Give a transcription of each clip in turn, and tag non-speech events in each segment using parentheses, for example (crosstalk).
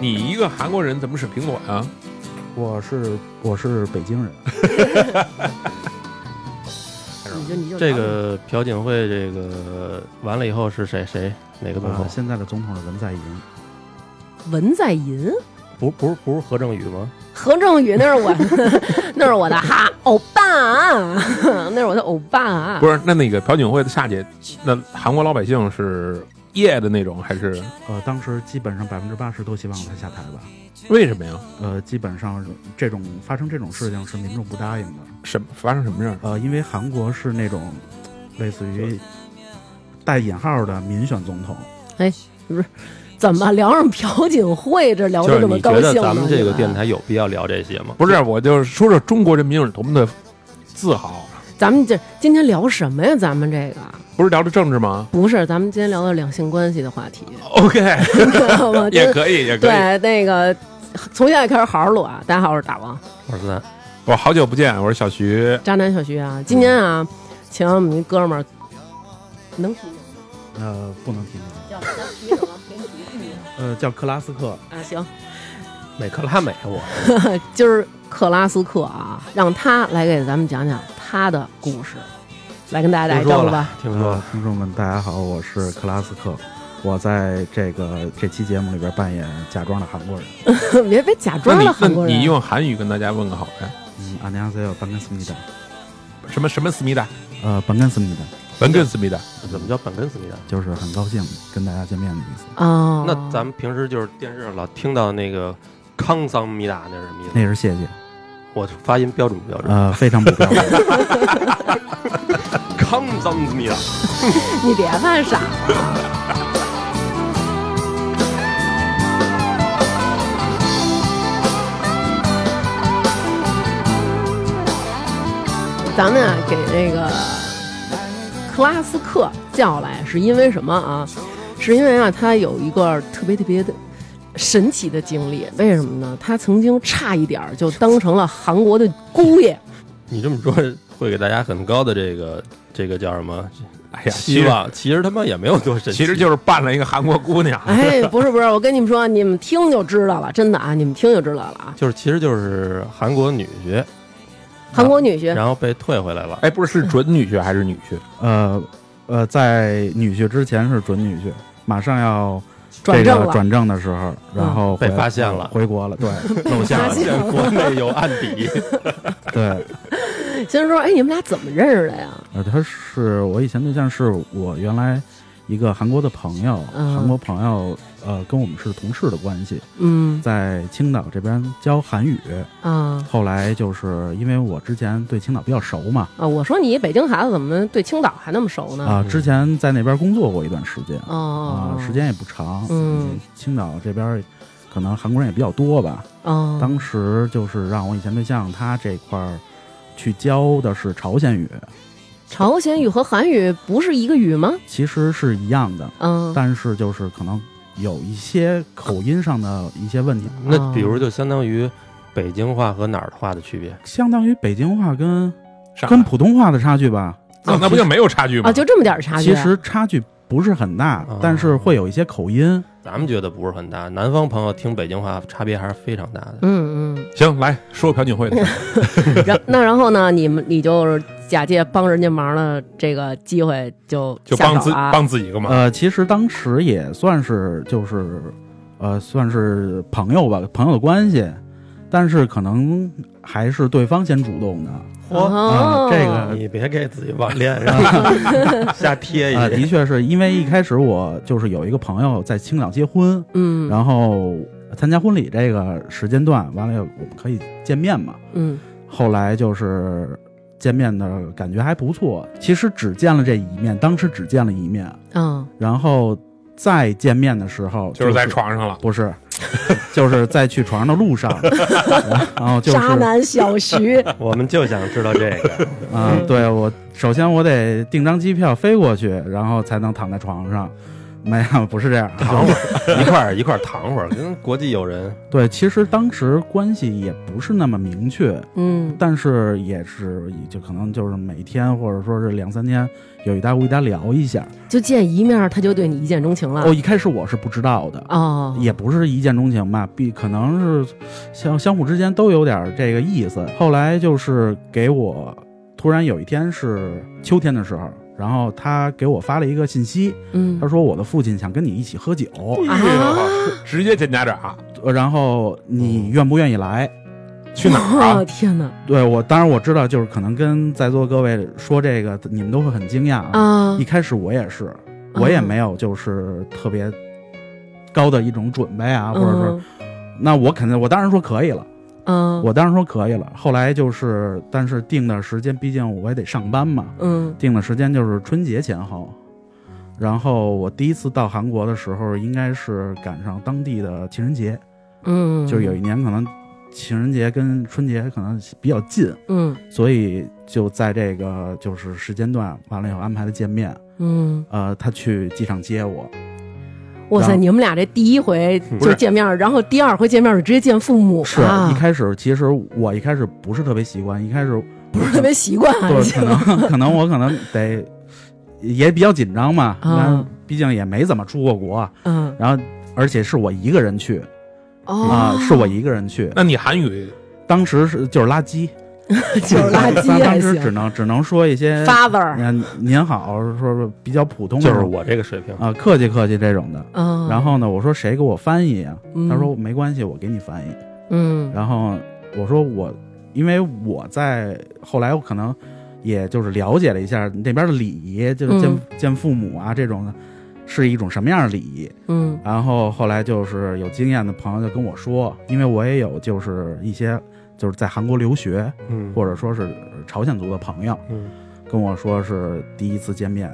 你一个韩国人怎么使苹果啊呀？我是我是北京人，你就你就这个朴槿惠这个完了以后是谁谁哪个总啊统？现在的总统是文在寅，文在寅、不不是不是何正宇吗？何正宇，那是我， (laughs) 那是我的哈欧巴啊，那是我的欧巴啊。不是，那那个朴槿惠的下姐，那韩国老百姓是夜的那种还是呃，当时基本上百分之八十都希望他下台吧，为什么呀？呃，基本上这种发生这种事情是民众不答应的，什么发生什么事儿？呃，因为韩国是那种类似于带引号的民选总统，怎么聊上朴槿惠这聊就得是这么你高觉兴呢？得咱们这你个啊电台有必要聊这些吗？不是，我就是说说中国人民有多么的自豪。咱们这今天聊什么呀？咱们这个不是聊的政治吗不是，咱们今天聊的两性关系的话 (laughs) 题， ？OK，我觉也得可以，也可以。对那个从现在开始好好录啊！大家好，我是大王，二十三，我好久不见，我是小徐。渣男小徐啊，今天啊，请我们一哥们儿能提吗？呃，不能提名，叫提什么？给你提提呃，叫克拉斯克，啊，行。美克拉美我 (laughs) 今儿克拉斯克啊，让他来给咱们讲讲他的故事，来跟大家打听一招说呼了吧。，听说呃了，听众们，大家好，我是克拉斯克，我在这个这期节目里边扮演假装的韩国人。 (laughs) 别别假那装你了韩国那人，你用韩语跟大家问个好呗？嗯，안녕하세요반갑습니다。什么什么思密达，呃，반갑습니다，文根思密达。怎么叫本根斯啊密达？就是很高兴跟大家见面的意思。哦，那咱们平时就是电视上老听到那个康桑米达，那是什啊么意那思？是谢谢，我发音标准不标准？呃，非常 (laughs) 不标准。康桑米达。你别犯傻了。 (laughs) 咱们啊，给那个克拉斯克叫来，是因为什么啊？是因为啊，他有一个特别特别的神奇的经历。为什么呢？他曾经差一点儿就当成了韩国的姑爷。你这么说会给大家很高的这个这个叫什么哎呀，其希实望？ (laughs) 其实他妈也没有多神奇，其实就是扮了一个韩国姑娘。哎，不是不是，我跟你们说，你们听就知道了，真的啊，你们听就知道了啊。就是其实就是韩国女婿，韩国女婿，然后被退回来了。哎，不是是准女婿还是女 (laughs) 婿？呃呃，在女婿之前是准女婿，马上要转这正个了，嗯转正的时候，然后回呃被发现了回国了。对 (laughs) 露馅发了，现现了国内有案底。对，先说，哎，你们俩怎么认识的呀？呃，他是我以前对象，是我原来一个韩国的朋友，嗯韩国朋友，呃，跟我们是同事的关系，嗯在青岛这边教韩语。啊后来就是因为我之前对青岛比较熟嘛，啊，我说你北京孩子怎么对青岛还那么熟呢？啊、之前在那边工作过一段时间，啊、哦，时间也不长，嗯，青岛这边可能韩国人也比较多吧。哦，当时就是让我以前对象他这块儿去教的是朝鲜语，朝鲜语和韩语不是一个语吗？其实是一样的，嗯，但是就是可能有一些口音上的一些问题， (laughs) 那比如就相当于北京话和哪儿的话的区别？相当于北京话跟上跟海普通话的差距吧。那那不就没有差距吗？啊，就这么点儿差距其啊。实差距不是很大哦，但是会有一些口音。咱们觉得不是很大，南方朋友听北京话差别还是非常大的。嗯嗯行，来说朴槿惠的。 (laughs) 嗯，然那然后呢，你们你就是假借帮人家忙的这个机会就就下帮手自了啊。帮自己一个忙。呃，其实当时也算是就是，呃，算是朋友吧，朋友的关系，但是可能还是对方先主动的。哦啊这个你别给自己网恋上瞎哎贴啊、的一。确是因为一开始我就是有一个朋友在青岛结婚，嗯，然后参加婚礼这个时间段，完了我们可以见面嘛。嗯后来就是见面的感觉还不错，其实只见了这一面，当时只见了一面，嗯然后再见面的时候就是在，床上了，不是， (laughs) 就是在去床上的路 (laughs) 上，然后就是渣男小徐，我们就想知道这个，嗯啊，对我，首先我得订张机票飞过去，然后才能躺在床上。没 (laughs) 有，不是这样啊。躺会儿，一块儿一块儿躺会儿，跟国际友人对，其实当时关系也不是那么明确，嗯但是也是就可能就是每天或者说是两三天有一搭无一搭聊一下。就见一面儿他就对你一见钟情了哦，。一开始我是不知道的，哦，也不是一见钟情吧，必可能是相相互之间都有点这个意思。后来就是给我突然有一天是秋天的时候，然后他给我发了一个信息，嗯他说我的父亲想跟你一起喝酒，哎啊， (laughs) 直接见家长，呃然后你愿不愿意来？去哪儿哦啊？天哪对我当然我知道，就是可能跟在座各位说这个，你们都会很惊讶啊。啊一！开始我也是，我也没有，有就是特别高的一种准备啊，或者是嗯那我肯定我当然说可以了。嗯，我当时说可以了，后来就是，但是定的时间，毕竟我也得上班嘛，嗯定的时间就是春节前后。然后我第一次到韩国的时候，应该是赶上当地的情人节，嗯，就是有一年可能情人节跟春节可能比较近，嗯所以就在这个就是时间段完了以后安排了见面。嗯，呃，他去机场接我，哇然塞，后你们俩这第一回嗯不就是见面儿，然后第二回见面儿就直接见父母是啊一开始其实我一开始不是特别习惯，一开始不是特别习惯啊，对，这可个能可能我可能得也比较紧张嘛，那啊毕竟也没怎么出过国，嗯然后而且是我一个人去哦啊，是我一个人去，那你韩语当时是就是垃圾， (laughs) 就是垃圾当还当时只行能只能说一些哦，father，嗯您好，说说比较普通的就那是种我这个水平，啊，客气客气这种的。嗯，然后呢，我说谁给我翻译啊？嗯他说没关系，我给你翻译。嗯，然后我说我，因为我在后来我可能也就是了解了一下那边的礼仪，就是见、嗯见父母啊这种的，是一种什么样的礼仪。嗯然后后来就是有经验的朋友就跟我说，因为我也有就是一些就是在韩国留学嗯或者说是朝鲜族的朋友嗯，跟我说是第一次见面，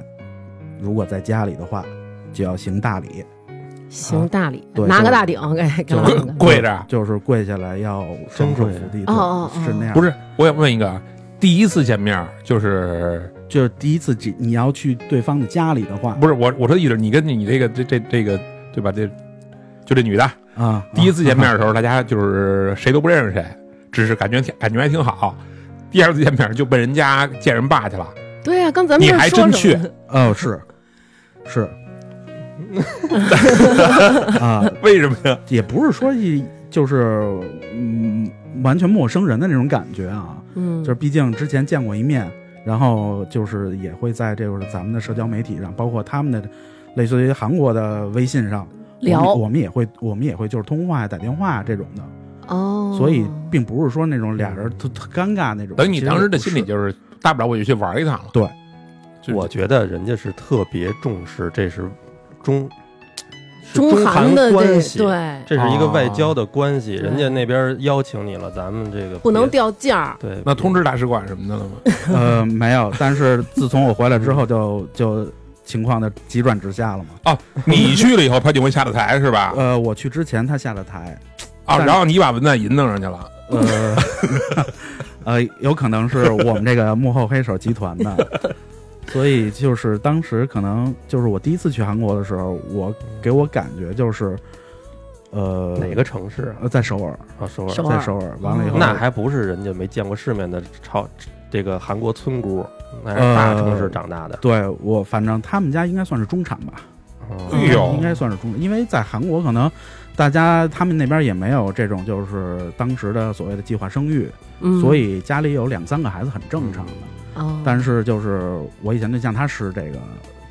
如果在家里的话就要行大礼，行大礼，对拿就个是大顶给给就老是板干跪着？啊就是跪下来要真双手跪伏地，哦哦哦对是那样，不是，我想问一个啊，第一次见面就是就是第一次进你要去对方的家里的话，不是我我说的意思，你跟你这个这这这个对吧？这就这女的啊，第一次见面啊的时候，大家就是谁都不认识谁，只是感觉挺感觉还挺好。第二次见面就奔人家见人爸去了，对呀，刚咱们你这儿还说真什么啊哦是 (laughs) 是啊，为什么呀？也不是说一就是嗯完全陌生人的那种感觉啊，嗯，就是毕竟之前见过一面，然后就是也会在这个咱们的社交媒体上，包括他们的类似于韩国的微信上聊我们我们也会我们也会就是通话呀、打电话呀这种的，哦，所以并不是说那种俩人特特尴尬那种。等于你当时的其心实也里不是就是，大不了我就去玩一趟了。就我觉得人家是特别重视，这是中是中韩的关这系，对这是一个外交的关系，哦对人家那边邀请你了，咱们这个不能别掉价儿，对，那通知大使馆什么的了吗？ (laughs) 呃，没有，但是自从我回来之后就，就情况的急转直下了嘛。 (laughs) 你去了以后，他就会下的台是啊吧？呃，我去之前他下了台，啊，但然后你把文在寅弄上去了，呃， (laughs) 呃，有可能是我们这个幕后黑手集团的， (laughs) 所以就是当时可能就是我第一次去韩国的时候，我给我感觉就是，呃，哪个城市啊呃在首尔，啊？首首尔，尔在首尔，完了以后，那还不是人家没见过世面的朝这个韩国村姑，那是嗯大城市长大的。对我反正他们家应该算是中产吧，哦嗯哎呦应该算是中，因为在韩国可能大家他们那边也没有这种就是当时的所谓的计划生育，嗯，所以家里有两三个孩子很正常的。哦，但是就是我以前对象她是这个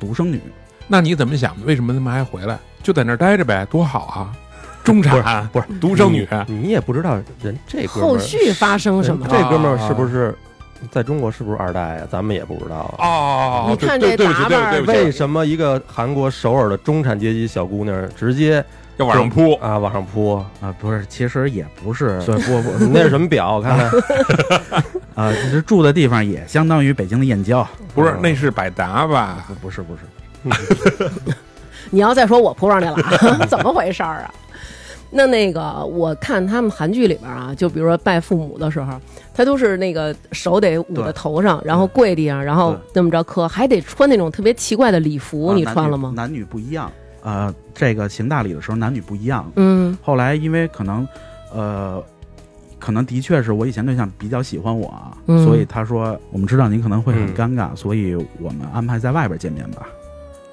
独生女，那你怎么想的？为什么他们还回来？就在那儿待着呗，多好啊！中产嗯不是独生女，你你也不知道人这哥们儿后续发生什么 (laughs) 人？这哥们儿啊是不是在中国是不是二代呀？咱们也不知道啊。哦，你对看对这对不起，对打扮不儿起，对不为起，什么一个韩国首尔的中产阶级小姑娘直接要往上扑，啊往上扑？啊，不是，其实也不是，对，不不，那是什么表？我看 (laughs) 看，啊，这住的地方也相当于北京的燕郊，不是，那是百达吧？不是不是，你要再说我扑上去了 (laughs) 啊，怎么回事儿啊？那那个，我看他们韩剧里边啊，就比如说拜父母的时候，他都是那个手得捂在对头上，然后跪地上，然后对那么着磕，还得穿那种特别奇怪的礼服，啊你男穿女了吗？男女不一样，呃，这个行大礼的时候男女不一样。嗯后来因为可能，呃，可能的确是我以前对象比较喜欢我啊，嗯所以他说我们知道你可能会很嗯尴尬，所以我们安排在外边见面吧。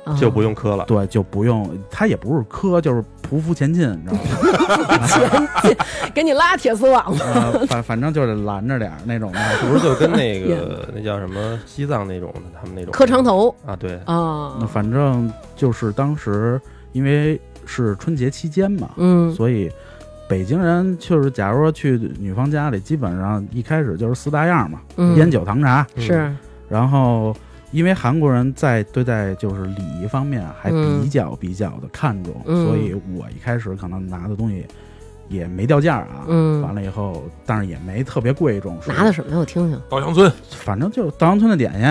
啊就不用磕了。对，就不用他也不是磕，就是匍匐前进，你知 (laughs) 道吗？给你拉铁丝网了。呃、反反正就是拦着点儿那种的。是不是就 (laughs) 跟那个那叫什么西藏那种的，他们那种磕长头啊？对，啊那，反正就是当时因为是春节期间嘛，嗯所以北京人就是假如说去女方家里，基本上一开始就是四大样嘛，嗯烟酒糖茶。是然后因为韩国人在对待就是礼仪方面还嗯比较比较的看重，嗯所以我一开始可能拿的东西也没掉价啊。嗯完了以后，但是也没特别贵重，拿的什么呀？我听听。稻香村反正就是稻香村的点心，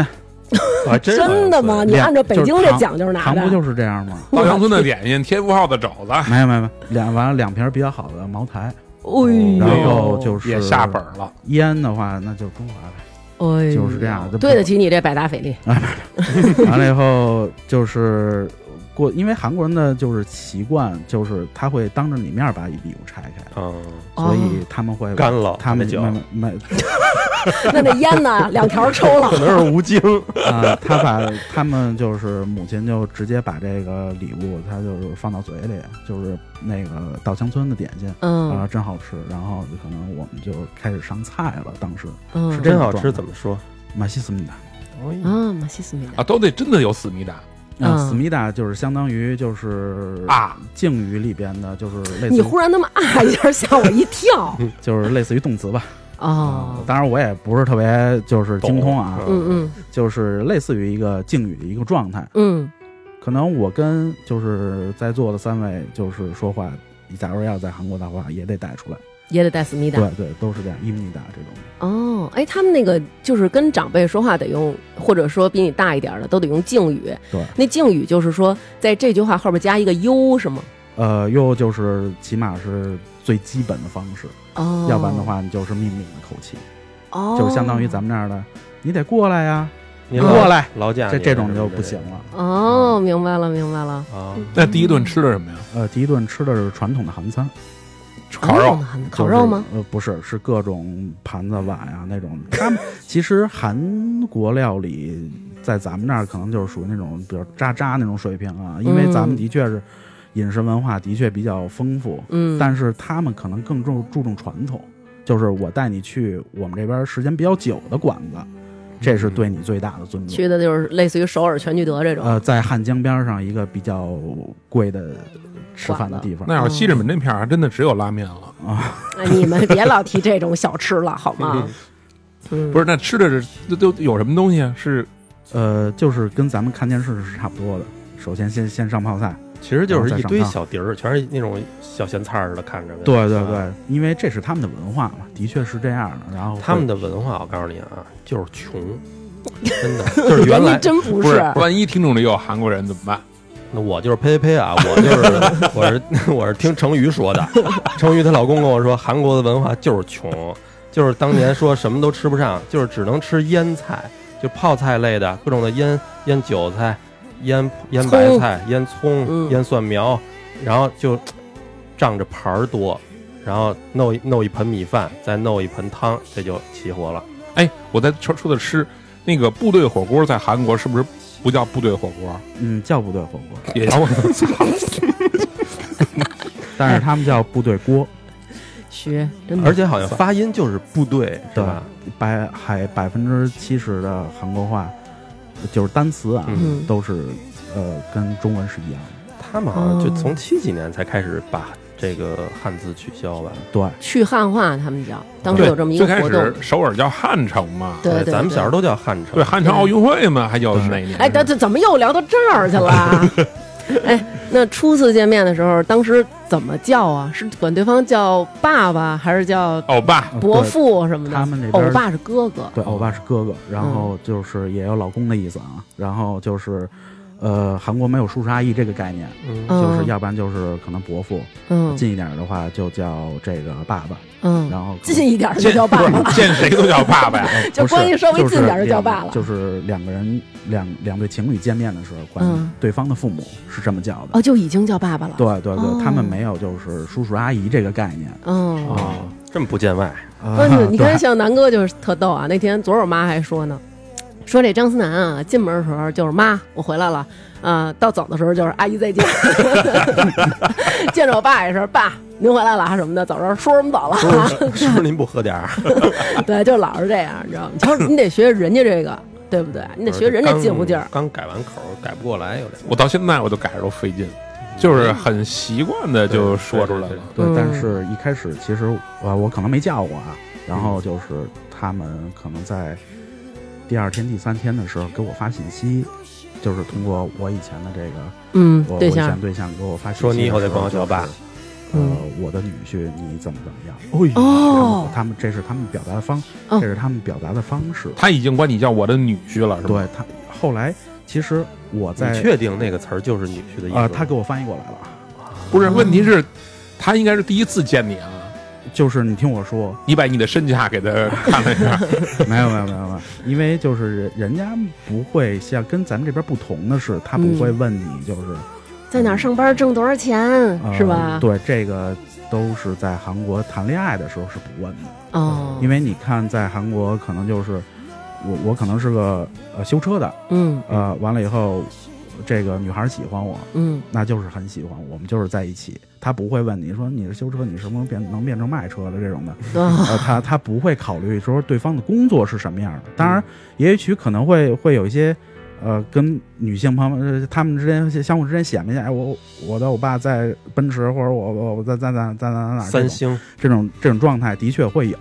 啊，真是真的吗？你两按照北京就是这糖讲究拿糖的不，就是这样 (laughs) 吗？稻香村的点心，天福号的肘子没有没有没有，两完了两瓶比较好的茅台，哎呦，然后就是也下本了。烟的话，那就是中华呗。哎呦就是这样对得起你这百达翡丽。 (laughs) 完了以后就是过，因为韩国人的就是习惯，就是他会当着你面把礼物拆开，嗯，所以他们会干了他们那酒没没没哦那那烟呢？两条抽了可。能是吴京，啊，他把他们就是母亲就直接把这个礼物，他就是放到嘴里，就是那个稻香村的点心。啊，嗯真好吃！然后就可能我们就开始上菜了。当时嗯，是这真种好状吃，态怎么说？哎马西思密达啊，马西思密达啊，都得真的有思密达啊，嗯思密达就是相当于就是啊！敬语里边的，就是类似你于忽然那么啊一下吓我一跳就是类似于动词吧。哦，当然我也不是特别就是精通啊懂，嗯就是类似于一个敬语的一个状态。嗯可能我跟就是在座的三位就是说话，假如要在韩国的话，也得带出来。嗯，也得带思密达对对，都是这样，伊米达这种。哦。哎，他们那个就是跟长辈说话得用，或者说比你大一点的都得用敬语。对，那敬语就是说在这句话后面加一个 “u” 是吗？呃，又就是起码是最基本的方式，哦，要不然的话你就是命令的口气，哦，就是相当于咱们这儿的，你得过来呀，您过来，嗯劳驾这您这种就不行了。嗯哦，明白了明白了。啊。那第一顿吃的什么呀？呃，第一顿吃的是传统的韩餐，烤肉啊那就烤是肉吗？？呃，不是，是各种盘子、碗啊那种。他们其实韩国料理在咱们那儿可能就是属于那种比较渣渣那种水平啊，因为咱们嗯的确是饮食文化的确比较丰富，嗯，但是他们可能更重注重传统，就是我带你去我们这边时间比较久的馆子，这是对你最大的尊重。去的就是类似于首尔全聚德这种。呃，在汉江边上一个比较贵的吃饭的地方那要是西直门那片儿，还真的只有拉面了。啊，哎你们别老提这种小吃了，好吗？嗯，不是，是，那吃的是都都有什么东西啊？是呃，就是跟咱们看电视是差不多的。首先先先上泡菜。其实就是一堆小碟儿，全是那种小咸菜儿似的，看着呗。对对啊，对，因为这是他们的文化嘛，的确是这样的。然后会他们的文化，我告诉你啊，就是穷，真的就是原人家来真不不是？万一听众里有韩国人怎么办？那我就是呸呸呸啊，我就是我是我是听成瑜说的，成瑜她老公跟我说，韩国的文化就是穷，就是当年说什么都吃不上，就是只能吃腌菜，就泡菜类的各种的腌腌韭菜、腌腌白菜、腌葱、嗯腌蒜苗，然后就仗着盘儿多，然后弄一弄一盆米饭，再弄一盆汤，这就齐活了。哎，我在说说的吃那个部队火锅，在韩国是不是不叫部队火锅？嗯叫部队火锅，也叫但是他们叫部队锅，学，真的。而且好像发音就是部队，是吧？百还百分之七十的韩国话就是单词啊，嗯都是呃跟中文是一样的。他们好像就哦从七几年才开始把这个汉字取消吧。对，去汉化，他们叫，当时对有这么一个最开活动始。首尔叫汉城嘛，对对，哎咱们小时候都。都叫汉城。对，汉城奥运会嘛，还叫那一年。哎，这这怎么又聊到这儿去了？啊哎，那初次见面的时候，当时怎么叫啊？是管对方叫爸爸，还是叫欧巴，呃伯对父什么的？他们那边欧巴是哥哥。对，欧巴是哥哥，然后就是也有老公的意思啊，然后就是，呃，韩国没有叔叔阿姨这个概念，嗯嗯就是要不然就是可能伯父，嗯近一点的话就叫这个爸爸，嗯，然后可能近一点儿就叫爸爸，见谁都叫爸爸呀。 (laughs) 哎就不是关系稍微近点儿就两叫个爸了就是两个人两两对情侣见面的时候，管嗯对方的父母是这么叫的。哦，就已经叫爸爸了。对，对对，哦他们没有就是叔叔阿姨这个概念。嗯。哦，这么不见外，啊不哦是，你看对像南哥就是特逗啊！那天昨儿我妈还说呢，说这张思南啊，进门的时候就是妈，我回来了，啊、到走的时候就是阿姨再见， (laughs) 见着我爸也是爸，您回来了啊什么的，早知道说什么早叔了，叔 (laughs) 叔叔您不喝点儿？对，就老是这样，你知道吗？你瞧，你得学人家这个，对不对？你得学人家劲乎劲儿。刚改完口儿，改不过来有点。我到现在我都改着都费劲，就是很习惯的就说出来对，了。对对嗯但是一开始其实我我可能没叫过啊，然后就是他们可能在第二天、第三天的时候给我发信息，就是通过我以前的这个嗯我，我对以象前对象给我发信息，说你以后得管我叫爸。呃嗯，我的女婿你怎么怎么样？哦他们这是他们表达的方，哦这是他们表达的方式。他已经管你叫我的女婿嗯了，是吧？对他后来，其实我在你确定那个词儿就是女婿的意思啊、吗？他给我翻译过来了，不是，嗯问题是，他应该是第一次见你啊。就是你听我说，你把你的身价给他看了一下，没有没有没有没有，因为就是人家不会像跟咱们这边不同的是，他不会问你就是、在哪儿上班挣多少钱、呃嗯是吧？对，这个都是在韩国谈恋爱的时候是不问的，哦，因为你看在韩国可能就是我我可能是个呃修车的，嗯呃，完了以后这个女孩喜欢我，嗯那就是很喜欢，我们就是在一起。他不会问你说你是修车，你什么时候变能变成卖车的这种的，啊呃，他他不会考虑说对方的工作是什么样的。当然，也许可能会会有一些，呃，跟女性朋友呃他们之间相互之间显摆一下，哎，我我的我爸在奔驰，或者我我我在在在在哪哪哪这三种星这种这种状态的确会有。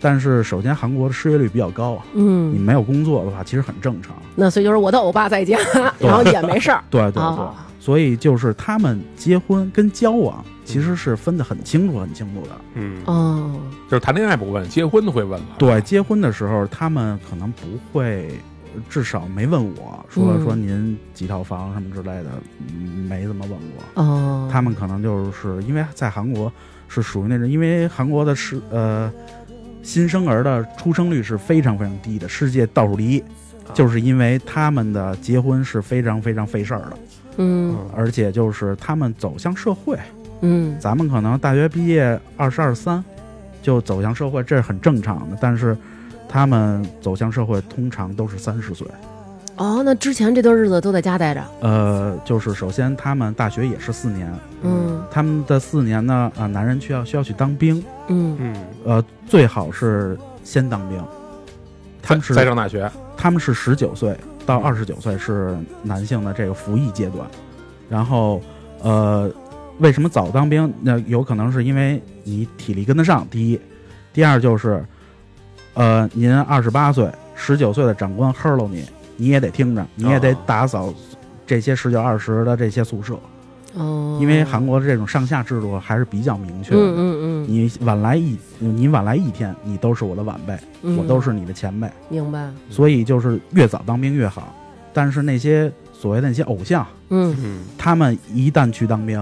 但是首先韩国的失业率比较高啊，你嗯，没有工作的话其实很正常。那所以就是我的欧巴在家，然后也没事儿。对对对。啊。所以就是他们结婚跟交往其实是分得很清楚、很清楚的。嗯，哦，就是谈恋爱不问，结婚会问了。对，结婚的时候他们可能不会，呃至少没问我说嗯说您几套房什么之类的，嗯没怎么问过。哦，他们可能就是因为在韩国是属于那种，因为韩国的是呃新生儿的出生率是非常非常低的，世界倒数第一，就是因为他们的结婚是非常非常费事儿的，嗯而且就是他们走向社会。嗯咱们可能大学毕业二十二三就走向社会，这是很正常的。但是他们走向社会通常都是三十岁。哦，那之前这段日子都在家待着，呃，就是首先他们大学也是四年，嗯他们的四年呢，啊、男人需要需要去当兵，嗯嗯，呃，最好是先当兵。他在们是在上大学，他们是十九岁到二十九岁是男性的这个服役阶段，然后呃，为什么早当兵？那有可能是因为你体力跟得上，第一，第二就是，呃，您二十八岁，十九岁的长官 h 喽你，你也得听着，你也得哦打扫这些十九二十的这些宿舍，哦，嗯因为韩国这种上下制度还是比较明确的。嗯嗯你晚来一，你晚来一天，你都是我的晚辈，嗯，我都是你的前辈。明白，所以就是越早当兵越好。但是那些所谓的那些偶像，嗯嗯，他们一旦去当兵，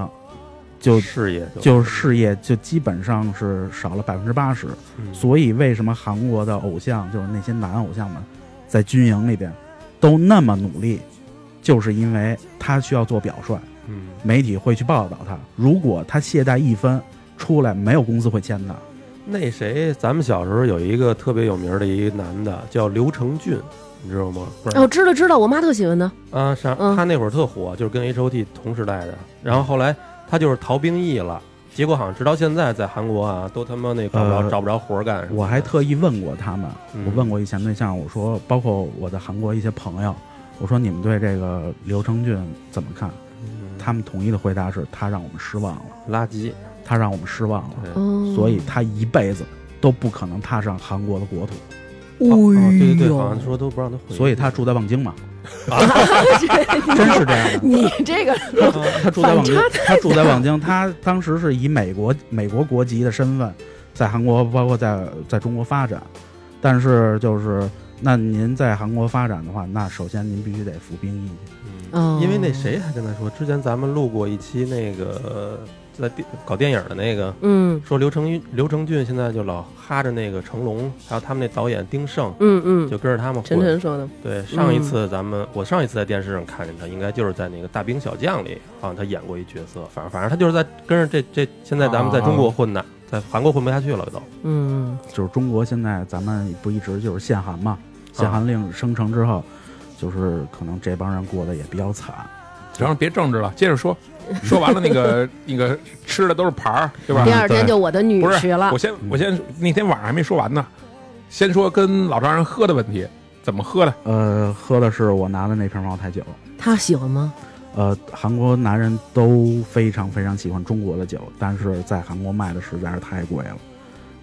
就事业就就事业就基本上是少了百分之八十。嗯所以为什么韩国的偶像，就是那些男偶像们，在军营里边都那么努力，就是因为他需要做表率，嗯媒体会去报道他。如果他懈怠一分出来，没有公司会签他。那谁，咱们小时候有一个特别有名儿的一个男的叫刘承俊，你知道吗？不哦，知道知道，我妈特喜欢他，啊，上嗯他那会儿特火，就是跟 H O T 同时代的。然后后来他就是逃兵役了，结果好像直到现在在韩国啊，都他妈那搞不着呃找不着活儿干什么的。我还特意问过他们，嗯我问过以前对象，我说，包括我的韩国一些朋友，我说你们对这个刘承俊怎么看？嗯他们统一的回答是他让我们失望了，垃圾，他让我们失望了，对哦，所以 (laughs) 他一辈子都不可能踏上韩国的国土，哦，哦对对对，好像说都不让他回去，所以他住在望京嘛，真真是这样的。 (laughs) 你这个他住在望京反，他住在望京，他当时是以美国美国国籍的身份，在韩国包括在在中国发展，但是就是那您在韩国发展的话，那首先您必须得服兵役，嗯嗯，因为那谁还跟他说，之前咱们录过一期那个呃在电搞电影的那个，嗯说刘承刘承俊现在就老哈着那个成龙，还有他们那导演丁晟，嗯嗯，就跟着他们晨混。晨说的，嗯对，上一次咱们、我上一次在电视上看见他，应该就是在那个《大兵小将》里，好像他演过一角色。反正反正他就是在跟着这这现在咱们在中国混的，在韩国混不下去了都。啊嗯就是中国现在咱们不一直就是限韩嘛，限韩令生成之后，就是可能这帮人过得也比较惨。行了，别政治了，接着 (laughs) 说。说完了那个那个吃的都是盘儿，嗯对吧第？二天啊对就我的女不婿是，了我，先我先那天晚上还没说完呢，先说跟老丈人喝的问题，怎么喝的？呃，喝的是我拿的那瓶茅台酒。他喜欢吗？呃，韩国男人都非常非常喜欢中国的酒，但是在韩国卖的实在是太贵了，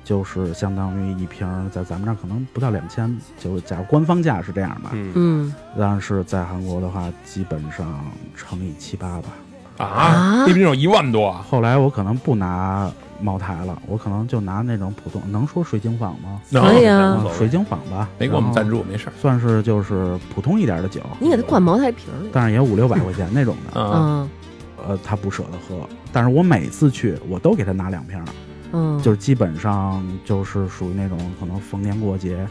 就是相当于一瓶儿在咱们这儿可能不到两千，就是假如官方价是这样吧，嗯，嗯但是在韩国的话，基本上乘以七八吧。啊啊，那边有一万多啊，后来我可能不拿茅台了，我可能就拿那种普通，能说水晶坊吗？可以啊无啊所，谓水晶坊吧，哎没给我们赞然后助，没事儿算是就是普通一点的酒，你给他灌茅台瓶儿里，但是也五六百块钱那种的，啊。嗯呃，他不舍得喝，但是我每次去我都给他拿两瓶儿，嗯，就是基本上就是属于那种可能逢年过节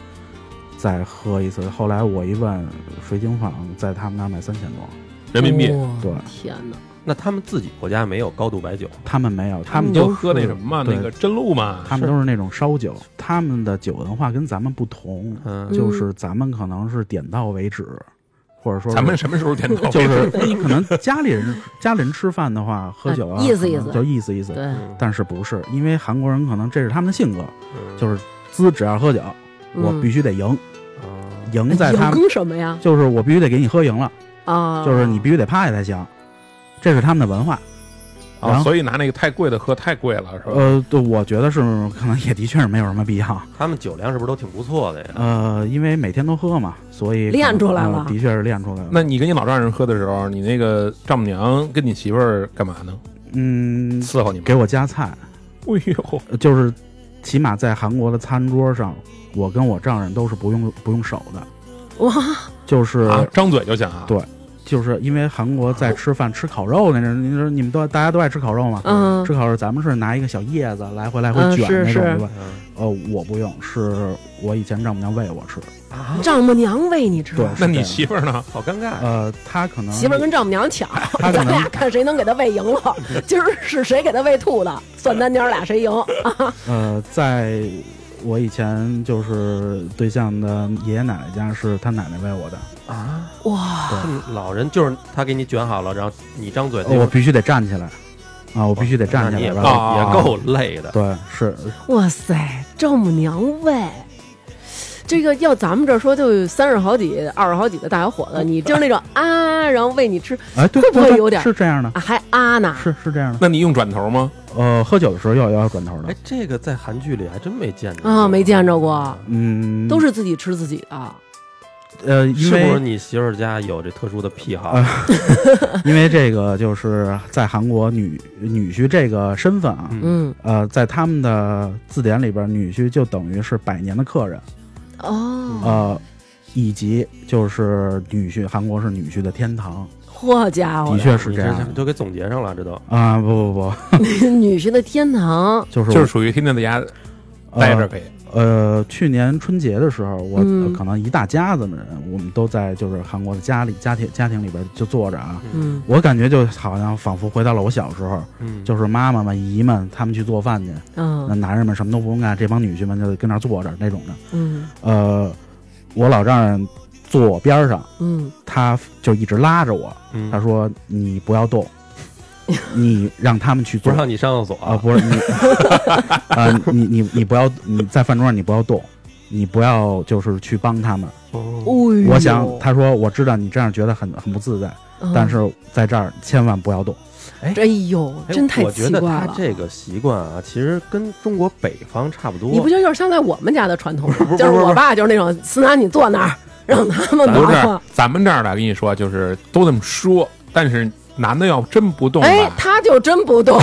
再喝一次。后来我一问，水晶坊在他们那儿卖三千多，人民币，哇对哦天哪，那他们自己国家没有高度白酒，他们没有，他们嗯就都喝那是什么嘛，对那个真露嘛，他们都是那种烧酒，他们的酒文化跟咱们不同，嗯，就是咱们可能是点到为止，或者说是咱们什么时候见到？ (laughs) 就是你可能家里人家里人吃饭的话，喝酒啊，意思意思可能就意思意思。对，嗯但是不是因为韩国人可能这是他们的性格，嗯就是滋只要喝酒，嗯我必须得赢，啊赢须在他们更什么呀？就是我必须得给你喝赢了，啊，就是你必须得趴下才行，这是他们的文化。然啊，后所以拿那个太贵的喝太贵了，是吧？呃，对，我觉得是可能也的确是没有什么必要。他们酒量是不是都挺不错的呀？呃，因为每天都喝嘛，所以练出来了呃的确是练出来了。那你跟你老丈人喝的时候，你那个丈母娘跟你媳妇儿干嘛呢？嗯，伺候你吗？给我夹菜， (laughs) 哎呦，呃就是起码在韩国的餐桌上，我跟我丈人都是不用不用手的，哇，就是、啊，张嘴就行啊！对就是因为韩国在吃饭吃烤肉那阵，你说你们都大家都爱吃烤肉嘛，嗯吃烤肉咱们是拿一个小叶子来回来回嗯卷是那种、是对吧？嗯呃，我不用，是我以前丈母娘喂我吃，啊，丈母娘喂你吃，啊对，那你是这媳妇儿呢？好尴尬样。呃，她可能媳妇儿跟丈母娘抢，她可咱能俩看谁能给他喂赢 (laughs) 了。今儿是谁给他喂吐的，算咱娘俩谁赢。呃，在我以前就是对象的爷爷奶奶家是他奶奶喂我的，啊，哇，这老人就是他给你卷好了，然后你张嘴，呃我必须得站起来啊，我必须得站那起你来也吧够那啊也够累的。对，是哇塞，丈母娘喂。这个要咱们这说，就三十好几、二十好几的大小伙子，你就是那种啊，然后喂你吃，哎，对，会不会对对有点是这样的？啊、还啊呢，是是这样的。那你用转头吗？呃，喝酒的时候要要转头的哎，，这个在韩剧里还真没见着啊没见着过嗯，都是自己吃自己的。呃，因是不是为你媳妇儿家有这特殊的癖好？啊 (laughs) 因为这个就是在韩国女女婿这个身份啊，嗯，嗯，呃，在他们的字典里边，女婿就等于是百年的客人，哦，呃，以及就是女婿，韩国是女婿的天堂，好家伙的，确是这样你的都给总结上了，这都啊、不不不，女婿的天堂，就是就是属于天天在家待着可以。呃。呃，去年春节的时候，我、嗯可能一大家子的人，我们都在就是韩国的家里家庭家庭里边就坐着啊，嗯我感觉就好像仿佛回到了我小时候，嗯，就是妈妈们姨们他们去做饭去，那嗯男人们什么都不用干，这帮女婿们就跟那儿坐着那种的。嗯呃，我老丈人坐我边上，嗯，他就一直拉着我，嗯他说你不要动，你让他们去不做。让你上厕所啊，不是你啊，你你你不要你在饭桌上你不要动，你不要就是去帮他们。哦哦呦我想他说我知道你这样觉得很很不自在，嗯但是在这儿千万不要动。哎呦，哎真太我奇觉得怪他了。这个习惯啊，其实跟中国北方差不多。你不就就是像在我们家的传统吗不是不？是就是不是我爸就是那种，思南你坐那儿，让他啊们不忙是活。，咱们这儿的，跟你说，就是都这么说，但是男的要真不动哎吧，，他就真不动，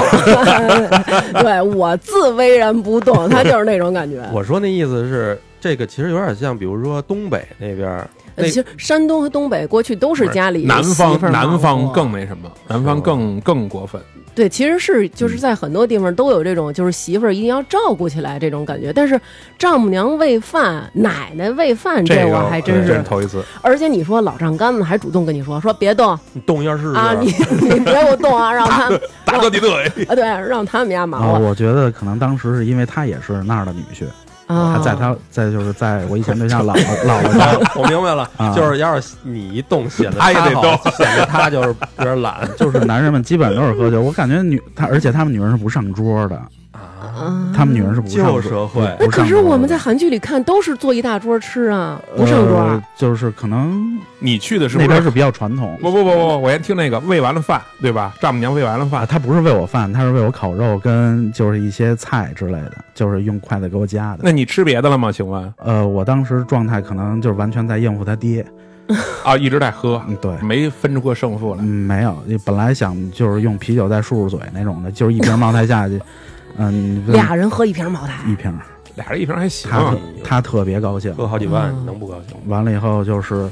(laughs) 对我自巍然不动，他就是那种感觉。我说那意思是，这个其实有点像，比如说东北那边儿，呃那其实山东和东北过去都是家里南媳方妇儿忙南方活更那什么，南是方吧更更过分。对，其实是就是在很多地方都有这种，就是媳妇儿一定要照顾起来这种感觉。但是丈母娘喂饭、奶奶喂饭，这我个还对真真是。头一次。而且你说老丈杆子还主动跟你说说别动你动一下试试啊， (laughs) 你 (laughs) 你别给我动啊，让他们大哥，你 (laughs) 乐，啊对，让他们家啊，忙活我觉得可能当时是因为他也是那儿的女婿，啊。哦他在他在就是在我以前对象姥姥姥姥家，我明白了啊，就是要是你一动，显得他也得好， (laughs) 显得他就是有点懒就是男人们基本都是喝酒。我感觉女他，而且他们女人是不上桌的，啊。啊，他们女人是不上旧桌社会不那不可上是桌我们的在韩剧里看都是坐一大桌吃啊，不上桌呃就是可能你去的是那不边是？是比较传统不不不不，我先听那个喂完了饭，对吧？丈母娘喂完了啊，饭，他不是喂我饭，他是喂我烤肉跟就是一些菜之类的，就是用筷子给我夹的。那你吃别的了吗？请问呃，我当时状态可能就是完全在应付他爹，啊，一直在喝，嗯，对，没分出个胜负来嗯，。没有，本来想就是用啤酒再漱漱嘴那种的，就是一瓶茅台下 (laughs) 去，嗯，俩嗯人喝一瓶茅台，一瓶，俩人一瓶还行，啊他特他特别高兴。喝好几万，嗯你能不高兴吗？完了以后就是，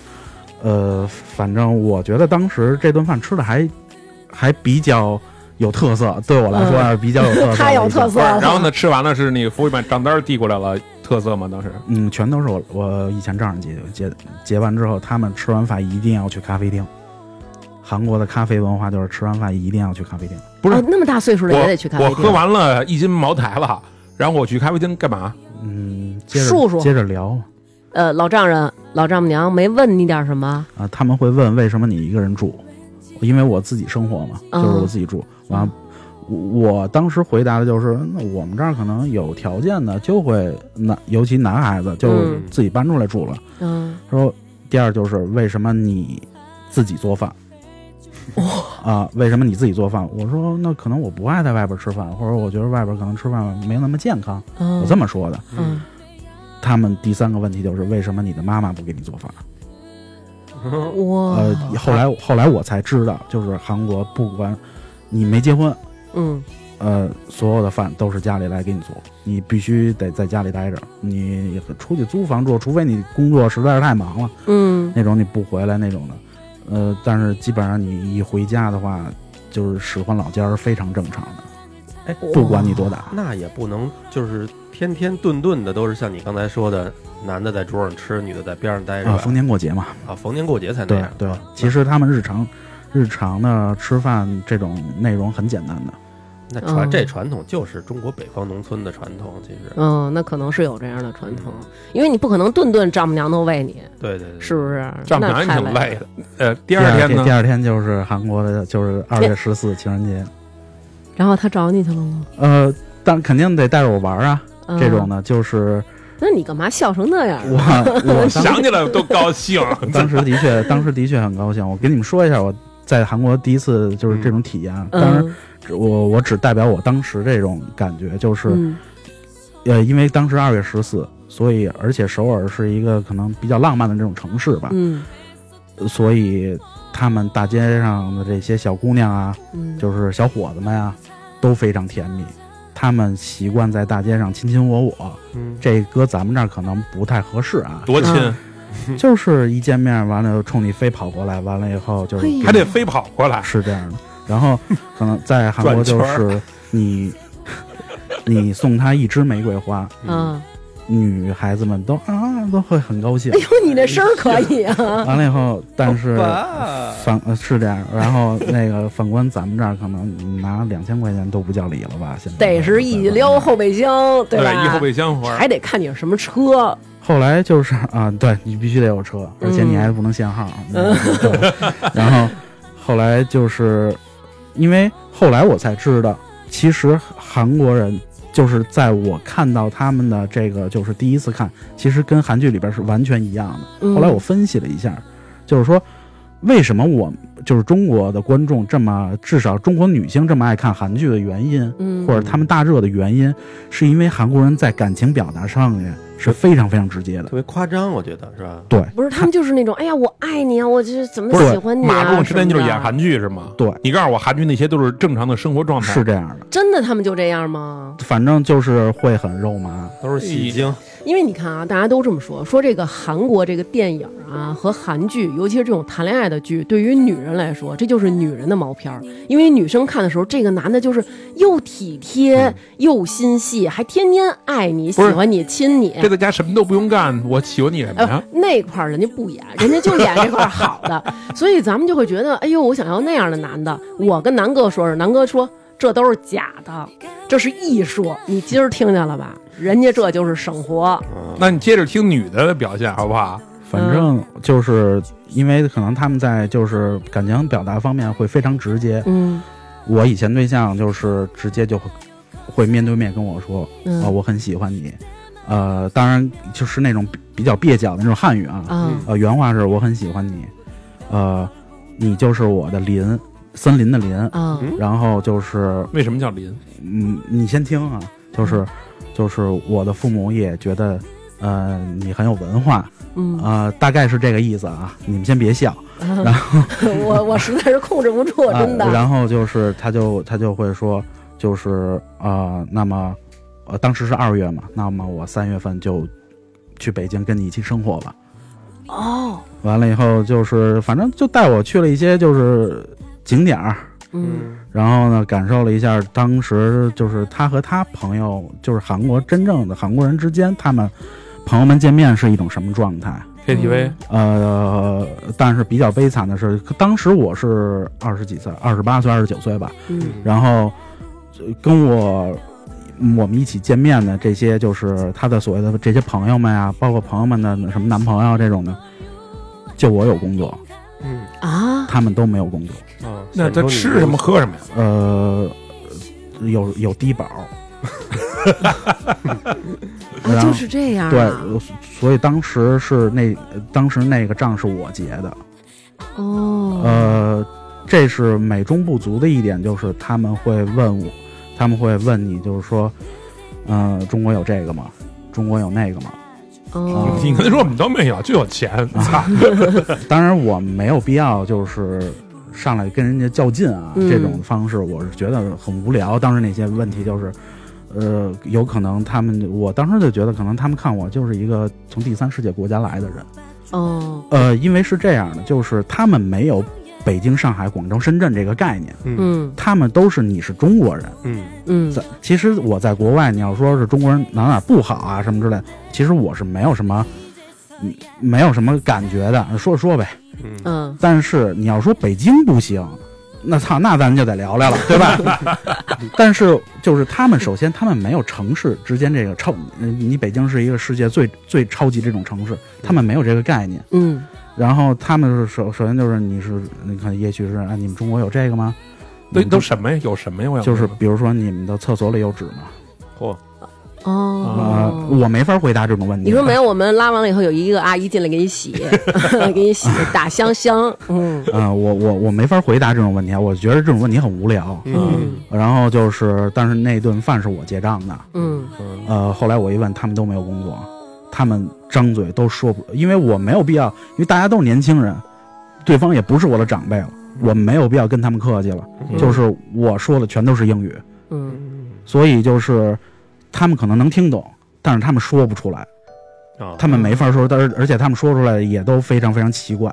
呃，反正我觉得当时这顿饭吃的还还比较有特色，对我来说啊，比较有特色，太嗯有特色不是了。然后呢，吃完了是那个服务员把账单递过来了，特色吗？ (laughs) 当时嗯，全都是我我以前丈人结结结完之后，他们吃完饭一定要去咖啡厅。韩国的咖啡文化就是吃完饭一定要去咖啡厅，不是啊，那么大岁数了也得去咖啡我店。喝完了一斤茅台了，然后我去咖啡厅干嘛？嗯，接着叔叔接着聊嘛呃，老丈人、老丈母娘没问你点什么？啊，他们会问为什么你一个人住，因为我自己生活嘛，就是我自己住。完、了，我我当时回答的就是，那我们这儿可能有条件的就会男，尤其男孩子就嗯自己搬出来住了。嗯，他说，第二就是为什么你自己做饭？啊，为什么你自己做饭？我说那可能我不爱在外边吃饭，或者我觉得外边可能吃饭没有那么健康，我我这么说的。嗯，他们第三个问题就是为什么你的妈妈不给你做饭？嗯， (laughs) 哇，呃，后来后来我才知道，就是韩国不管你没结婚，嗯，呃，所有的饭都是家里来给你做，你必须得在家里待着，你出去租房住，除非你工作实在是太忙了，嗯，那种你不回来那种的，呃，但是基本上你一回家的话，就是使唤老家儿非常正常的，哎，不管你多大，那也不能就是天天顿顿的都是像你刚才说的，男的在桌上吃，女的在边上待着啊，吧逢年过节嘛，啊，逢年过节才那对样。啊对，其实他们日常日常的吃饭这种内容很简单的。那传嗯这传统就是中国北方农村的传统，其实嗯，那可能是有这样的传统，因为你不可能顿顿丈母娘都喂你，对对对，是不？是？丈母娘也那太挺累累了。的。呃，第二天第呢，二天就是韩国的，就是二月十四情人节。然后他找你去了吗？呃，但肯定得带着我玩儿啊，嗯这种，呢，就是那你干嘛笑成那样 (laughs) 啊？我我当想起来都高兴。 (laughs) 当时的确，当时的确很高兴。我跟你们说一下，我在韩国第一次就是嗯这种体验啊。当然嗯，只，我我只代表我当时这种感觉，就是嗯呃，因为当时二月十四，所以而且首尔是一个可能比较浪漫的这种城市吧，嗯所以他们大街上的这些小姑娘啊，嗯，就是小伙子们呀，都非常甜蜜。他们习惯在大街上亲亲我我，嗯，这搁咱们这儿可能不太合适啊。多亲，嗯就是一见面完了冲你飞跑过来，完了以后就是嘿还得飞跑过来。是这样的。然后可能在韩国就转是你你送他一支玫瑰花，嗯，女孩子们都啊都会很高兴哎。呦，你这声儿可以啊，完了以后，但是哇反呃是这样，然后那个反观咱们这儿，可能你拿两千块钱都不叫礼了吧？现在 (laughs) 得是一撩后备箱，对，吧？一后备箱活儿啊还得看你是什么车，后来就是 (laughs) 啊，对你必须得有车，而且你还不能限号。嗯对然后后来就是因为后来我才知道，其实韩国人就是在我看到他们的这个就是第一次看，其实跟韩剧里边是完全一样的。嗯后来我分析了一下，就是说，为什么我就是中国的观众这么，至少中国女性这么爱看韩剧的原因，嗯，或者他们大热的原因，是因为韩国人在感情表达上面是非常非常直接的特。别夸张，我觉得是吧？对，不是他们就是那种，哎呀，我爱你啊，我就是怎么不是喜欢你啊，马仲之前就是演什么韩剧是吗？对，你告诉我韩剧那些都是正常的生活状态，是这样的的，，真的他们就这样吗？反正就是会很肉麻。都是戏精，因为你看啊，大家都这么说，说这个韩国这个电影啊和韩剧，尤其是这种谈恋爱的剧，对于女人来说，这就是女人的毛片儿。因为女生看的时候，这个男的就是又体贴又心细，还天天爱你、嗯喜不是欢你、亲你。这在家什么都不用干，我喜欢你什么呃呀？，那块儿人家不演，人家就演这块儿好的，所以咱们就会觉得，哎呦，我想要那样的男的。我跟南哥说说，南哥说这都是假的，这是艺术。你今儿听见了吧？人家这就是生活。那你接着听女的的表现好不好？反正就是因为可能他们在就是感情表达方面会非常直接。嗯我以前对象就是直接就会会面对面跟我说，嗯啊、我很喜欢你。呃，当然就是那种比比较蹩脚的那种汉语啊，啊呃，原话是我很喜欢你，呃，你就是我的林，森林的林。啊嗯然后就是，为什么叫林？嗯，你先听啊，就是，就是我的父母也觉得，呃，你很有文化，嗯，呃，大概是这个意思啊。你们先别笑，然后我我实在是控制不住，啊真的。然后就是他就他就会说，就是呃，那么呃，当时是二月嘛，那么我三月份就去北京跟你一起生活吧。哦，完了以后就是反正就带我去了一些就是景点儿。哎嗯嗯，然后呢，感受了一下当时就是他和他朋友，就是韩国真正的韩国人之间，他们朋友们见面是一种什么状态？ KTV 呃，但是比较悲惨的是，当时我是二十几岁，二十八岁、二十九岁吧。嗯然后呃跟我嗯我们一起见面的这些，就是他的所谓的这些朋友们啊，包括朋友们的什么男朋友这种的，就我有工作，嗯，啊，他们都没有工作。啊那他吃什么？喝什么呀？呃，有有低 (laughs) 保，啊然后就是这样、啊。对，所以当时是那当时那个账是我结的，哦，呃，这是美中不足的一点，就是他们会问我，他们会问你，就是说，嗯、中国有这个吗？中国有那个吗？嗯哦，你跟他说我们都没有，就有钱，操！当然，我没有必要就是上来跟人家较劲啊，嗯这种方式我是觉得很无聊。当时那些问题就是，呃，有可能他们，我当时就觉得可能他们看我就是一个从第三世界国家来的人。哦，呃，因为是这样的，就是他们没有北京、上海、广州、深圳这个概念，嗯嗯他们都是你是中国人。嗯，嗯在其实我在国外，你要说是中国人哪哪不好啊什么之类的，其实我是没有什么，嗯没有什么感觉的，说说呗。嗯嗯，但是你要说北京不行，那操，那咱们就得聊 (laughs) 聊了，对吧？但是就是他们，首先他们没有城市之间这个超，呃你北京是一个世界最最超级这种城市，他们没有这个概念。嗯然后他们是首首先就是你是你看，也许是啊，你们中国有这个吗？都你们都什么呀？有什么呀？我想就是问比如说你们的厕所里有纸吗？嚯，嗯啊、哦，我没法回答这种问题。你说没有？我们拉完了以后，有一个阿姨进来给 (laughs) 你洗，给你洗打香香。嗯啊、我我我没法回答这种问题，啊，我觉得这种问题很无聊。嗯然后就是，但是那顿饭是我结账的。嗯嗯呃，后来我一问，他们都没有工作，他们张嘴都说不，因为我没有必要，因为大家都是年轻人，对方也不是我的长辈了，我没有必要跟他们客气了。嗯就是我说的全都是英语，嗯嗯所以就是他们可能能听懂，但是他们说不出来，啊，他们没法说，但是而且他们说出来也都非常非常奇怪，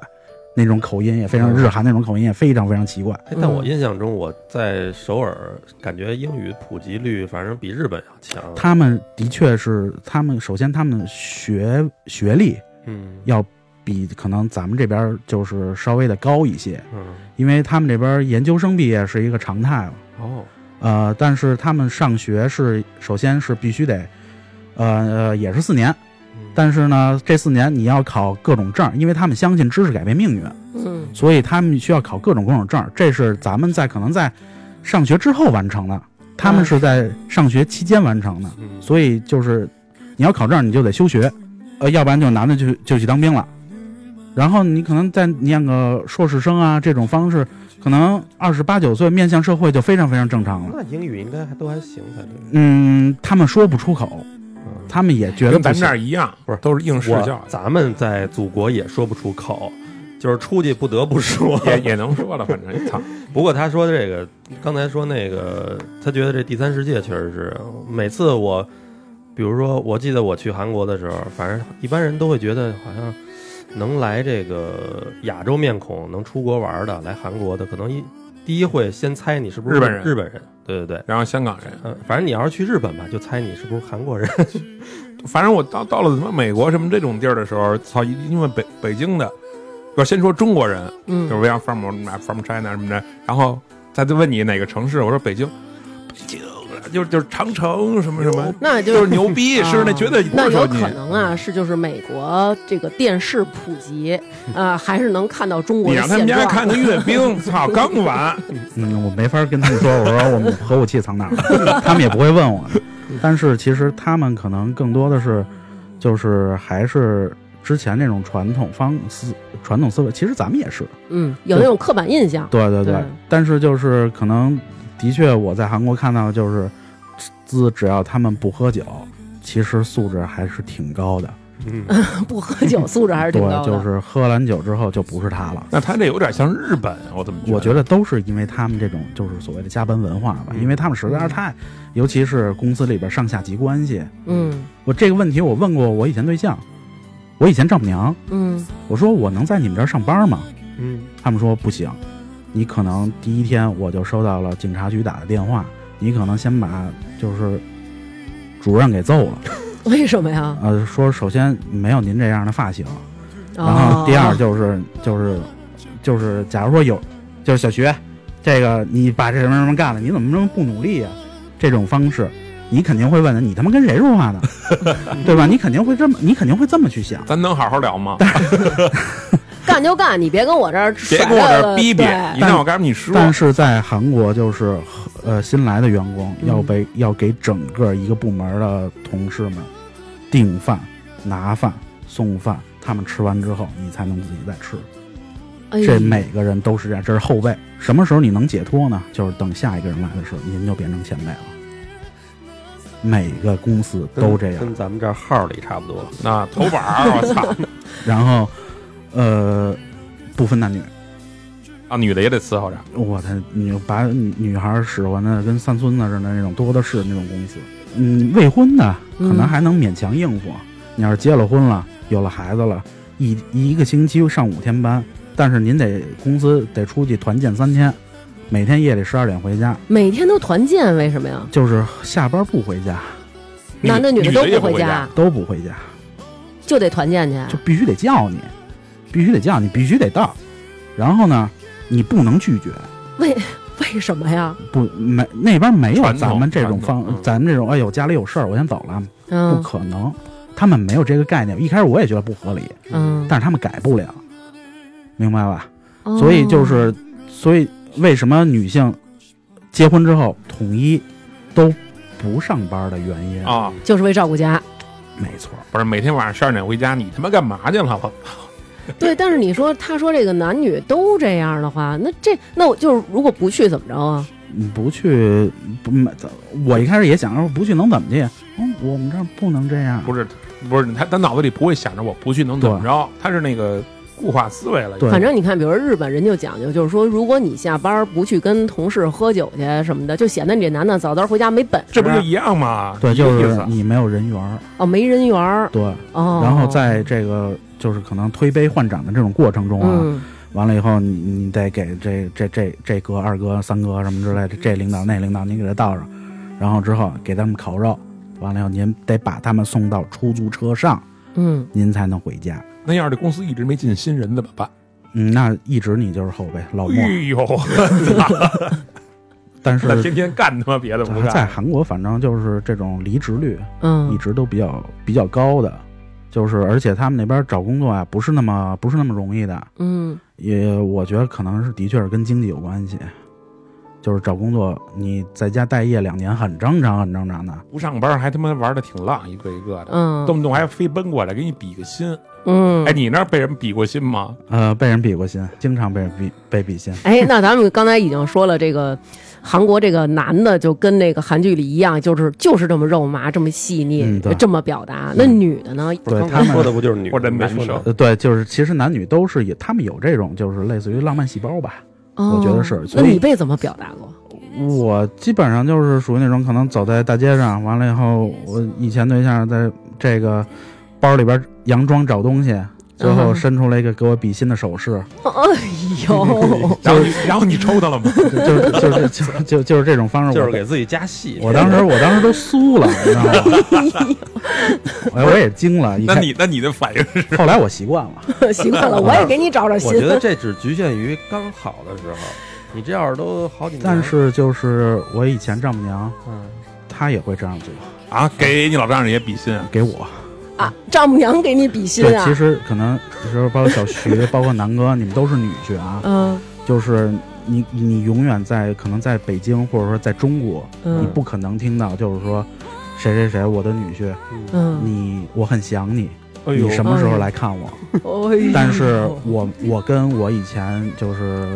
那种口音也非常嗯日韩那种口音也非常非常奇怪。哎嗯但我印象中，我在首尔感觉英语普及率反正比日本要强。他们的确是，他们首先他们学学历嗯要比可能咱们这边儿就是稍微的高一些，嗯因为他们这边儿研究生毕业是一个常态了。哦呃，但是他们上学是首先是必须得，呃呃也是四年，嗯但是呢这四年你要考各种证儿，因为他们相信知识改变命运，嗯所以他们需要考各种各种证儿，这是咱们在可能在上学之后完成的，他们是在上学期间完成的。嗯所以就是你要考证，你就得休学，呃，要不然就男的就就去当兵了，然后你可能再念个硕士生啊，这种方式，可能二十八九岁面向社会就非常非常正常了。那英语应该还都还行才对。嗯，他们说不出口，嗯他们也觉得跟不咱们行这。儿一样，不是都是应试教我咱们在祖国也说不出口，就是出去不得不说 (laughs) 育，。也也能说了，反正操，不过他说的这个，刚才说那个，他觉得这第三世界确实是每次我，比如说我记得我去韩国的时候，反正一般人都会觉得好像能来这个亚洲面孔能出国玩的，来韩国的可能一第一会先猜你是不是日本人日本人，对对对。然后香港人，嗯，反正你要是去日本吧，就猜你是不是韩国人。反正我到到了他妈美国什么这种地儿的时候，操，因为北北京的，要先说中国人，就是嗯，为了 from 什么 from China 什么的，然后他就问你哪个城市，我说北京，北京，啊就就是长城什么什么，那就就是是牛逼，啊是那绝对不那是有说你可能啊，是就是美国这个电视普及，啊、还是能看到中国你的让他们现家状。看看阅兵，操，刚完，嗯，我没法跟他们说，我说我们核武器藏哪儿，他们也不会问我的。但是其实他们可能更多的是，就是还是之前那种传统方思传统思维。其实咱们也是，嗯，有那种刻板印象。对对对。对但是就是可能的确我在韩国看到的就是，自只要他们不喝酒，其实素质还是挺高的。嗯，不喝酒素质还是挺高的。对，就是喝完酒之后就不是他了。那他这有点像日本，我怎么我觉觉得都是因为他们这种就是所谓的加班文化吧，嗯因为他们实在是太，尤其是公司里边上下级关系。嗯我这个问题我问过我以前对象，我以前丈母娘，嗯我说我能在你们这儿上班吗？ (laughs) 嗯，他们说不行，你可能第一天我就收到了警察局打的电话，你可能先把就是主任给揍了，为什么呀？呃，说首先没有您这样的发型，然哦后第二就是就是就是，假如说有就是小徐，这个你把这什么什么干了，你怎么这么不努力呀、这种方式，你肯定会问他，你他妈跟谁说话呢？对吧？你肯定会这么，你肯定会这么去想得。咱能好好聊吗？干就干，你别跟我这儿别甩跟我这着儿逼逼，一对让我告诉你说，但是在韩国，就是呃，新来的员工要被、要给整个一个部门的同事们订饭、拿饭、送饭，他们吃完之后，你才能自己再吃。哎这每个人都是这样，这是后辈。什么时候你能解脱呢？就是等下一个人来的时候，您就变成前辈了。每个公司跟都这样，跟咱们这儿号里差不多。那头 (laughs) 板儿，我操，然后，呃，不分男女，啊，女的也得伺候着，我的你把女女孩使唤的跟三孙子似的那种多的是那种公司。嗯，未婚的可能嗯还能勉强应付，你要是结了婚了，有了孩子了，一一个星期上五天班，但是您得公司得出去团建三天，每天夜里十二点回家，嗯每天都团建，为什么呀？就是下班不回家，男的女的都也不回家，，都不回家，嗯就得团建去。啊就必须得叫你，必须得叫你，必须得到。然后呢，你不能拒绝，为为什么呀？不没那边没有传统咱们这种方传，统嗯咱们这种哎呦家里有事儿我先走了，不嗯可能，他们没有这个概念。一开始我也觉得不合理，嗯，但是他们改不了，明白吧？哦所以就是，所以为什么女性结婚之后统一都不上班的原因？啊，就是为照顾家。没错，不是每天晚上十二点回家，你他妈干嘛去了？我对，但是你说他说这个男女都这样的话，那这那我就是如果不去怎么着啊？你不去不买，我一开始也想说不去能怎么去？嗯，我们这儿不能这样。不是，不是他，他脑子里不会想着我不去能怎么着，他是那个固化思维了。对反正你看，比如日本人就讲究，就是说，如果你下班不去跟同事喝酒去什么的，就显得你这男的早早回家没本事，这不就一样吗？对，一个就意是思啊你没有人缘儿，哦没人缘儿对。哦。然后在这个就是可能推杯换盏的这种过程中啊，嗯完了以后你你得给这这这这哥、二哥、三哥什么之类嗯的，这领导那领导你给他倒上，然后之后给他们烤肉，完了以后您得把他们送到出租车上，嗯，您才能回家。那样，这公司一直没进新人怎么办？嗯，那一直你就是后辈老莫哎，呦，但那是 (laughs) 天天干他妈别的不啊在干，韩国反正就是这种离职率一嗯，直都比较比较高的，就是而且他们那边找工作啊不是那么不是那么容易的，嗯，也我觉得可能是的确是跟经济有关系，就是找工作，你在家待业两年很正常，很正常的。不上班还他妈玩的挺浪，一个一个的，嗯动不动还非奔过来给你比个心。嗯哎，，你那儿被人比过心吗？呃，被人比过心，经常被人比被比心。哎，那咱们刚才已经说了，这个韩国这个男的就跟那个韩剧里一样，就是就是这么肉麻，这么细腻，嗯对嗯这么表达。那女的呢？不对是刚他才们说的不就是女或者男没说生吗呃，对，就是其实男女都是有，他们有这种就是类似于浪漫细胞吧。我觉得是哦所那以你被怎么表达过？我基本上就是属于那种可能走在大街上，完了以后，我以前对象在这个包里边佯装找东西，最嗯后伸出来一个给我比心的手势，哎呦， (laughs) 然后你然后你抽他了吗？就就是就是就是就就是这种方式。就是我给自己加戏。我当时我当时都酥了，你知道吗？哎，我也惊了，一那看你那你的反应 (laughs) 是？后来我习惯了。习惯了，我也给你找找我新觉得这只局限于刚好的时候，你这要是都好几年，但是就是我以前丈母娘，嗯，她也会这样做，啊，给你老丈人也比心啊？给我。啊，丈母娘给你比心对，啊。其实可能有时候包括小徐，包括南哥，你们都是女婿啊，嗯就是你你永远在可能在北京或者说在中国，你嗯不可能听到就是说谁谁谁我的女婿，嗯，你我很想你，哎你什么时候来看我？哎呦但是我我跟我以前就是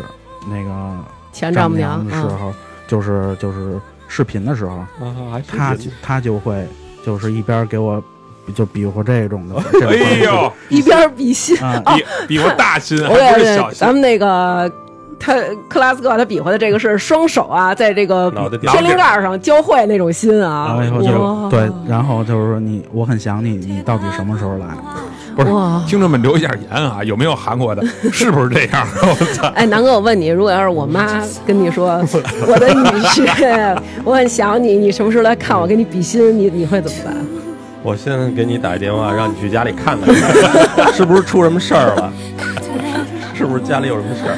那个前丈母母娘娘的时啊，候，就是就是视频的时候，啊，还真他是他就会就是一边给我就比划这种的，这种哎呦，一边比心。啊，比比我大心，还我也不是是小心咱。们那个他克拉斯克他比划的这个是双手啊，在这个脑袋顶天灵盖上交汇那种心啊，哎然后以哇后就对，然后就是说你，我很想你，你到底什么时候来？不是哇，听众们留一下言啊，有没有韩国的？是不是这样？啊 (laughs) 我操！哎，南哥，我问你，如果要是我妈跟 (laughs) 你说我的女婿，我很想你，你什么时候来看我，给你比心，你你会怎么办？我现在给你打一电话，让你去家里看 (laughs) 看，是不是出什么事儿了？是不是家里有什么事儿？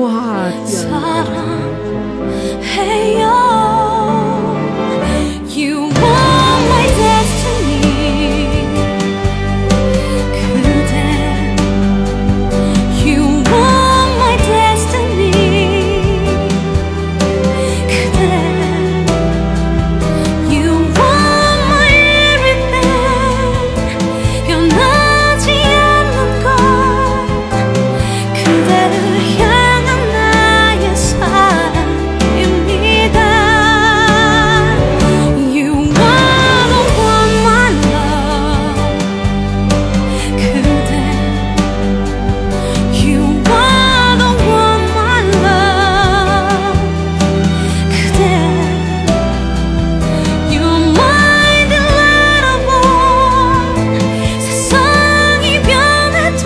哇，天哪 Hey yo, you are my destiny. 그대, you are my destiny. 그대, you are my everything. 변하지 않는 건 그대를 향한 나의 사랑입니다. You are the one my love. 그대, you are the one my love. 그대, you're my delightable. 세상이 변해도.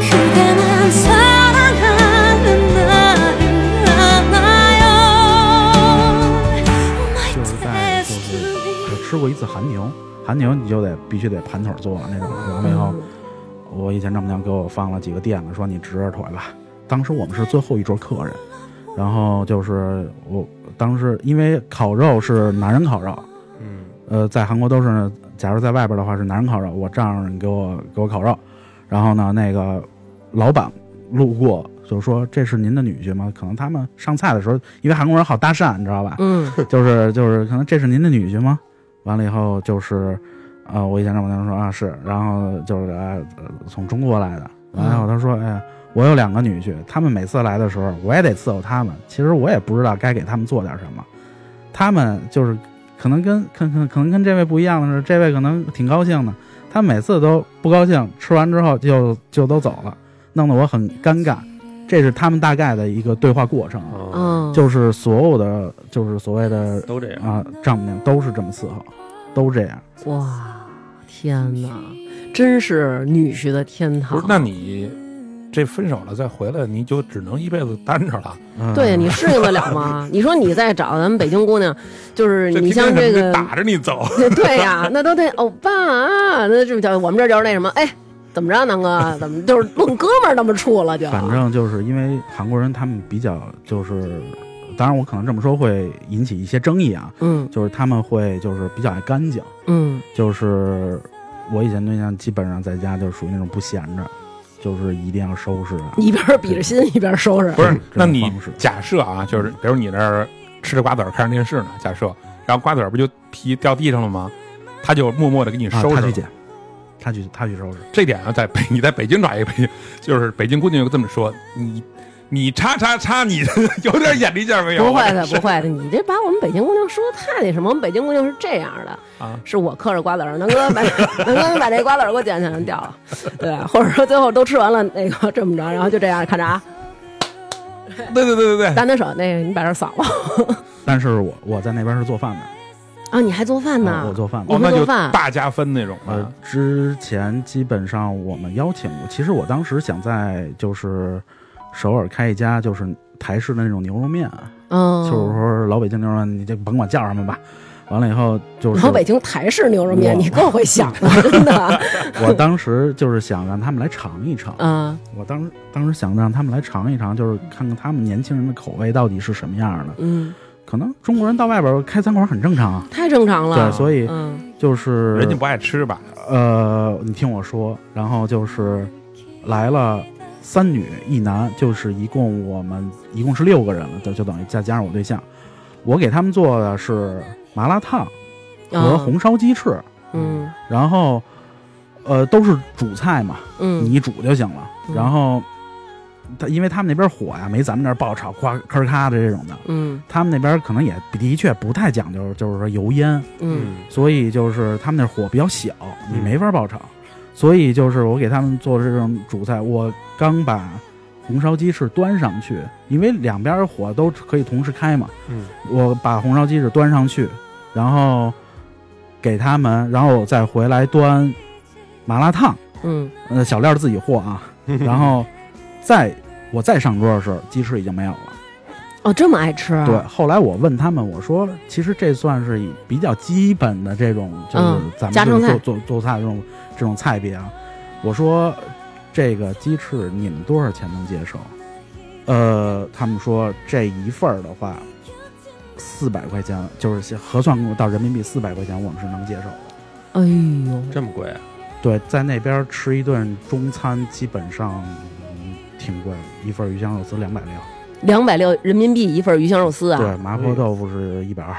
그대만 사랑하는 나를 안아요 就是在就是我吃过一次韩牛，韩牛你就得必须得盘腿坐那种。完了以后，我以前丈母娘给我放了几个垫子，说你直着腿吧。当时我们是最后一桌客人，然后就是我当时因为烤肉是男人烤肉，嗯，呃，在韩国都是，假如在外边的话是男人烤肉，我丈人给我给我烤肉，然后呢，那个老板路过就说这是您的女婿吗？可能他们上菜的时候，因为韩国人好搭讪，你知道吧？嗯 (laughs) 就是就是，可能这是您的女婿吗？完了以后就是，呃，我以前丈母娘说啊是，然后就是啊、呃从中国来的，完了以后他说，哎呀，我有两个女婿，他们每次来的时候我也得伺候他们，其实我也不知道该给他们做点什么，他们就是可能跟可可可能跟这位不一样的是，这位可能挺高兴的，他每次都不高兴，吃完之后就就都走了，弄得我很尴尬，这是他们大概的一个对话过程啊。哦，嗯，就是所有的，就是所谓的都这样。啊，丈母娘都是这么伺候，都这样。哇，天哪，真是女婿的天不堂是，。那你这分手了再回来，你就只能一辈子单着了。嗯、对呀，你适应得了吗？你说你再找咱们北京姑娘，就是这你天天像这什么个，打着你走， (laughs) 对呀，那都得欧巴啊，那就叫我们这就是那什么，哎，怎么着，南哥，怎么就是论哥们儿那么处了就？反正就是因为韩国人他们比较就是，当然我可能这么说会引起一些争议啊，嗯就是他们会就是比较爱干净，嗯就是我以前对象基本上在家就属于那种不闲着，就是一定要收拾啊。一边比着心一边收拾不。是，这那种你方式假设啊，就是比如你那儿吃着瓜子儿看着电视呢，假设，然后瓜子儿不就皮掉地上了吗？他就默默的给你啊收他拾去捡，了。他去他去收拾。这点啊，在北 (laughs) 你在北京找一个北京，就是北京姑娘就这么说你。你叉叉叉，你 (laughs) 有点眼力见儿没有？不会我的，这是不会的，你这把我们北京姑娘说的太那什么。我们北京姑娘是这样的，啊！是我嗑着瓜子儿，南哥把 (laughs) 南哥把这瓜子儿给我捡起来掉了，对，或者说最后都吃完了，那个这么着，然后就这样看着啊，对对对对对，单单手，那个你把这儿扫了但是我我在那边是做饭的，啊，你还做饭啊呢？我做饭的。哦，你那会就做饭大加分那种呃嗯啊。，之前基本上我们邀请过，其实我当时想在就是首尔开一家就是台式的那种牛肉面，啊，就嗯，是说老北京牛肉面，你就甭管叫什么吧。完了以后就是老北京台式牛肉面，我你更会想 (laughs) 了，真的。我当时就是想让他们来尝一尝，嗯我当时当时想让他们来尝一尝，就是看看他们年轻人的口味到底是什么样的。嗯，可能中国人到外边儿开餐馆很正常啊，太正常对，了。所以嗯就是人家不爱吃吧？呃，你听我说，然后就是来了三女一男，就是一共我们一共是六个人了，就就等于再加上我对象，我给他们做的是麻辣烫和啊红烧鸡翅，嗯然后呃都是主菜嘛，嗯你煮就行了。嗯然后他因为他们那边火呀，没咱们这儿爆炒夸吭儿咔的这种的，嗯他们那边可能也的确不太讲究，就是说油烟，嗯，所以就是他们那火比较小，你嗯没法爆炒。所以就是我给他们做这种主菜，我刚把红烧鸡翅端上去，因为两边火都可以同时开嘛。嗯，我把红烧鸡翅端上去，然后给他们，然后我再回来端麻辣烫，嗯呃，小料自己和 (laughs) 啊，然后再我再上桌的时候，鸡翅已经没有了。哦，这么爱吃啊？对，后来我问他们，我说其实这算是以比较基本的这种，就是嗯咱们家这种常菜做做做菜这种这种菜别啊。我说这个鸡翅你们多少钱能接受？呃，他们说这一份儿的话，四百块钱，就是核算到人民币四百块钱，我们是能接受的。哎呦，这么贵啊？对，在那边吃一顿中餐基本上、嗯挺贵的，一份儿鱼香肉丝两百六，两百六人民币一份鱼香肉丝啊！对，麻婆豆腐是一百二。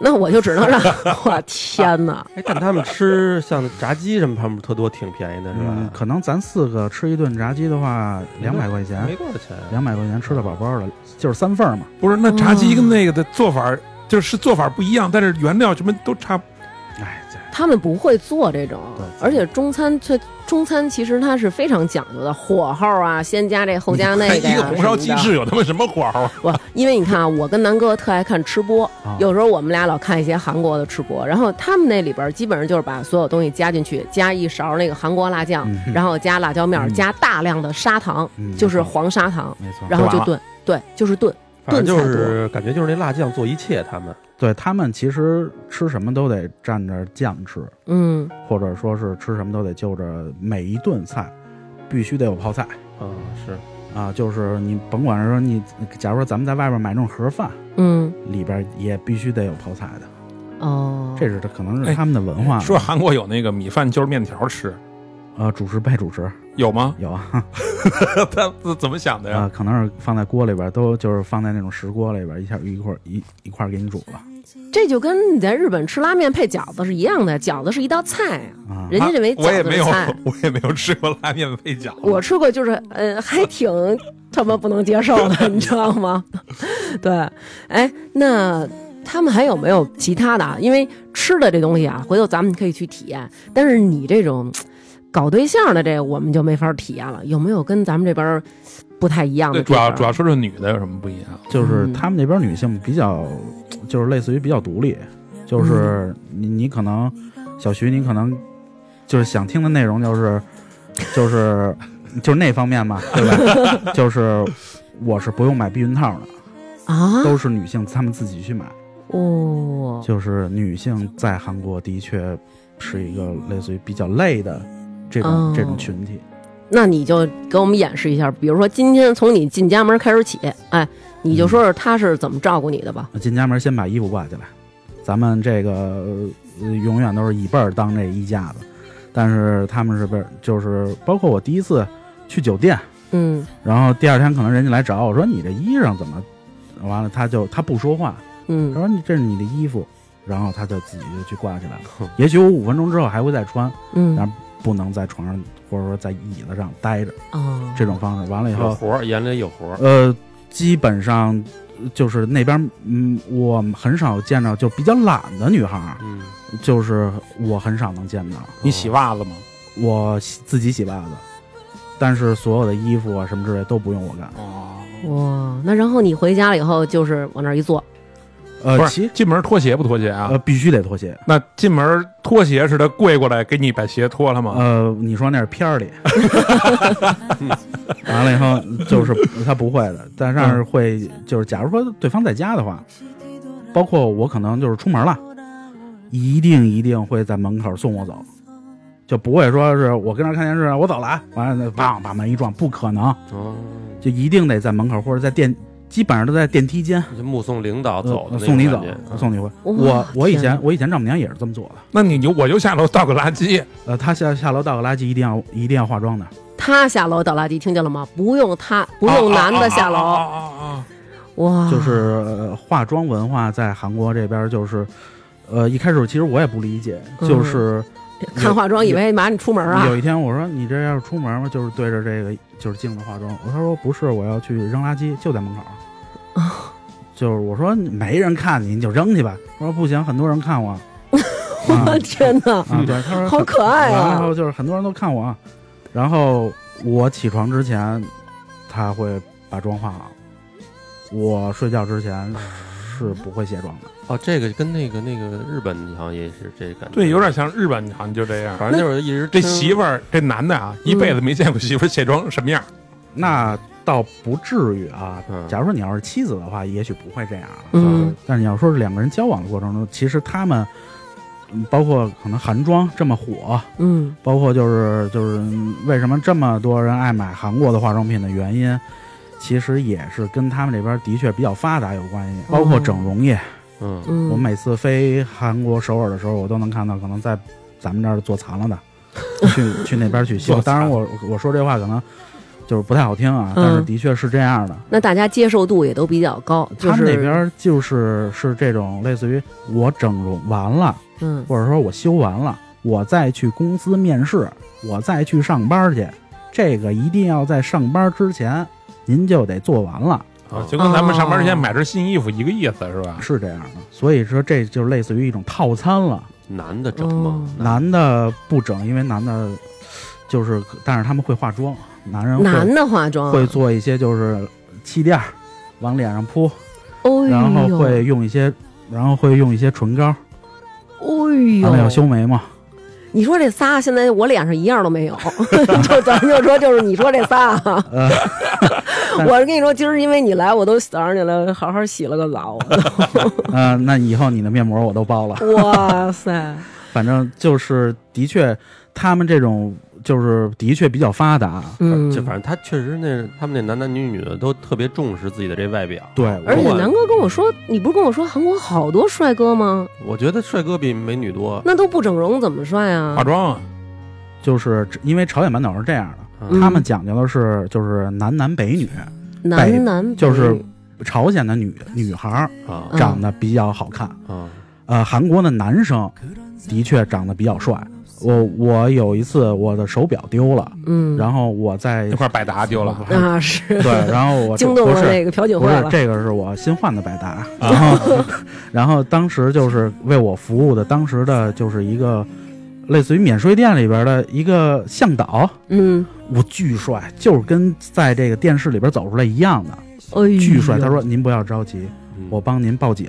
那我就只 (laughs) 能让，我天哪！哎，但他们吃像炸鸡什么，他们特多，挺便宜的是嗯，吧？可能咱四个吃一顿炸鸡的话，没两多百块钱没，多少钱啊，两百块钱吃的饱饱的，就是三份儿嘛。不是，那炸鸡哦跟那个的做法儿就是做法儿不一样，但是原料什么都差不。哎，这他们不会做这种对，而且中餐却中餐其实它是非常讲究的，火候啊，先加这后加那哎个、呀哎一个红烧鸡什么翅有他妈什么火候啊？的。不，因为你看啊，我跟南哥特爱看吃播，啊有时候我们俩老看一些韩国的吃播，然后他们那里边基本上就是把所有东西加进去，加一勺那个韩国辣酱，嗯然后加辣椒面儿，嗯加大量的砂糖，嗯就是没错黄砂糖，没错。然后就就完炖，对，就是炖。反正就炖菜是感觉就是那辣酱做一切，他们对他们其实吃什么都得蘸着酱吃，嗯，或者说是吃什么都得就着每一顿菜，必须得有泡菜啊是啊。就是你甭管是说你，假如说咱们在外边买那种盒饭，嗯，里边也必须得有泡菜的，哦，这是可能哎是他们的文化。说韩国有那个米饭就是面条吃，呃，主食配主食有吗？有啊。 (laughs) 他他怎么想的啊、呀？可能是放在锅里边儿，都就是放在那种石锅里边儿，一下一块儿一一块儿给你煮了这就跟你在日本吃拉面配饺子是一样的，饺子是一道菜啊。啊。人家认为啊我也饺子没是有 (laughs) 菜，，我也没有吃过拉面配饺子。我吃过，就是呃，还挺他妈不能接受的， (laughs) 你知道吗？对，哎，那他们还有没有其他的啊？因为吃的这东西啊，回头咱们可以去体验。但是你这种搞对象的这，我们就没法体验了。有没有跟咱们这边儿不太一样的对，地主方？要主要说说女的有什么不一样？就是他们那边女性比较，就是类似于比较独立，嗯就是你你可能小徐你可能就是想听的内容就是就是就是那方面嘛，对 (laughs) 吧？就是我是不用买避孕套的，啊，都是女性她们自己去买。哦，就是女性在韩国的确是一个类似于比较累的这种、哦这种群体。那你就给我们演示一下，比如说今天从你进家门开始起，哎，你嗯就说说他是怎么照顾你的吧。进家门先把衣服挂起来，咱们这个、呃永远都是以辈儿当这衣架子，但是他们是辈儿，就是包括我第一次去酒店，嗯然后第二天可能人家来找我说你这衣裳怎么？完了他就他不说话，他嗯说你这是你的衣服，然后他就自己就去挂起来了。也许我五分钟之后还会再穿，嗯然后不能在床上或者说在椅子上待着啊，这种方式。完了以有后，活儿，眼里有活儿，呃，基本上呃就是那边嗯，我很少见着就比较懒的女孩儿，嗯，就是我很少能见到。你洗袜子吗？我洗自己洗袜子，但是所有的衣服啊什么之类都不用我干。哦，哇，那然后你回家了以后就是往那儿一坐，不呃，是其进门脱鞋不脱鞋啊？呃必须得脱鞋。那进门脱鞋是他跪过来给你把鞋脱了吗？呃，你说那是片儿 (laughs) 里，完了以后就是他不会的，但是嗯会就是，假如说对方在家的话，包括我可能就是出门了，一定一定会在门口送我走，就不会说是我跟那儿看电视，我走了啊，完了砰把门一撞，不可能，哦，就一定得在门口或者在电，基本上都在电梯间。就目送领导走的呃那送种你感走觉，嗯送你回。哇我我以天哪前我以前丈母娘也是这么做的，那你就我就下楼倒个垃圾，呃，她下下楼倒个垃圾一定要一定要化妆的，他下楼倒垃圾，听见了吗？不用他，不不用男的下楼，啊啊啊啊！哇，就是、呃化妆文化在韩国这边就是，呃，一开始其实我也不理解，嗯就是看化妆以为妈你出门啊有，一嗯天我说你这要是出门吗？就是对着这个就是镜子化妆。我他说不是，我要去扔垃圾，就在门口。哦就是我说没人看你，你就扔去吧。他说不行，很多人看我。 (laughs) 啊我天哪，啊，对，他说好可爱然啊后！就是很多人都看我，啊然后我起床之前，他会把妆化好；我睡觉之前是不会卸妆的。哦，这个跟那个那个日本好像也是这感觉，对，有点，像日本好像就这样。反正就是一直这听媳妇儿，这男的啊，一辈子没见过媳妇儿卸妆什么样。那倒不至于啊嗯。假如说你要是妻子的话，也许不会这样了。嗯但是你要说是两个人交往的过程中，其实他们，嗯包括可能韩妆这么火，嗯包括就是就是嗯为什么这么多人爱买韩国的化妆品的原因，其实也是跟他们这边的确比较发达有关系，包括整容业。嗯，嗯，我每次飞韩国首尔的时候，我都能看到可能在咱们这儿做残了的，去 (laughs) 去那边去修。做残当然我，我说这话可能就是不太好听啊，但是嗯的确是这样的。那大家接受度也都比较高，就他是们那边就是是这种类似于我整容完了，嗯或者说我修完了，我再去公司面试，我再去上班去，这个一定要在上班之前您就得做完了，哦啊，就跟咱们上班之前买身新衣服一个意思是吧？是这样的。所以说这就类似于一种套餐了。男的整吗？哦嗯男的不整，因为男的就是，但是他们会化妆，男人会男的化妆会做一些就是气垫儿往脸上铺，哦呦，然后会用一些，然后会用一些唇膏，完哦了哎呦要修眉毛。你说这仨现在我脸上一样都没有， (laughs) 就咱就说就是你说这仨 (laughs) 啊，呃，我跟你说，今儿因为你来，我都早上起来好好洗了个澡，呃，那以后你的面膜我都包了。 (laughs) 哇塞，反正就是的确，他们这种就是的确比较发达。嗯，就反正他确实那他们那男男女女的都特别重视自己的这外表，对，而且我南哥跟我说，你不是跟我说韩国好多帅哥吗？我觉得帅哥比美女多。那都不整容怎么帅啊嗯化？妆啊，就是因为朝鲜半岛是这样的，嗯他们讲究的是就是男男北女，北男男就是朝鲜的女女孩儿啊嗯长得比较好看，啊，呃，韩国的男生的确长得比较帅。我我有一次我的手表丢了，嗯，然后我在那块百达丢了。嗯那是 (laughs) 对，然后我 (laughs) 惊动不了是那个朴槿惠不是了，这个是我新换的百达，然 (laughs) 后 (laughs) 然后当时就是为我服务的当时的就是一个类似于免税店里边的一个向导，嗯，我巨帅，就是跟在这个电视里边走出来一样的，哎呦，巨帅。他说您不要着急，嗯我帮您报警。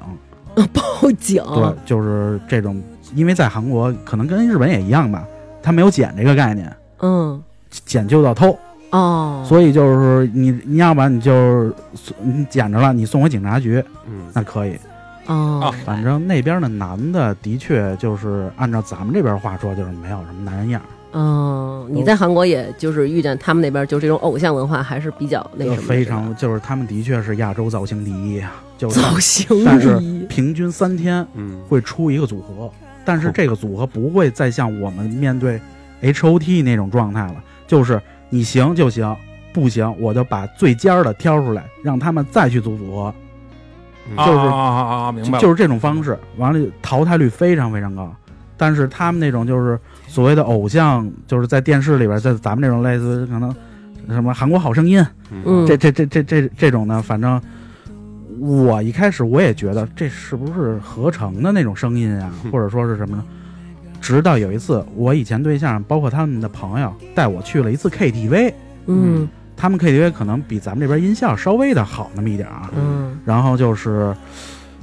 报警，对，就是这种，因为在韩国可能跟日本也一样吧，他没有捡这个概念，嗯，捡就到偷，哦，所以就是你你要不然你就是你捡着了，你送回警察局嗯那可以。哦，反正那边的男的的确就是按照咱们这边话说，就是没有什么男人样，哦，你在韩国也就是遇见他们那边就这种偶像文化还是比较那什么的，非常就是他们的确是亚洲造型第一，啊就是造型但是第一，平均三天嗯，会出一个组合，但是这个组合不会再像我们面对 H O T 那种状态了，就是你行就行，不行我就把最尖儿的挑出来，让他们再去做组合，啊就是啊啊啊啊，明白就了，就是这种方式。完了，淘汰率非常非常高。但是他们那种就是所谓的偶像，就是在电视里边，在咱们这种类似可能什么《韩国好声音》嗯，这这这这这这种呢，反正我一开始我也觉得这是不是合成的那种声音啊，嗯或者说是什么呢？直到有一次，我以前对象，包括他们的朋友，带我去了一次 KTV，嗯他们 KTV 可能比咱们这边音效稍微的好那么一点儿啊。嗯然后就是，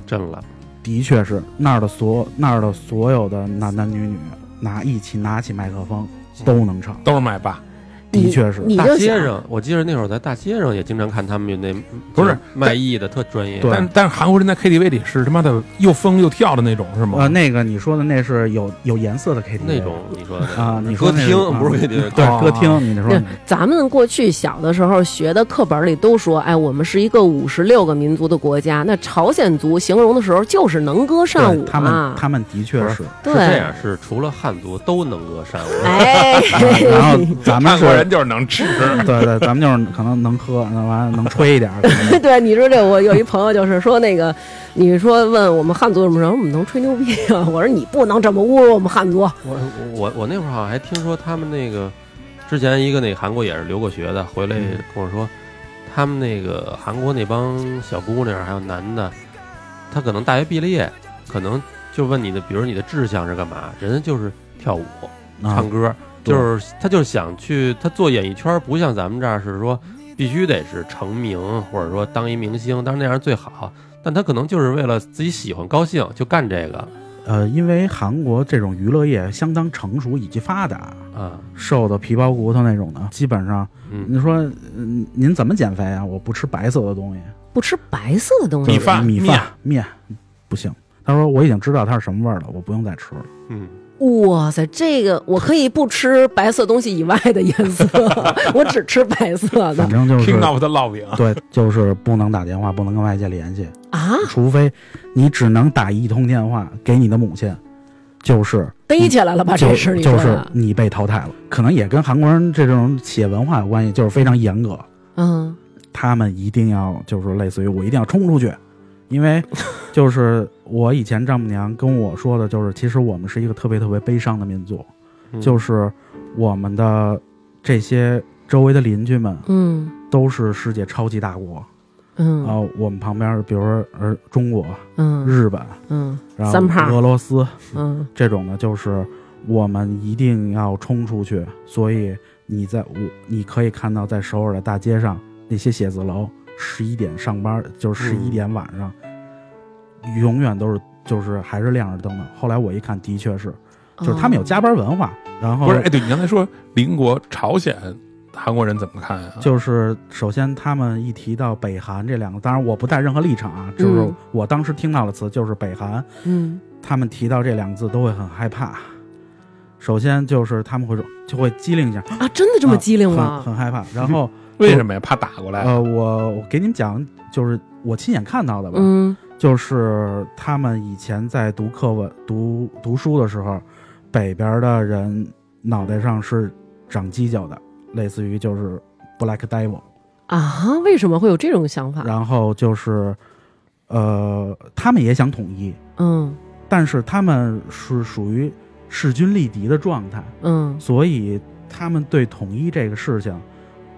震了，的确是那儿的所那儿的所有的男男女女拿一起拿起麦克风都能唱，都是麦霸，的你确是你大就街想，上，我记得那会儿在大街上也经常看他们那不是卖艺的特专业，对但但是韩国人在 KTV 里是他妈的又疯又跳的那种是吗？呃，那个你说的那是有有颜色的 KTV 那种你说的那种啊你说歌那厅种啊不是 KTV，对哦歌厅，你说对咱们过去小的时候学的课本里都说，哎，我们是一个五十六个民族的国家。那朝鲜族形容的时候就是能歌善舞对他嘛们，他们的确啊是，是对，这样，是除了汉族都能歌善舞， (laughs) 哎，然 (laughs) 后咱们韩国人是，就是能吃，对对，咱们就是可能能喝，那完了能吹一点儿，可能 (laughs) 对，你说这，我有一朋友就是说那个，你说问我们汉族什么时候我们能吹牛逼啊？我说你不能这么侮辱我们汉族。我我我那会儿好像还听说他们那个之前一个那韩国也是留过学的，回来嗯跟我说，他们那个韩国那帮小姑娘还有男的，他可能大学毕了业，可能就问你的，比如你的志向是干嘛，人家就是跳舞、啊唱，歌，对就是他就是想去他做演艺圈，不像咱们这儿是说必须得是成名或者说当一明星，当然那样最好，但他可能就是为了自己喜欢高兴就干这个呃，因为韩国这种娱乐业相当成熟以及发达，啊，瘦的皮包骨头那种的，基本上嗯你说嗯您怎么减肥啊？我不吃白色的东西，不吃白色的东就是米西，饭米饭、面不行。他说我已经知道它是什么味儿了，我不用再吃了。嗯。哇塞，这个我可以不吃白色东西以外的颜 (laughs) 色，我只吃白色的反正就是听到我的烙饼，对，就是不能打电话，不能跟外界联系。啊！除非你只能打一通电话给你的母亲，就是逮起来了吧？就这是你说就是的，你被淘汰了。可能也跟韩国人这种企业文化有关系，就是非常严格，嗯，他们一定要就是类似于我一定要冲出去，因 (laughs) 为就是我以前丈母娘跟我说的，就是其实我们是一个特别特别悲伤的民族，嗯就是我们的这些周围的邻居们嗯都是世界超级大国。然嗯后我们旁边，比如说呃中国、嗯啊日本，嗯然后三胖俄罗斯，嗯这种呢，就是我们一定要冲出去。所以你在我，你可以看到在首尔的大街上那些写字楼，十一点上班就是十一嗯点晚上，永远都是就是还是亮着灯的。后来我一看，的确是， (laughs) 就是他们有加班文化，然后不是？哎，对你刚才说邻国朝鲜，韩国人怎么看啊？就是首先他们一提到北韩这两个，当然我不带任何立场啊，就是嗯我当时听到的词就是北韩，嗯他们提到这两个字都会很害怕。首先就是他们会说，就会机灵一下，啊，真的这么机灵啊很很吗？害怕。然后为什么呀？怕打过来？呃，我我给你们讲，就是我亲眼看到的吧，嗯就是他们以前在读课文、读读书的时候，北边的人脑袋上是长犄角的，类似于就是 Black Devil，啊，为什么会有这种想法？然后就是呃，他们也想统一，嗯但是他们是属于势均力敌的状态，嗯所以他们对统一这个事情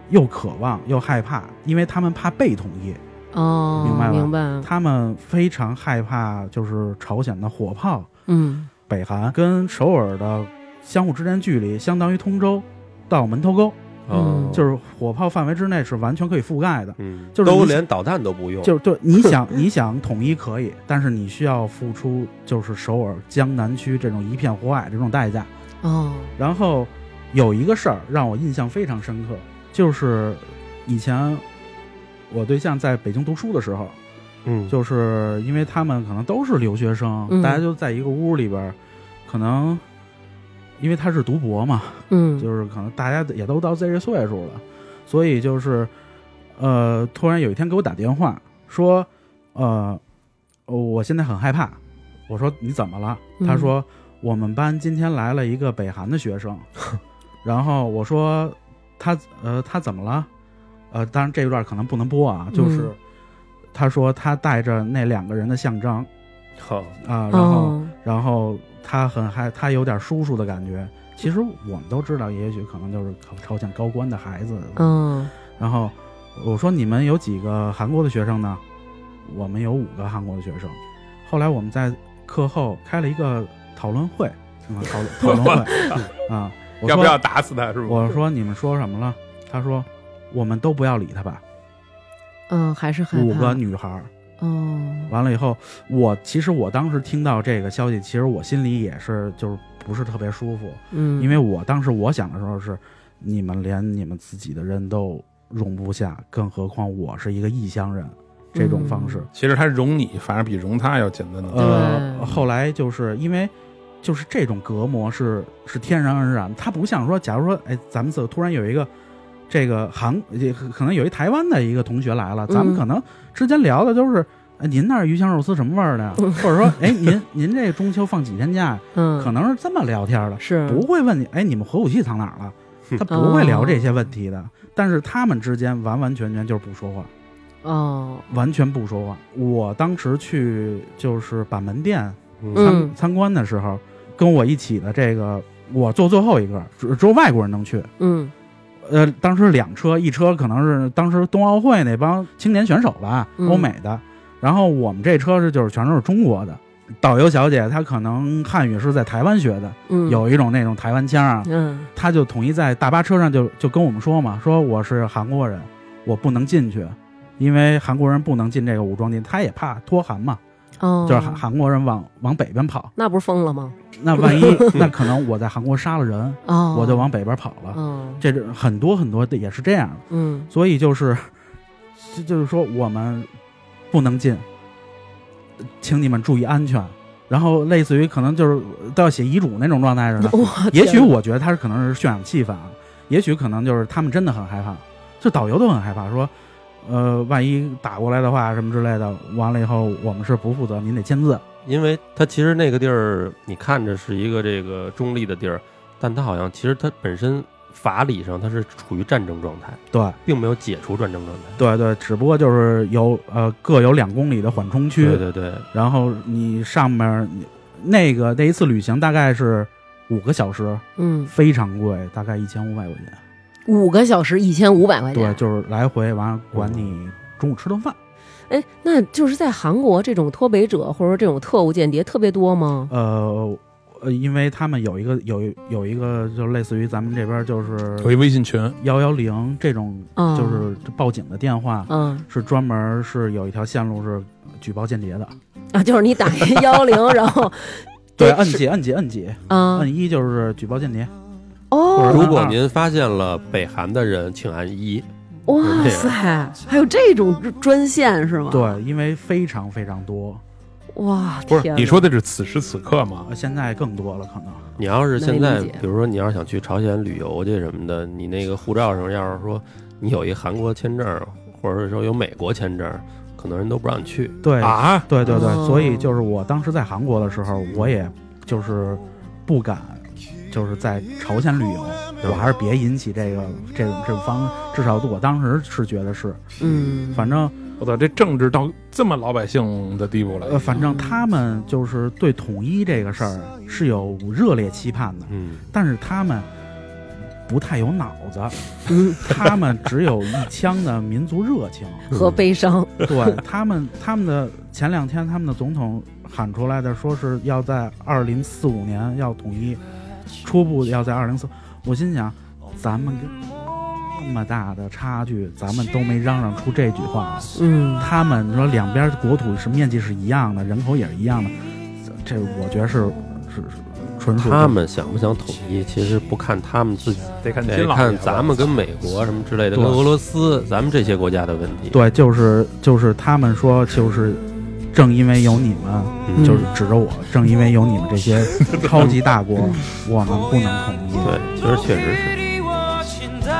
又渴望又害怕，因为他们怕被统一，哦，明白吧明白，他们非常害怕就是朝鲜的火炮，嗯北韩跟首尔的相互之间距离相当于通州到门头沟，哦嗯，就是火炮范围之内是完全可以覆盖的，嗯，就是都你连导弹都不用，就是对你想你想统一可以，但是你需要付出就是首尔江南区这种一片火海这种代价。哦，然后有一个事儿让我印象非常深刻，就是以前我对象在北京读书的时候，嗯就是因为他们可能都是留学生，嗯大家就在一个屋里边儿，可能因为他是读博嘛，嗯，就是可能大家也都到这个岁数了，所以就是呃，突然有一天给我打电话说，呃，我现在很害怕。我说你怎么了？嗯他说 (laughs) 我们班今天来了一个北韩的学生，然后我说他呃他怎么了？呃，当然这一段可能不能播啊，就是嗯他说他带着那两个人的像章好，啊、然后、哦，然后他很害，他有点叔叔的感觉。其实我们都知道，也许可能就是朝朝鲜高官的孩子。，嗯然后我说你们有几个韩国的学生呢？我们有五个韩国的学生。后来我们在课后开了一个讨论会， (laughs) 嗯、讨论讨论会啊。我要说不要打死他？是不？我说你们说什么了？他说我们都不要理他吧。嗯，还是害怕。五个女孩儿，哦，完了以后，我其实我当时听到这个消息，其实我心里也是就是不是特别舒服，嗯，因为我当时我想的时候是，你们连你们自己的人都容不下，更何况我是一个异乡人，这种方式。其实他容你，反而比容他要简单嗯的多。呃，对后来就是因为就是这种隔膜是是天然而然，它不像说，假如说，哎，咱们四突然有一个这个韩，也可可能有一台湾的一个同学来了，咱们嗯可能之前聊的都是。哎您那儿鱼香肉丝什么味 (laughs) 儿的呀？嗯或者说，哎，您您这中秋放几天假？嗯，可能是这么聊天的，是不会问你，哎，你们核武器藏哪儿 (laughs) 了？他不会聊这些问题的。但是他们之间完完全全就是不说话，哦，完全不说话。我当时去就是板门店参、嗯参观的时候，跟我一起的这个我坐最后一个，只只有外国人能去。嗯呃，当时两车，一车可能是当时冬奥会那帮青年选手吧，嗯欧美的，然后我们这车是就是全都是中国的。导游小姐她可能汉语是在台湾学的，嗯，有一种那种台湾腔啊，嗯他就统一在大巴车上就就跟我们说嘛，说我是韩国人，我不能进去，因为韩国人不能进这个武装地，他也怕脱韩嘛，哦，就是韩韩国人往往北边 (laughs) 跑，那不是疯了吗？那万一那可能我在韩国杀了人，哦，我就往北边跑了，嗯这是很多很多的也是这样的，嗯所以就是就就是说我们不能进，请你们注意安全。然后类似于可能就是都要写遗嘱那种状态似的，我 (laughs) 也许天我觉得他是可能是渲染气氛啊，也许可能就是他们真的很害怕，就导游都很害怕，说，呃，万一打过来的话什么之类的，完了以后我们是不负责，您得签字。因为它其实那个地儿，你看着是一个这个中立的地儿，但它好像其实它本身法理上它是处于战争状态，对并没有解除战争状态。对对，只不过就是有呃各有两公里的缓冲区，对对对，然后你上面儿你那个那一次旅行大概是五个小时，嗯非常贵，大概一千五百块钱。五个小时一千五百块对，钱，就是来回完了管嗯你中午吃顿饭。哎，那就是在韩国这种脱北者或者这种特务间谍特别多吗？呃呃，因为他们有一个有一有一个，就类似于咱们这边就是有一微信群，幺幺零这种，啊，就是报警的电话，嗯是专门是有一条线路是举报间谍的。啊，就是你打一幺幺零，然后对，对摁是几摁几摁几，啊摁一就是举报间谍。哦，如果您发现了北韩的人，请按一。哇塞，还有这种专线是吗？，对，因为非常非常多，哇，不是天你哪说的是此时此刻吗呃，？现在更多了可啊能。你要是现在，能理解比如说你要是想去朝鲜旅游去什么的，你那个护照上要是说你有一韩国签证，或者是说有美国签证，可能人都不让你去。对，啊，对对对，哦所以就是我当时在韩国的时候，我也就是不敢，就是在朝鲜旅游，我还是别引起这个这种这种方，至少我当时是觉得是，嗯，反正我操，这政治到这么老百姓的地步了呃，反正他们就是对统一这个事儿是有热烈期盼的，嗯，但是他们不太有脑子，嗯他们只有一腔的民族热情。和悲伤， (laughs) 对他们，他们的前两天他们的总统喊出来的，说是要在二零四五年要统一，初步要在二零四。我心想，咱们跟那么大的差距，咱们都没嚷嚷出这句话。嗯他们说两边国土是面积是一样的，人口也是一样的，这这我觉得是是是纯属他们想不想统一，其实不看他们自己，得看哎金得老看爷子咱们跟美国什么之类的，跟对俄罗斯，咱们这些国家的问题。，对，就是就是他们说就是。正因为有你们，嗯、就是指着我。正因为有你们这 (laughs) 些超级大国，我们不能统一。对，其实确实是。 그리워진다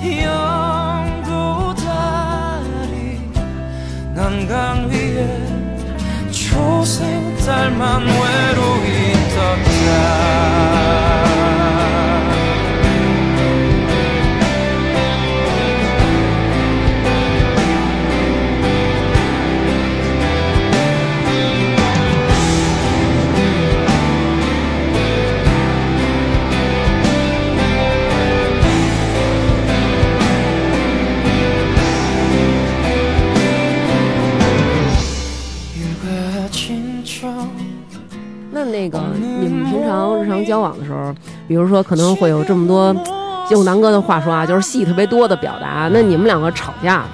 영도 달이 난간 위에 초생 딸만 외로이 떴다 那个你们平常日常交往的时候，比如说可能会有这么多，用南哥的话说啊，就是戏特别多的表达。那你们两个吵架，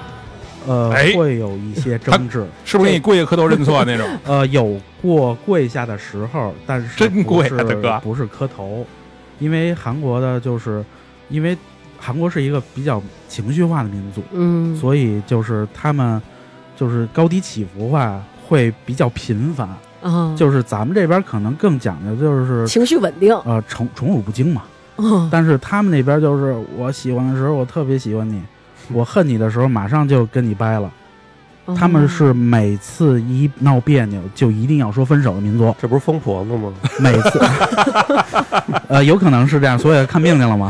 呃，哎会有一些争执，是不是你跪下磕头认错 (laughs) 那种？呃，有过跪下的时候，但是不真跪啊是大哥不是磕头，因为韩国的就是因为韩国是一个比较情绪化的民族，嗯，所以就是他们就是高低起伏吧会比较频繁，啊，就是咱们这边可能更讲究就是情绪稳定，呃宠宠辱不惊嘛，嗯但是他们那边就是我喜欢的时候我特别喜欢你，我恨你的时候马上就跟你掰了。嗯他们是每次一闹别扭就一定要说分手的民族，这不是疯婆子吗？每次， (laughs) 呃，有可能是这样，所以看病去了嘛。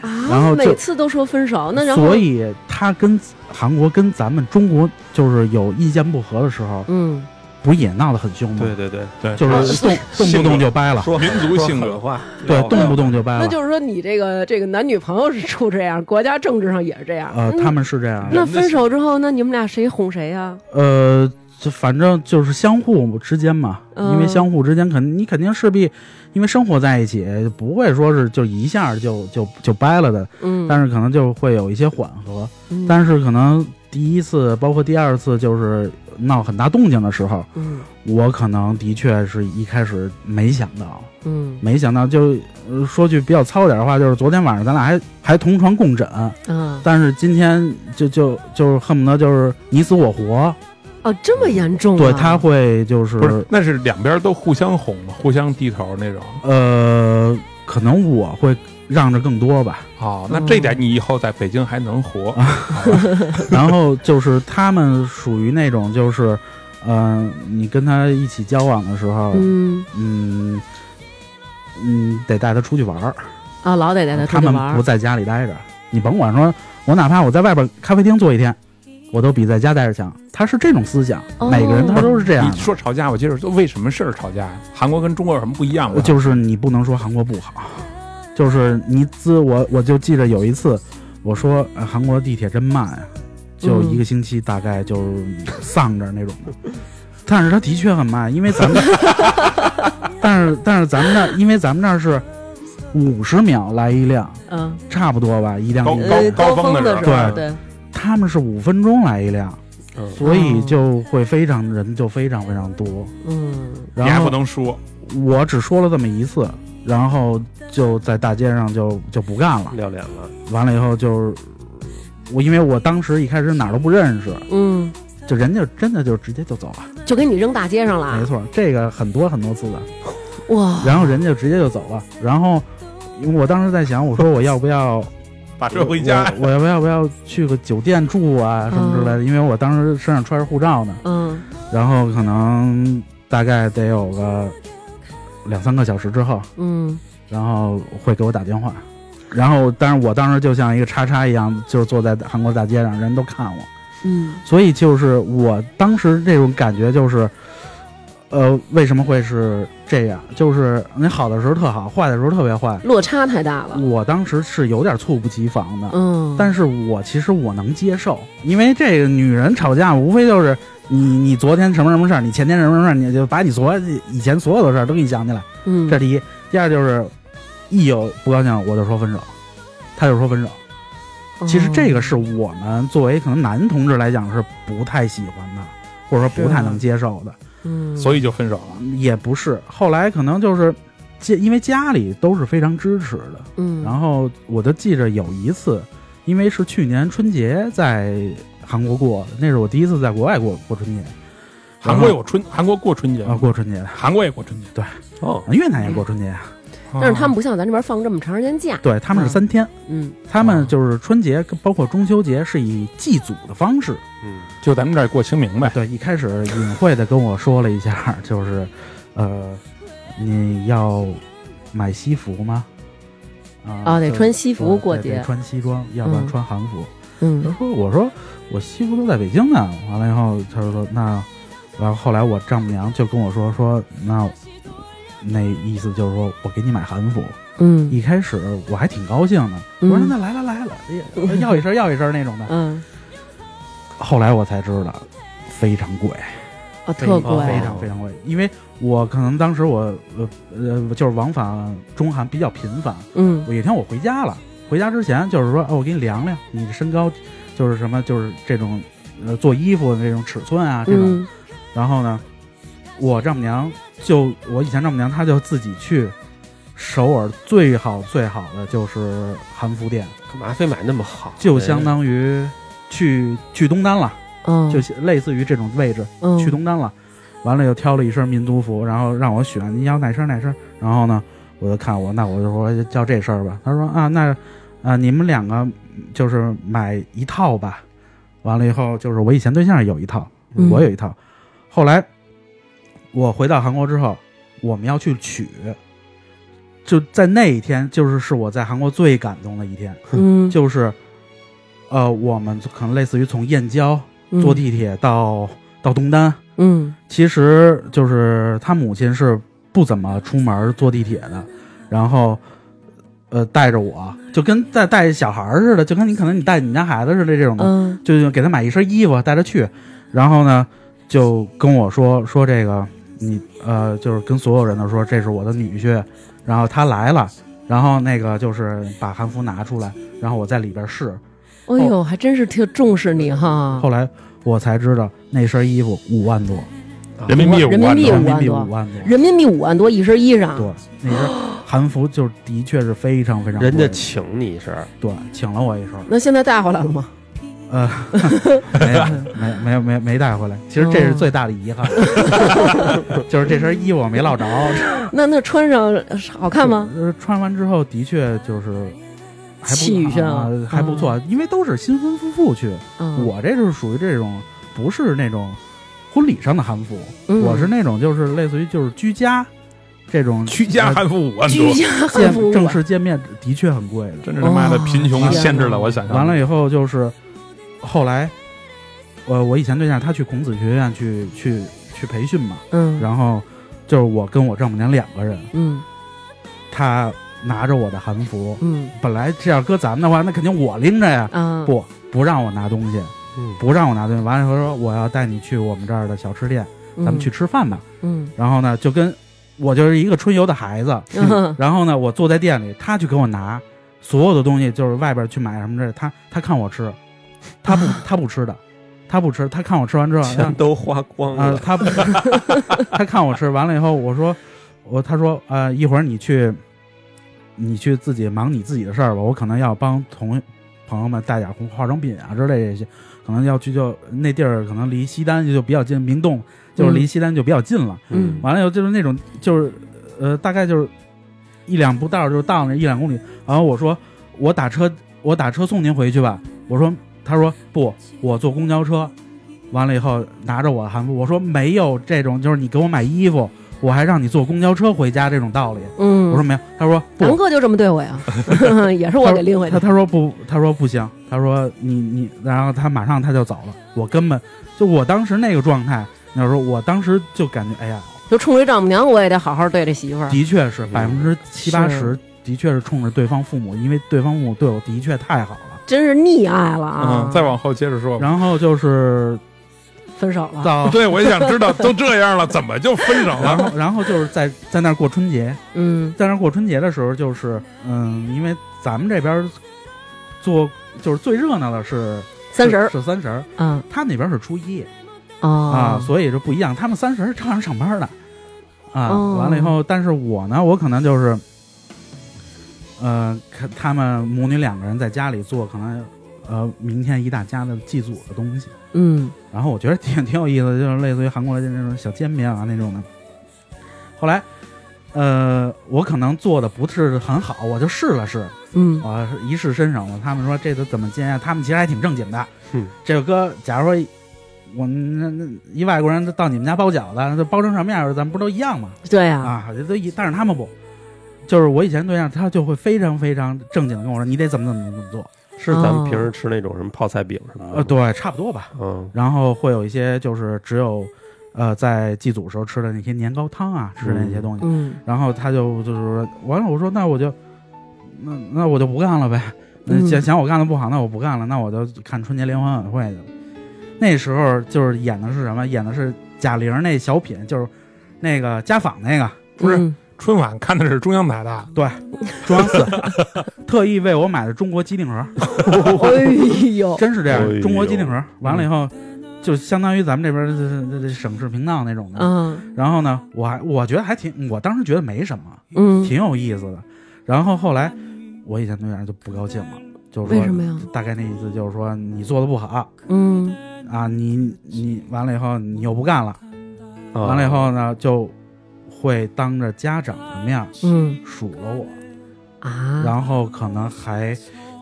啊，然后就每次都说分手，那然后所以他跟韩国跟咱们中国就是有意见不合的时候，嗯，不也闹得很凶吗？对对对，啊就是动动不动就掰了，说民族性格说狠话，对，要动不动就掰那了。就是说你这个这个男女朋友是处这样，国家政治上也是这样。呃，嗯他们是这样的，那分手之后，那你们俩谁哄谁啊呀？呃，就反正就是相互之间嘛，嗯因为相互之间肯你肯定势必，因为生活在一起，不会说是就一下就就就掰了的，嗯，但是可能就会有一些缓和。嗯但是可能第一次，包括第二次，就是闹很大动静的时候，嗯我可能的确是一开始没想到，嗯没想到就、呃说句比较糙点的话，就是昨天晚上咱俩还还同床共枕，啊但是今天就就就是恨不得就是你死我活，哦，这么严重啊？对他会就是不是，那是两边都互相哄嘛，互相低头那种。呃，可能我会让着更多 (laughs) 吧。哦，那这点你以后在北京还能活？哎然后就是他们属于那种就是，嗯、你跟他一起交往的时候，嗯嗯嗯，得带他出去玩儿，啊，老得带他出他去们玩不儿。在家里待着。你甭管说，我哪怕我在外边咖啡厅坐一天，我都比在家待着强。他是这种思想，哦每个人他都是这样你说吵架，我接着说，为什么事儿吵架呀？韩国跟中国有什么不一样的。吗？就是你不能说韩国不好，就是你自我，我就记着有一次，我说、呃韩国地铁真慢呀、就一个星期大概就丧着那种的。但是它的确很慢，因为咱们，但是但是咱们那儿，因为咱们那儿是五十秒来一辆，嗯，差不多吧，一辆高一辆呃高高峰峰的时时候候，对对，他们是五分钟来一辆，嗯所以就会非常人就非常非常多。嗯你然还后不能说，我只说了这么一次，然后就在大街上就就不干了。撂脸了，完了以后就是我，因为我当时一开始哪儿都不认识，嗯，就人家真的就直接就走了。就给你扔大街上没了。错，这个很多很多次的。哇，然后人家就直接就走了。然后因为我当时在想，我说我要不要把车 (laughs) 回家。我我要不要不要去个酒店住啊什么之类的？因为我当时身上揣着护照呢，嗯然后可能大概得有个两三个小时之后，嗯然后会给我打电话，然后但是我当时就像一个叉叉一样，就是坐在韩国大街上，人都看我，嗯所以就是我当时这种感觉就是。呃，为什么会是这样？就是你好的时候特好，坏的时候特别坏。落差太大了。我当时是有点猝不及防的，嗯，但是我其实我能接受，因为这个女人吵架无非就是你你昨天什么什么事儿，你前天什么什么事儿，你就把你所以前所有的事儿都给你想起来，嗯这是第一。第二就是一有不高兴我就说分手，他就说分手。嗯其实这个是我们作为可能男同志来讲是不太喜欢的，或者说不太能接受的，嗯，所以以就分手了。也不是。后来可能就是家因为家里都是非常支持的，嗯，然后我就记着有一次，因为是去年春节在韩国过的，那是我第一次在国外过过春节。韩国有春，韩国过春节啊，过春节，韩国也过春节。哦，越南也过春节，但但是他们不像咱这边放这么长时间假。对他们是三天，嗯他们就是春节跟包括中秋节是以祭祖的方式。嗯，就咱们这儿过清明呗。对，一开始隐晦的跟我说了一下， (laughs) 就是，呃，你要买西服吗？啊、啊得就是穿西服对过对节得穿西装，要不然嗯穿韩服。他嗯说：“我说我西服都在北京呢。”完了以后，他就说：“那，然后后来我丈母娘就跟我说说，那那意思就是说我给你买韩服。”嗯一开始我还挺高兴的，我说嗯：“那来了来了，也要一身要一身那种的。”嗯后来我才知道，非常贵，啊，特贵对非常非常贵。因为我可能当时我呃呃就是往返中韩比较频繁，嗯我有一天我回家了，回家之前就是说，哎，我给你量量你的身高，就是什么就是这种呃做衣服的这种尺寸啊这种。嗯然后呢，我丈母娘就我以前丈母娘她就自己去首尔最好最好的就是韩服店，干嘛非买那么好？就相当于去去东单了，嗯，就类似于这种位置。嗯去东单了，完了又挑了一身民族服，然后让我选你要哪身哪身，然后呢，我就看我那我就说哎叫这身儿吧，他说啊那啊、你们两个就是买一套吧，完了以后就是我以前对象有一套，嗯我有一套，后来我回到韩国之后，我们要去取。就在那一天，就是是我在韩国最感动的一天，嗯就是，呃，我们可能类似于从燕郊嗯坐地铁到、到东单，嗯其实就是他母亲是不怎么出门坐地铁的，然后呃带着我就跟带带小孩儿似的，就跟你可能你带你们家孩子似的这种的，嗯就给他买一身衣服带着去，然后呢就跟我说说这个你呃就是跟所有人都说这是我的女婿，然后他来了，然后那个就是把韩服拿出来，然后我在里边试，哎呦，还真是挺重视你哈后，来我才知道那身衣服五万多，人民币五人民万币多人五民万币多五万多。人民币五万多一身衣裳，对，那身韩服就是的确是非常非常贵人的，家请你一身，对请了我一身，那现在带回来了吗？呃，没有没没有没没带回来，其实这是最大的遗憾， (laughs) 就是这身衣服我没落着，啊那那穿上好看吗？呃？穿完之后的确就是还气不宇轩啊昂还不错，因为都是新婚夫妇去，嗯，我这是属于这种不是那种婚礼上的韩服，嗯我是那种就是类似于就是居家这种 (laughs) 居家呃汉服五万居多，家见汉服正式见面的确很贵的。真是他妈的贫哇穷限制了我嗯想象。完了，以后就是后来，呃，我以前对象他去孔子学院去去去培训嘛，嗯然后就是我跟我丈母娘两个人，嗯他拿着我的韩服，嗯本来这要搁咱们的话，那肯定我拎着呀，啊，不不让我拿东西，嗯，不让我拿东西，完了以后说我要带你去我们这儿的小吃店，嗯咱们去，吃饭吧，嗯然后呢就跟我就是一个春游的孩子，嗯 (laughs) 然后呢我坐在店里，他去给我拿所有的东西，就是外边去买什么的，他他看我吃，他不他不吃的，他不吃，他看我吃 (laughs) 完之后，钱都花光啊、了。他不 (laughs) 他看我吃完了以后，我说我他说呃一会儿你去你去自己忙你自己的事儿吧，我可能要帮同朋友们带点化妆品啊之类的这些，可能要去就那地儿可能离西单就比较近，明洞就是离嗯西单就比较近了。嗯完了以后就是那种就是呃大概就是一两步道儿就到那一两公里，然后我说我打车我打车送您回去吧，我说他说不，我坐公交车，完了以后拿着我的韩服，我说没有这种就是你给我买衣服，我还让你坐公交车回家这种道理，嗯，我说没有，他说南不。哥就这么对我呀， (laughs) 也是他我说给拎回去他，他说不，他说不行，他说你你，然后他马上他就走了。我根本就我当时那个状态，那时候我当时就感觉，哎呀，就冲着丈母娘，我也得好好对这媳妇儿。的确是百分之七八十是，的确是冲着对方父母，因为对方父母对我的确太好了。真是溺爱了啊！嗯，再往后接着说吧。然后就是分手了，到，对，我也想知道，都这样了，怎么就分手啊然了？后然后就是在在那儿过春节，嗯在那儿过春节的时候，就是嗯，因为咱们这边做就是最热闹的是三十儿，是是三十儿，嗯他那边是初一啊，哦，所以就不一样。他们三十儿照样上班的啊，哦完了以后，但是我呢，我可能就是。呃，看他们母女两个人在家里做，可能呃明天一大家的祭祖的东西。嗯然后我觉得挺挺有意思的，就是类似于韩国的那种小煎饼啊那种的。后来，呃，我可能做的不是很好，我就试了试，嗯我一试身手了。他们说这都怎么煎啊？他们其实还挺正经的。嗯这首歌，假如说我那那一外国人到你们家包饺子，那包成什么样儿，咱们不都一样吗？对呀，啊，这都一，但是他们不，就是我以前对象，他就会非常非常正经的跟我说，你得怎么怎么怎么做。是咱们平时吃那种什么泡菜饼什么的。呃，，对，差不多吧。嗯，然后会有一些就是只有，呃，在祭祖时候吃的那些年糕汤啊，吃的那些东西。嗯然后他就就是说，完了，我说那我就，那那我就不干了呗。那嗯想想我干的不好，那我不干了，那我就看春节联欢晚会去了。那时候就是演的是什么？演的是贾玲那小品，就是那个家访那个，不 (laughs) 是嗯 (laughs) 春晚看的是中央台的，对，中央四特意为我买的中国机顶盒，哎呦，真是这哎呦样，中国机顶盒。完了以后，就相当于咱们这边儿这这这省市频道那种的。嗯然后呢，我还我觉得还挺，我当时觉得没什么，嗯，挺有意思的。然后后来，我以前对象就不高兴了，就是为什么说，呀？大概那意思就是说你做的不好嗯啊，你你完了以后你又不干了，哦啊完了以后呢就会当着家长的面儿嗯数落我。啊，然后可能还，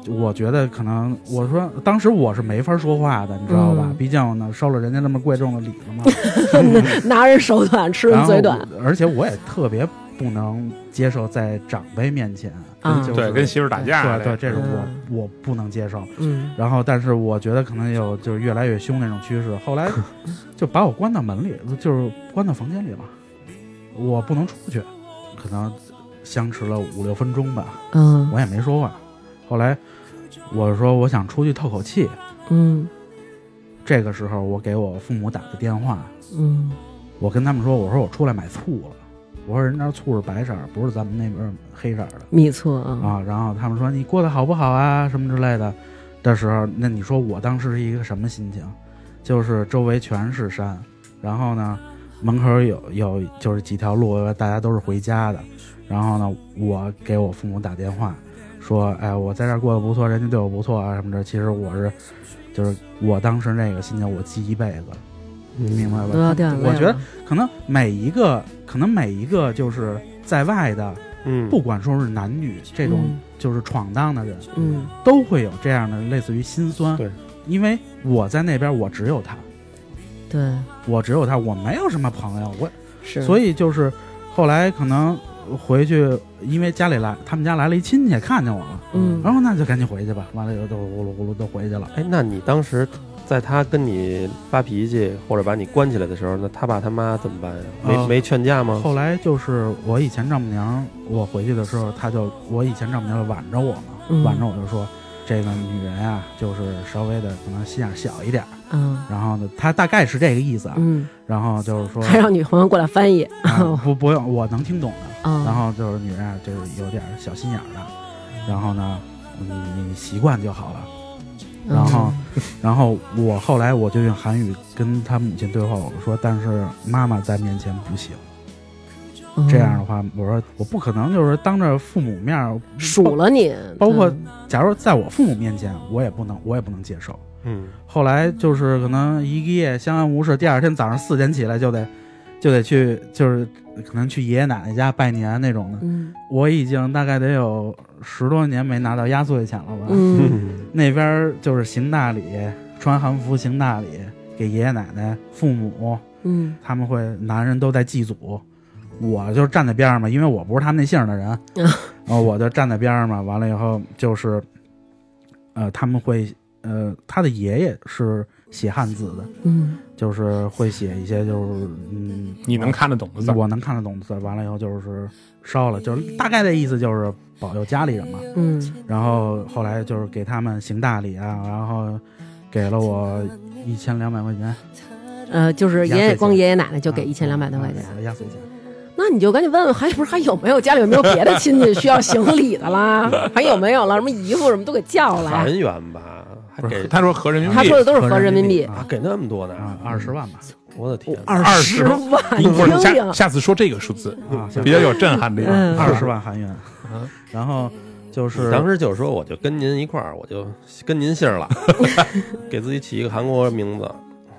我觉得可能我说当时我是没法说话的，你知道吧？嗯毕竟呢收了人家那么贵重的礼 (laughs) 了嘛，拿人手短，吃然人后嘴短，我而且我也特别不能接受在长辈面前，啊就是 (laughs) 对，跟媳妇儿打架，对对，这是我、嗯我不能接受。嗯然后，但是我觉得可能有就是越来越凶那种趋势。后来就把我关到门里，就是关到房间里了，我不能出去，可能相持了五六分钟吧。嗯我也没说话。后来我说我想出去透口气，嗯这个时候我给我父母打个电话，嗯我跟他们说，我说我出来买醋了，我说人那醋是白色儿，不是咱们那边儿黑色儿的米醋啊，啊。然后他们说你过得好不好啊，什么之类的。的时候，那你说我当时是一个什么心情？就是周围全是山，然后呢，门口有有就是几条路，大家都是回家的。然后呢，我给我父母打电话说：“哎，我在这儿过得不错，人家对我不错啊什么的。”其实我是，就是我当时那个心情，我记一辈子，你明白吧？都要掉眼泪了。我觉得可能每一个，可能每一个就是在外的，嗯不管说是男女这种嗯就是闯荡的人，嗯都会有这样的类似于心酸。对，因为我在那边，我只有他，对我只有他，我没有什么朋友，我是，所以以就是后来可能回去，因为家里来他们家来了一亲戚，看见我了，嗯然后那就赶紧回去吧。完了以后都呼噜呼噜都回去了。哎，那你当时在他跟你发脾气或者把你关起来的时候，那他爸他妈怎么办呀？没、啊没劝架吗？后来就是我以前丈母娘，我回去的时候，她就我以前丈母娘就挽着我嘛，嗯挽着我就说，这个女人啊，就是稍微的可能心眼儿小一点儿，啊然后呢，她大概是这个意思啊，嗯，然后就是说，还让女朋友过来翻译啊 (laughs) 不不用，我能听懂的。啊，然后就是女人啊，就是有点小心眼儿的，然后呢，你你习惯就好了。嗯然 (laughs) 后然后我后来我就用韩语跟他母亲对话，我说：“但是妈妈在面前不行。”嗯这样的话，我说我不可能就是当着父母面儿数。了你，包括嗯假如在我父母面前，我也不能，我也不能接受。嗯，后来就是可能一个夜相安无事，第二天早上四点起来就得就得去，就是可能去爷爷奶奶家拜年那种的。嗯我已经大概得有十多年没拿到压岁钱了吧？嗯那边儿就是行大礼，穿韩服行大礼，给爷爷奶奶、父母，嗯他们会男人都在祭祖，我就站在边上嘛，因为我不是他们那姓儿的人， (laughs) 然后我就站在边上嘛。完了以后就是，呃，他们会，呃，他的爷爷是写汉字的，嗯就是会写一些就是嗯，你能看得懂的字儿，我能看得懂的字儿。完了以后就是烧了，就是大概的意思就是保佑家里人嘛。嗯然后后来就是给他们行大礼啊，然后给了我一千两百块钱，呃，就是爷压岁爷钱光爷爷奶奶就给啊一千两百多块啊钱，啊压岁钱。那你就赶紧问问，还不是还有没有家里有没有别的亲戚需要行礼的啦？还有没有了？什么姨夫什么都给叫来。哎韩元吧，还不是给他说合人民他币说，的都是合人人民币啊啊，给那么多呢？啊，二十万吧我的天，二十十万，你你不是听下听，下次说这个数字啊，比较有震撼力，嗯二十万韩元。然后就是你当时就说我就跟您一块儿，我就跟您姓儿了，给自己起一个韩国名字，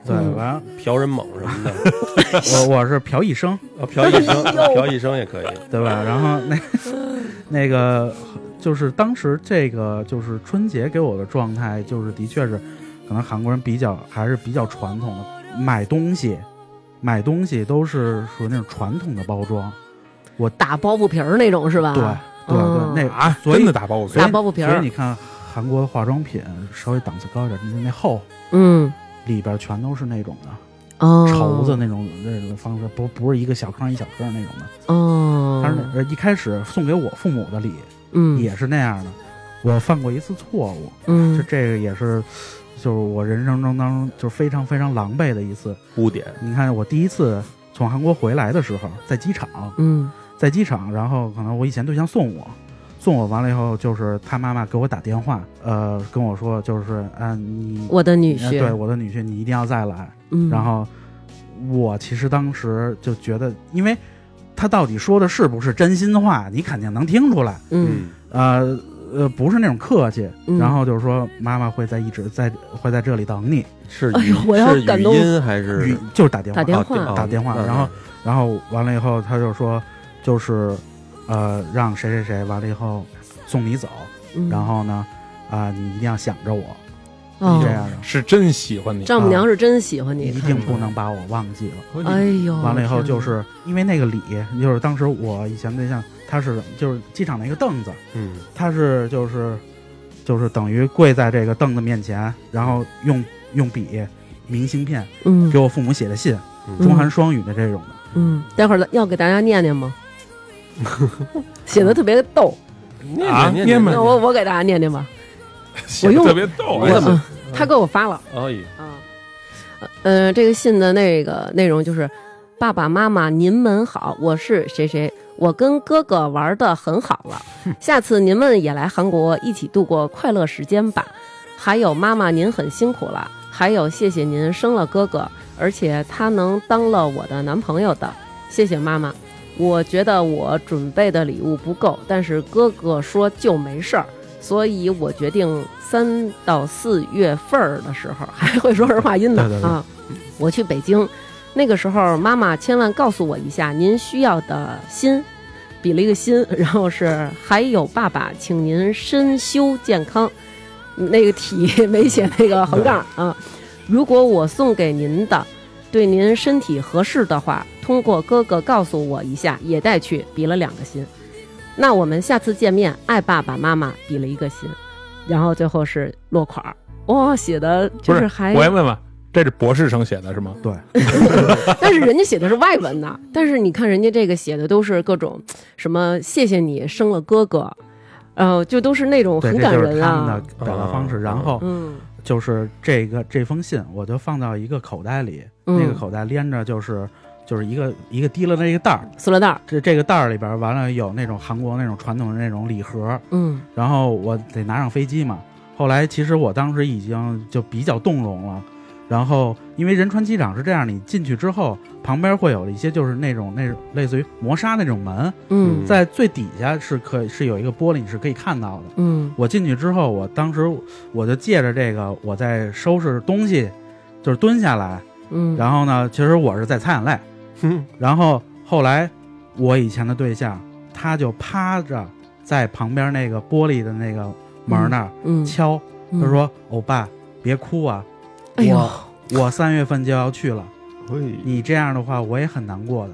对，嗯完了朴仁猛什么 (laughs) 的，我我是朴一生，啊，朴医生，朴医生也可以。对吧？然后 (laughs) 那那个就是当时这个就是春节给我的状态，就是的确是可能韩国人比较还是比较传统的，买东西买东西都是属于那种传统的包装，打包布皮儿那种是吧？对对哦对，啊，所以真的打包我那所打以啊包布皮那所以儿你，看韩国的化妆品稍微档次高一点，那那厚嗯，里边全都是那种的哦，绸子那种那种方式，不不是一个小坑一小坑那种的。哦，但是那呃一开始送给我父母的礼嗯，也是那样的。我犯过一次错误，这嗯这个也是，就是我人生中当中就是非常非常狼狈的一次。污点，你看，我第一次从韩国回来的时候，在机场，嗯在机场，然后可能我以前对象送我，送我完了以后，就是他妈妈给我打电话，呃，跟我说就是，啊，你，我的女呃对婿，我的女婿，你一定要再来。嗯，然后我其实当时就觉得，因为他到底说的是不是真心话，你肯定能听出来。嗯，呃呃，不是那种客气，嗯然后就是说妈妈会在一直在会在这里等你，是哎语呦我要是感语动音还是语就是打电话，打电话啊打电话嗯然后然后完了以后他就说就是呃让谁谁谁完了以后送你走，嗯然后呢啊、你一定要想着我，哦这样的，是真喜欢你，丈母娘是真喜欢你你，一定不能把我忘记了。看着。哎呦，完了以后就天是因为那个礼，就是当时我以前对象他是就是机场那个凳子，嗯他是就是就是等于跪在这个凳子面前，然后用用笔、明信片哪，嗯，给我父母写的信，嗯中韩双语的这种的。嗯，待会儿要给大家念 (laughs) 念吗？写的特别逗，念啊念念念吧那我我给大家念念吧。写得用特别逗我哎，嗯他给我发了哎呦，啊，呃，这个信的那个内容就是：爸爸妈妈，您们好，我是谁谁，我跟哥哥玩的很好了，下次您们也来韩国一起度过快乐时间吧。还有妈妈，您很辛苦了，还有谢谢您生了哥哥，而且他能当了我的男朋友的，谢谢妈妈。我觉得我准备的礼物不够，但是哥哥说就没事儿，所以我决定三到四月份儿的时候还会说儿化音呢对对对啊，我去北京，那个时候妈妈千万告诉我一下您需要的心，比了一个心，然后是还有爸爸，请您身修健康，那个体没写那个横杠啊，如果我送给您的。对您身体合适的话，通过哥哥告诉我一下，也带去，比了两个心。那我们下次见面，爱爸爸妈妈，比了一个心，然后最后是落款儿。哇、哦写的就不是还，哎我先问问，这是博士生写的是吗？对，但是人 (laughs) 家写的是外文的，但是你看人家这个写的都是各种什么，谢谢你生了哥哥，呃，就都是那种对，很这感就是人他们啊的。表达方式。嗯然后嗯就是这个这封信，我就放到一个口袋里，嗯那个口袋连着就是就是一个一个提了的一个袋儿，嗯塑料袋儿，这这个袋儿里边完了有那种韩国那种传统的那种礼盒，嗯然后我得拿上飞机嘛。后来其实我当时已经就比较动容了，然后因为仁川机场是这样，你进去之后，旁边会有一些就是那种那种类似于磨砂那种门，嗯在最底下是可以是有一个玻璃，你是可以看到的。嗯我进去之后，我当时我就借着这个我在收拾东西，就是蹲下来，嗯，然后呢，其实我是在擦眼泪，嗯然后后来我以前的对象，他就趴着在旁边那个玻璃的那个门那儿嗯，敲，嗯他，说：“欧巴，别哭啊，哎呦，我三月份就要去了，哎你这样的话我也很难过的。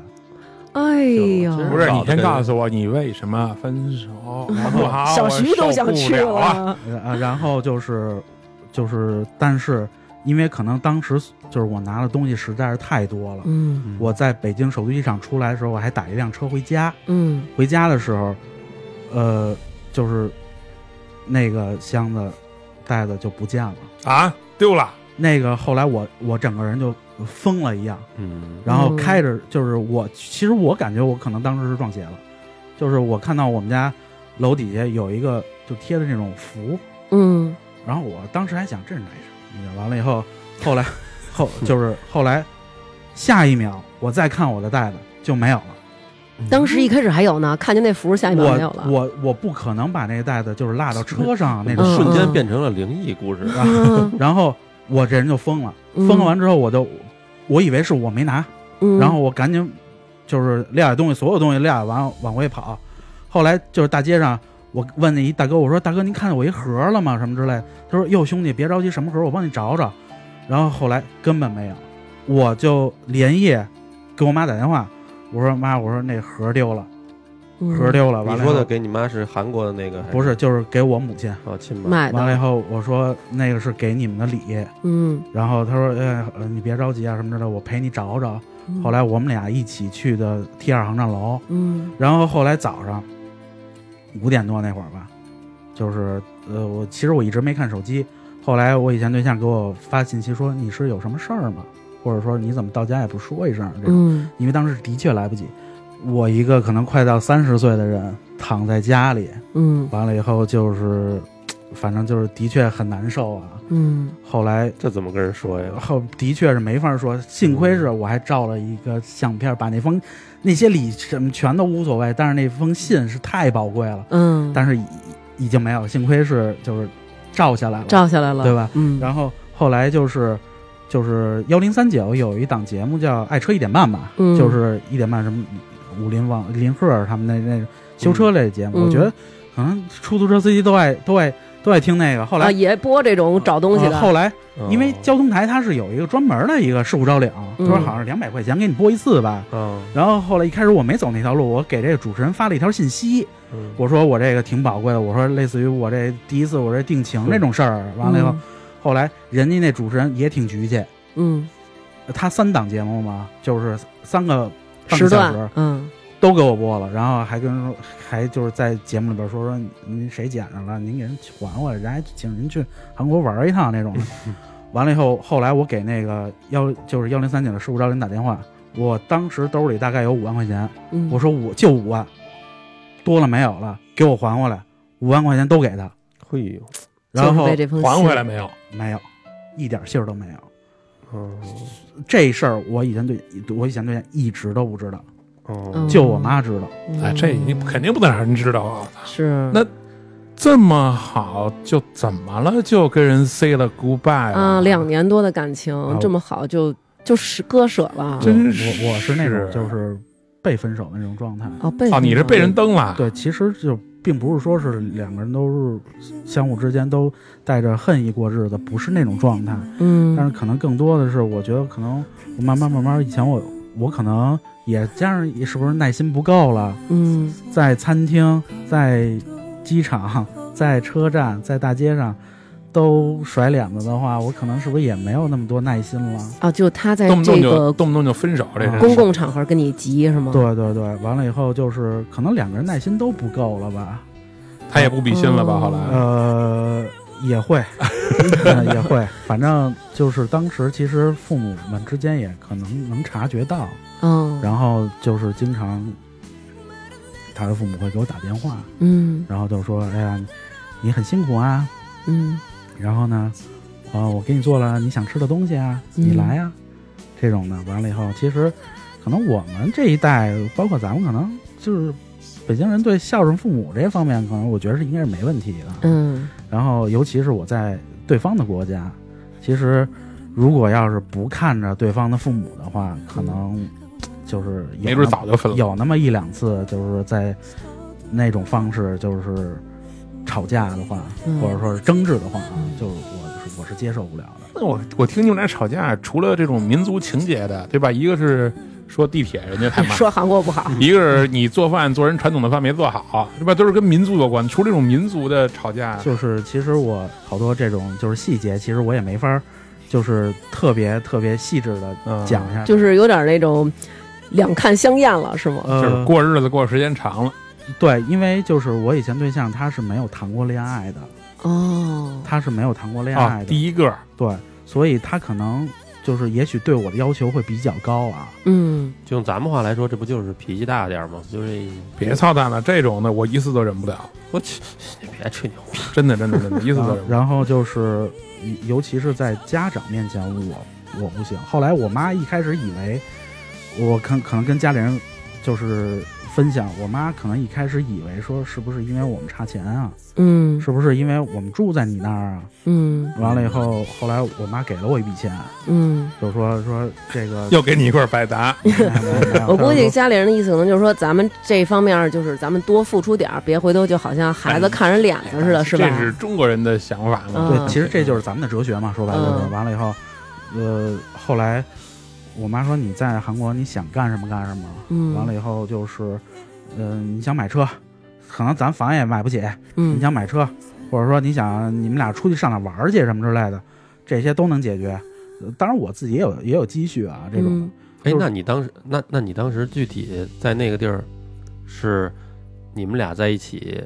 哎呦，不是，搞你先得告诉我你为什么分手，好不好？小徐都想去我受不了啊。了，呃”啊，然后就是就是，但是因为可能当时就是我拿的东西实在是太多了，嗯我在北京首都机场出来的时候，我还打一辆车回家，嗯回家的时候，呃，就是那个箱子袋子就不见了。啊，丢了，那个后来我我整个人就疯了一样，嗯然后嗯开着就是我，其实我感觉我可能当时是撞邪了，就是我看到我们家楼底下有一个就贴的那种符，嗯然后我当时还想这是哪什么的，完了以后，后 (laughs) 来后就是后来下一秒我再看我的袋子就没有了。当时一开始还有呢，看哎见那符，下一秒没有我了。我我不可能把那个袋子就是落到车上那种嗯瞬瞬间，间变成了灵异故事，嗯然后我这人就疯了，嗯 (laughs) 疯了完之后我就我以为是我没拿，嗯然后我赶紧就是撂下东西，所有东西撂下完往回跑。后来就是大街上，我问那一大哥，我说大哥您看见我一盒了吗？什么之类的。他说哟兄弟别着急，什么盒我帮你找找。然后后来根本没有，我就连夜给我妈打电话，我说妈，我说那盒丢了，嗯盒丢了。完啊你了以说的后给你妈是韩国的那个还不是就是给我母亲。哦亲妈，买完了以的，后，我说那个是给你们的礼，嗯，然后他说，哎，呃你别着急啊，什么之类的，我陪你找找。嗯后来我们俩一起去的 T 二航站楼，嗯然后后来早上五点多那会儿吧，就是呃，我其实我一直没看手机，后来我以前对象给我发信息说你是有什么事儿吗？或者说你怎么到家也不说一声？这种，嗯因为当时的确来不及。我一个可能快到三十岁的人躺在家里，嗯完了以后就是，反正就是的确很难受啊。嗯后来这怎么跟人说呀？后的确是没法说，幸亏是我还照了一个相片，把那封那些礼什么全都无所谓，但是那封信是太宝贵了，嗯，但是已已经没有，幸亏是就是照下来了，照下来了，对吧？嗯，然后后来就是就是幺零三九有一档节目叫《爱车一点半》吧，嗯就是一点半什么武林王林鹤他们那那种修车类的节目，嗯我觉得可能出租车司机都爱都爱都爱听那个。后来、啊也播这种找东西呃的，后来 (laughs) 因为哦交通台它是有一个专门的一个事故招领，嗯说好像是两百块钱给你拨一次吧。嗯然后后来一开始我没走那条路，我给这个主持人发了一条信息，嗯我说我这个挺宝贵的，我说类似于我这第一次我这定情这种事儿，完了以后，后来人家那主持人也挺局气，嗯，他三档节目嘛，就是三个嗯半个时小段时，嗯都给我播了，然后还跟人说，还就是在节目里边说说您谁捡着了，您给人还我，人家请人去韩国玩一趟那种的。完了以后，后来我给那个幺就是幺零三九的事务招领打电话，我当时兜里大概有五万块钱，嗯，我说五就五万，多了没有了，给我还回来，五万块钱都给他，会有，然就是后被这封信还回来，没有？没有，一点信儿都没有。嗯这事儿我以前对我以前对象一直都不知道，哦嗯就我妈知道。哎，这你肯定不能让人知道啊！是那这么好，就怎么了？就跟人 say 了 goodbye 了哦啊，两年多的感情啊这么好，就就是割舍了，真对是我我是那种就是被分手的那种状态。哦被哦，你是被人动蹬了？对，其实就并不是说是两个人都是相互之间都带着恨意过日子，不是那种状态。了，嗯，但是可能更多的是，我觉得可能我慢慢慢慢，以前我我可能也加上也是不是耐心不够了，嗯在餐厅、在机场、在车站、在大街上都甩脸子的话，我可能是不是也没有那么多耐心了？啊，就他在动不这动就个动不动就分手，这是公共场合跟你急是吗？嗯对对对，完了以后就是可能两个人耐心都不够了吧？他也不比心了吧？嗯后来呃，也会，呃也会，反正就是当时其实父母们之间也可能能察觉到，嗯然后就是经常他的父母会给我打电话，嗯然后就说：“哎呀，你很辛苦啊，嗯然后呢，啊、我给你做了你想吃的东西啊，你嗯来啊，这种的。完了以后，其实可能我们这一代，包括咱们，可能就是北京人对孝顺父母这方面，可能我觉得是应该是没问题的。嗯然后，尤其是我在对方的国家，其实如果要是不看着对方的父母的话，可能就是有没准那早就分了。有那么一两次，就是在那种方式，就是吵架的话，嗯或者说是争执的话，啊就是我是我是接受不了的。那我我听你们俩吵架，除了这种民族情节的，对吧？一个是说地铁人家太 (laughs) 慢，说韩 (laughs) 国不好，一个是你做饭做人传统的饭没做好，对吧？都是跟民族有关。除了这种民族的吵架，就是其实我好多这种就是细节，其实我也没法儿，就是特别特别细致的嗯讲一下。就是有点那种两看相厌了是吗？就是呃，过日子过得时间长了，对，因为就是我以前对象他是没有谈过恋爱的，哦，他是没有谈过恋啊爱，的，第一个对，所以他可能就是也许对我的要求会比较高啊。嗯就用咱们话来说，这不就是脾气大点儿吗？就是别操蛋了，这种的我一次都忍不了，我去， (laughs) 别吹牛逼，真的真的真的，一然次都后忍 (laughs) 不啊了。。然后就是，尤尤其是在家长面前，我我不行。后来我妈一开始以为我可可能跟家里人就是分享，我妈可能一开始以为说是不是因为我们差钱啊，嗯是不是因为我们住在你那儿啊？嗯完了以后，后来我妈给了我一笔钱，嗯，就说说这个又给你一块 (laughs) 百达， (laughs) 我估计她说家里人的意思可能就是说，咱们这方面儿就是咱们多付出点儿，别回头就好像孩哎子看人脸子似的，是吧这？是中国人的想法嘛？对，嗯其实这就是咱们的哲学嘛，说白了就是。嗯完了以后，呃，后来我妈说你在韩国你想干什么干什么，嗯，完了，以后就是，嗯、你想买车，可能咱房也买不起，嗯你，想买车，或者说你想你们俩出去上哪玩儿去什么之类的，这些都能解决。呃当然我自己也有也有积蓄啊，这种的、嗯哎就，是那你当时，那那你当时具体在那个地儿，是你们俩在一起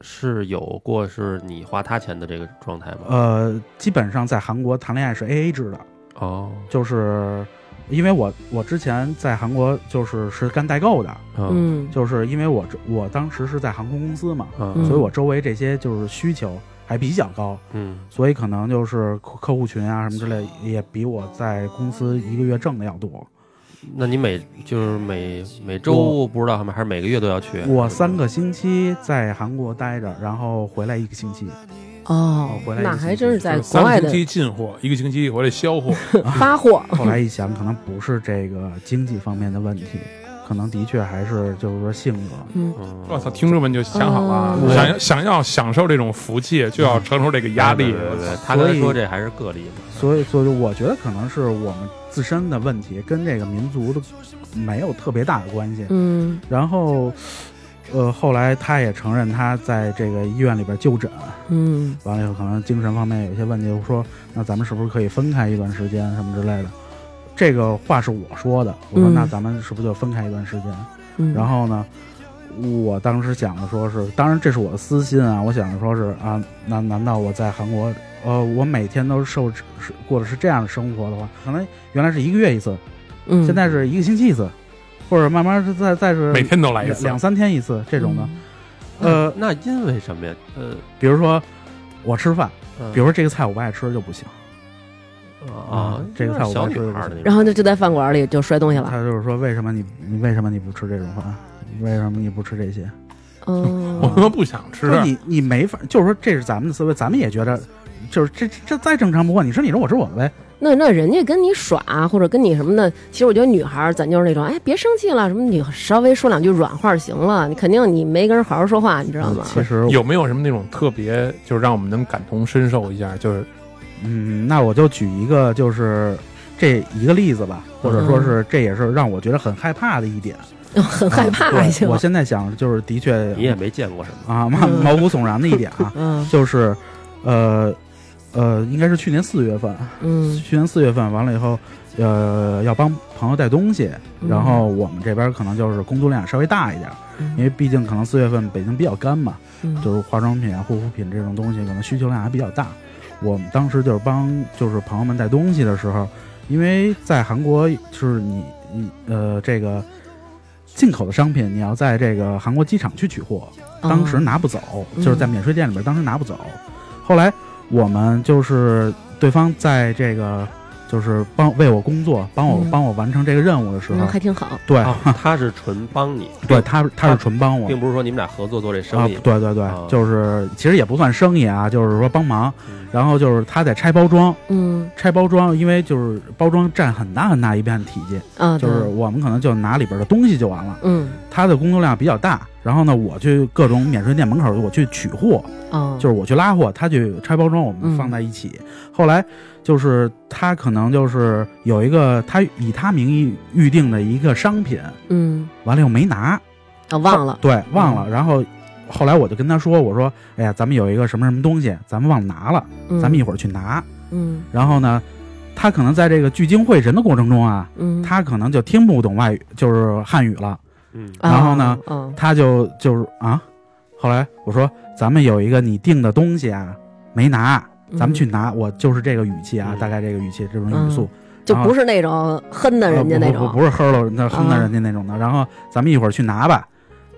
是有过是你花他钱的这个状态吗？呃，基本上在韩国谈恋爱是 A A 制的，哦，就是因为我我之前在韩国就是是干代购的，嗯嗯，就是因为我我当时是在航空公司嘛，嗯所以我周围这些就是需求还比较高，嗯所以可能就是客客户群啊什么之类，也比我在公司一个月挣的要多。那你每就是每每周不知道还还是每个月都要去？我三个星期在韩国待着，然后回来一个星期，哦哦回来，一那个还星真期是在就是国三外个星的期进货，一个星期回来销货，发货，后来一想，可能不是这个经济方面的问题，可能的确还是就是说性格。 (laughs) 嗯，嗯我操，听众们就想好了，啊嗯哦想要想要享受这种福气，就要承受这个压力。对对对，我操他刚才说所以这还是个例嘛。所以，所以我觉得可能是我们自身的问题跟这个民族的没有特别大的关系。嗯然后，呃，后来他也承认他在这个医院里边就诊，嗯完了以后可能精神方面有一些问题，我说那咱们是不是可以分开一段时间什么之类的？这个话是我说的，我说嗯那咱们是不是就分开一段时间？嗯，然后呢，我当时想的说是，当然这是我的私心啊，我想的说是啊，难难道我在韩国，呃，我每天都受是过的是这样的生活的话，可能原来是一个月一次，嗯现在是一个星期一次，或者慢慢是再再是每天都来一两次嗯两，三天一次这种的。，呃，那因为什么呀？呃，比如说我吃饭，嗯比如说这个菜我不爱吃就不行，啊啊，这个菜我小不女知道孩儿的那种，然后就就在饭馆里就摔东西了，他就是说为什么你你为什么你不吃这种饭？为什么你不吃这些？ (laughs) 我他嗯妈不想吃。说你你没法，就是说这是咱们的思维，咱们也觉得，就是这这这再正常不过，你吃你的，我吃我的呗。那那人家跟你耍啊或者跟你什么的，其实我觉得女孩儿咱就是那种，哎，别生气了，什么你稍微说两句软话儿行了，你肯定你没跟人好好说话，你知道吗？嗯其实，有没有什么那种特别，就是让我们能感同身受一下？就是嗯，那我就举一个就是这一个例子嗯吧，或者说是这也是让我觉得很害怕的一点，很 (laughs) 害啊怕对行我吗？现在想就是的确你也没见过什么。啊毛嗯，毛骨悚然的一点啊 (laughs) 嗯就是，呃呃，应该是去年四月份，啊嗯去年四月份完了以后，呃，要帮朋友带东西，然后我们这边可能就是工作量稍微大一点，嗯因为毕竟可能四月份北京比较干嘛，嗯就是化妆品啊、护肤品这种东西可能需求量还比较大。我们当时就是帮就是朋友们带东西的时候，因为在韩国就是你你呃这个进口的商品，你要在这个韩国机场去取货，嗯当哦时拿不走，就是在免税店里边当时拿不走。后来我们就是对方在这个就是帮为我工作，帮我、嗯帮我完成这个任务的时候嗯，还挺好，对、啊，他是纯帮你，对，他他是纯帮我。并不是说你们俩合作做这啊生意，，对对对，啊就是其实也不算生意啊，就是说帮忙。嗯然后就是他在拆包装，嗯拆包装，因为就是包装占很大很大一片体积，啊，就是对我们可能就拿里边的东西就完了。嗯他的工作量比较大，然后呢，我去各种免税店门口我去取货，哦，就是我去拉货，他去拆包装，我们放在一起。后来就是他可能就是有一个他以他名义预定的一个商品，嗯完了又没拿，啊忘了，对，忘嗯了。然后后来我就跟他说，我说，哎呀，咱们有一个什么什么东西，咱们忘拿了，嗯咱们一会儿去拿。嗯然后呢，他可能在这个聚精会神的过程中啊，嗯，他可能就听不懂外语，就是汉语了，嗯，啊然后呢，嗯他就就是啊。后来我说，咱们有一个你订的东西啊，没拿。嗯咱嗯们去拿，我就是这个语气啊，嗯大概这个语气，这种语速，就然后不是那种恨的嗯人家那呃种啊不不不，不是 hello 那哼的人家那种的。然后咱们一会儿去拿吧。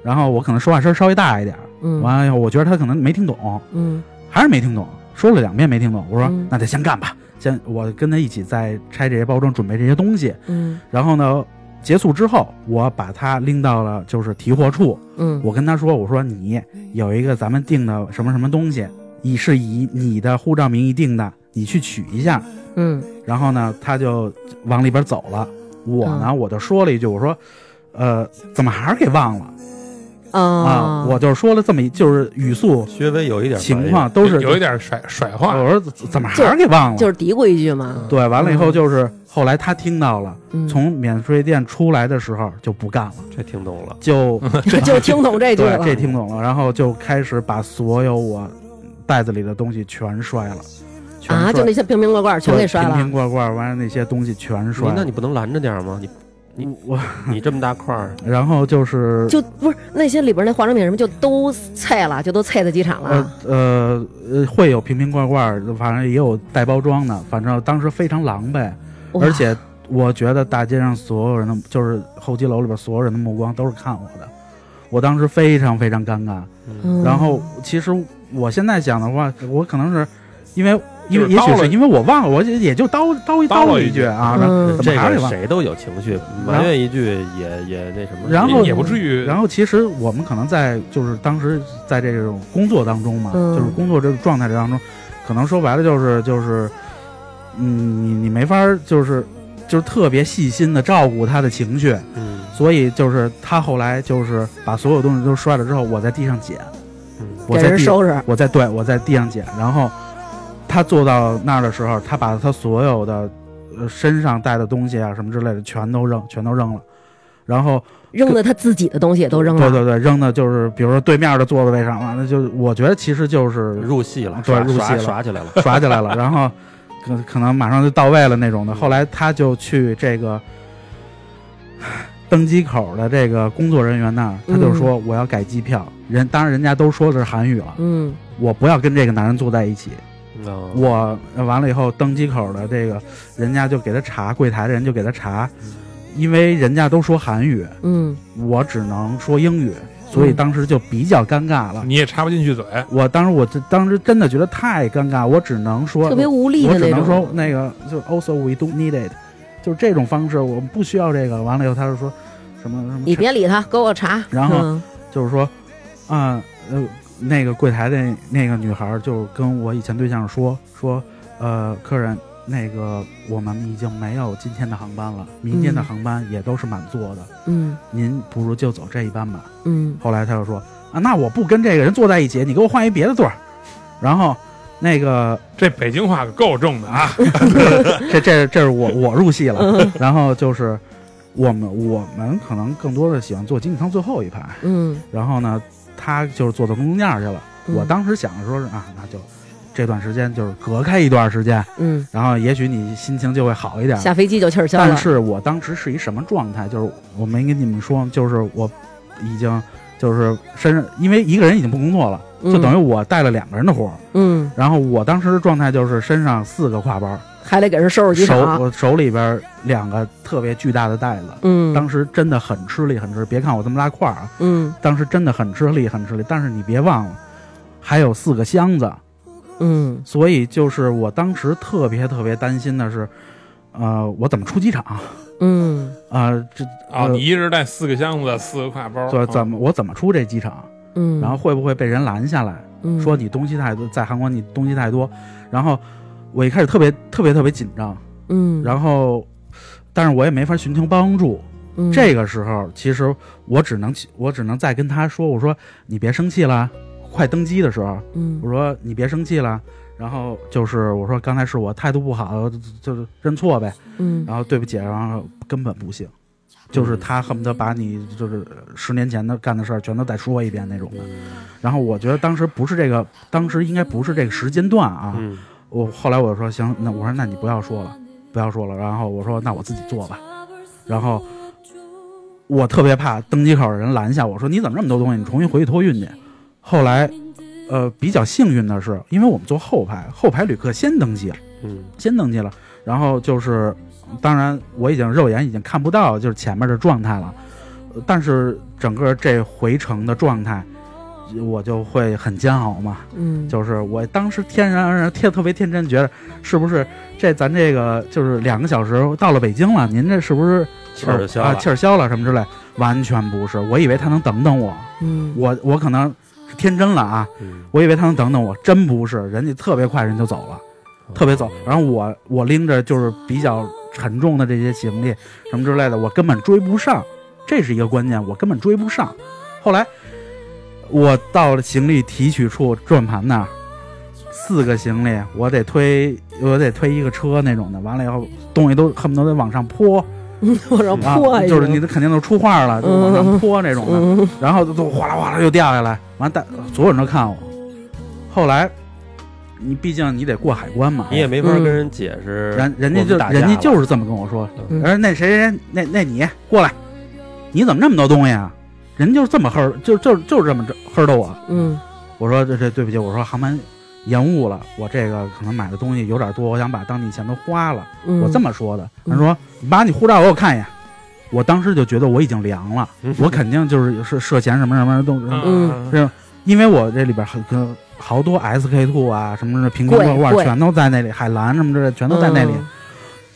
然后我可能说话声稍微大一点，嗯完了以后我觉得他可能没听懂，嗯还是没听懂，说了两遍没听懂。我说、嗯那就先干吧，先我跟他一起再拆这些包装，准备这些东西。嗯然后呢，结束之后，我把他拎到了就是提货处，嗯，我跟他说，我说你有一个咱们订的什么什么东西，以是以你的护照名义订的，你去取一下。嗯然后呢，他就往里边走了。我呢，嗯我就说了一句，我说，呃，怎么还是给忘了哦啊？嗯我就说了这么一，就是语速、稍微有一点情况都哦是有一点甩甩话，我说怎么还是给忘了？就是嘀咕一句嘛，对，完了以后嗯就是后来他听到了，嗯从免税店出来的时候就不干了，这听懂了， (laughs) 就就听懂这句对了，这听懂了，然后就开始把所有我袋子里的东西全摔了，全啊，摔就那些瓶瓶罐罐全给摔了瓶瓶罐罐，完了那些东西全你摔了。那你不能拦着点儿吗？你你我，你这么大块儿，然后就是就不是那些里边那化妆品什么就都菜了，就都菜在机场呃了。呃呃，会有瓶瓶罐罐儿，反正也有带包装的，反正当时非常狼狈，哇而且我觉得大街上所有人的，就是候机楼里边所有人的目光都是看我的，我当时非常非常尴尬。嗯然后其实我现在想的话，我可能是因为因为就是也叨许了是因为我忘了，我也也就叨叨一叨了一一句句啊，然后嗯，怎这么还是个忘谁都有情绪，埋怨一句也也那什么，嗯然后也也不至于。然后其实我们可能在就是当时在这种工作当中嘛，嗯就是工作这个状态当中，可能说白了就是就是，嗯，你你没法儿就是就是特别细心的照顾他的情绪，嗯所以就是他后来就是把所有东西都摔了之后，我在地上捡，嗯我给在人地收拾，我在对我在地上捡，然后他坐到那儿的时候，他把他所有的呃身上带的东西啊什么之类的全都扔全都扔了，然后。扔的他自己的东西也都扔了。对对对，扔的就是比如说对面的座位上了，那就我觉得其实 (laughs) 就是入戏了，对耍入戏耍了耍起来了，耍起来了，然后可可能马上就到位了那种的。后来他就去这个登机口的这个工作人员那儿，他就说我要改机票。人当然人家都说的是韩语了，嗯，我不要跟这个男人坐在一起。嗯我呃完了以后，登机口的这个人家就给他查，柜台的人就给他查，因为人家都说韩语，嗯，我只能说英语，所以当时就比较尴尬了。你也插不进去嘴，我当时我这当时真的觉得太尴尬，我只能说呃特别无力我的只那能说种，那个就是 also we don't need it，就是这种方式我们不需要这个。完了以后他就说什么什么，你别理他，给我查。然后嗯就是说啊呃那个柜台的那个女孩儿就跟我以前对象说说呃客人那个我们已经没有今天的航班了，明天的嗯航班也都是满座的，嗯，您不如就走这一班吧。嗯，后来他就说啊，那我不跟这个人坐在一起，你给我换一别的座儿。然后那个这北京话可够重的 (laughs) 啊！这这这是我我入戏了。然后就是我们我们可能更多的喜欢坐经济舱最后一排，嗯，然后呢，他就是坐到中间儿去了。我当时想的说是啊，那就这段时间就是隔开一段时间，嗯，然后也许你心情就会好一点。嗯下飞机就气儿消但了。是我当时是一什么状态？就是我没跟你们说，就是我已经就是身上，因为一个人已经不工作了，就等于我带了两个人的活儿。嗯，然后我当时的状态就是身上四个挎包，还得给人收拾机手场。我手里边两个特别巨大的袋子。嗯，当时真的很吃力，很吃力。别看我这么大块儿啊，嗯，当时真的很吃力，很吃力。但是你别忘了，还有四个箱子。嗯，所以就是我当时特别特别担心的是，呃，我怎么出机场？嗯，呃，这啊，呃你一人带四个箱子，四个挎包，怎啊怎么我怎么出这机场？嗯，然后会不会被人拦下来，嗯说你东西太多，在韩国你东西太多？然后我一开始特别特别特别紧张，嗯，然后但是我也没法寻求帮助。嗯这个时候，其实我只能我只能再跟他说，我说你别生气啦，快登机的时候，嗯我说你别生气啦。然后就是我说刚才是我态度不好，就就是认错呗，嗯然后对不起，然后根本不行，就是他恨不得把你就是十年前的干的事儿全都再说一遍那种的。嗯然后我觉得当时不是这个，当时应该不是这个时间段啊。嗯我后来我说行，那我说那你不要说了，不要说了。然后我说那我自己做吧。然后我特别怕登机口的人拦下我说你怎么这么多东西，你重新回去托运去。后来，呃，比较幸运的是，因为我们坐后排，后排旅客先登机了，嗯先登记了，然后就是，当然我已经肉眼已经看不到就是前面的状态了，呃但是整个这回程的状态，我就会很煎熬嘛。嗯，就是我当时天然而然天特别天真觉得，是不是这咱这个就是两个小时到了北京了，您这是不是气儿就消了啊气儿消了什么之类？完全不是，我以为他能等等我，嗯我我可能是天真了啊，嗯我以为他能等等我，真不是，人家特别快人就走了，特别走。然后我我拎着就是比较沉重的这些行李什么之类的，我根本追不上，这是一个关键，我根本追不上。后来我到了行李提取处转盘那儿，四个行李我得推，我得推一个车那种的，完了以后东西都恨不得得往上泼，我说啊破，呀，就是你的肯定都出画了，就往上泼那种的。哎嗯然后都哗啦哗啦又掉下来，完大所有人都看我。后来你毕竟你得过海关嘛，你也没法跟人解释，嗯人人家就人家就是这么跟我说，嗯我说那谁谁谁那那你过来，你怎么这么多东西啊？人就是这么黑儿，就就就是这么着黑儿的我。嗯我说这这对不起，我说航班延误了，我这个可能买的东西有点多，我想把当地钱都花了，嗯，我这么说的。嗯他说你把你护照给我看一眼，我当时就觉得我已经凉了，嗯我肯定就是是涉嫌什么什么东西，嗯是因为我这里边很跟好多 SK two 啊什么的瓶瓶罐罐贵贵全都在那里，海蓝什么之类的全都在那里。嗯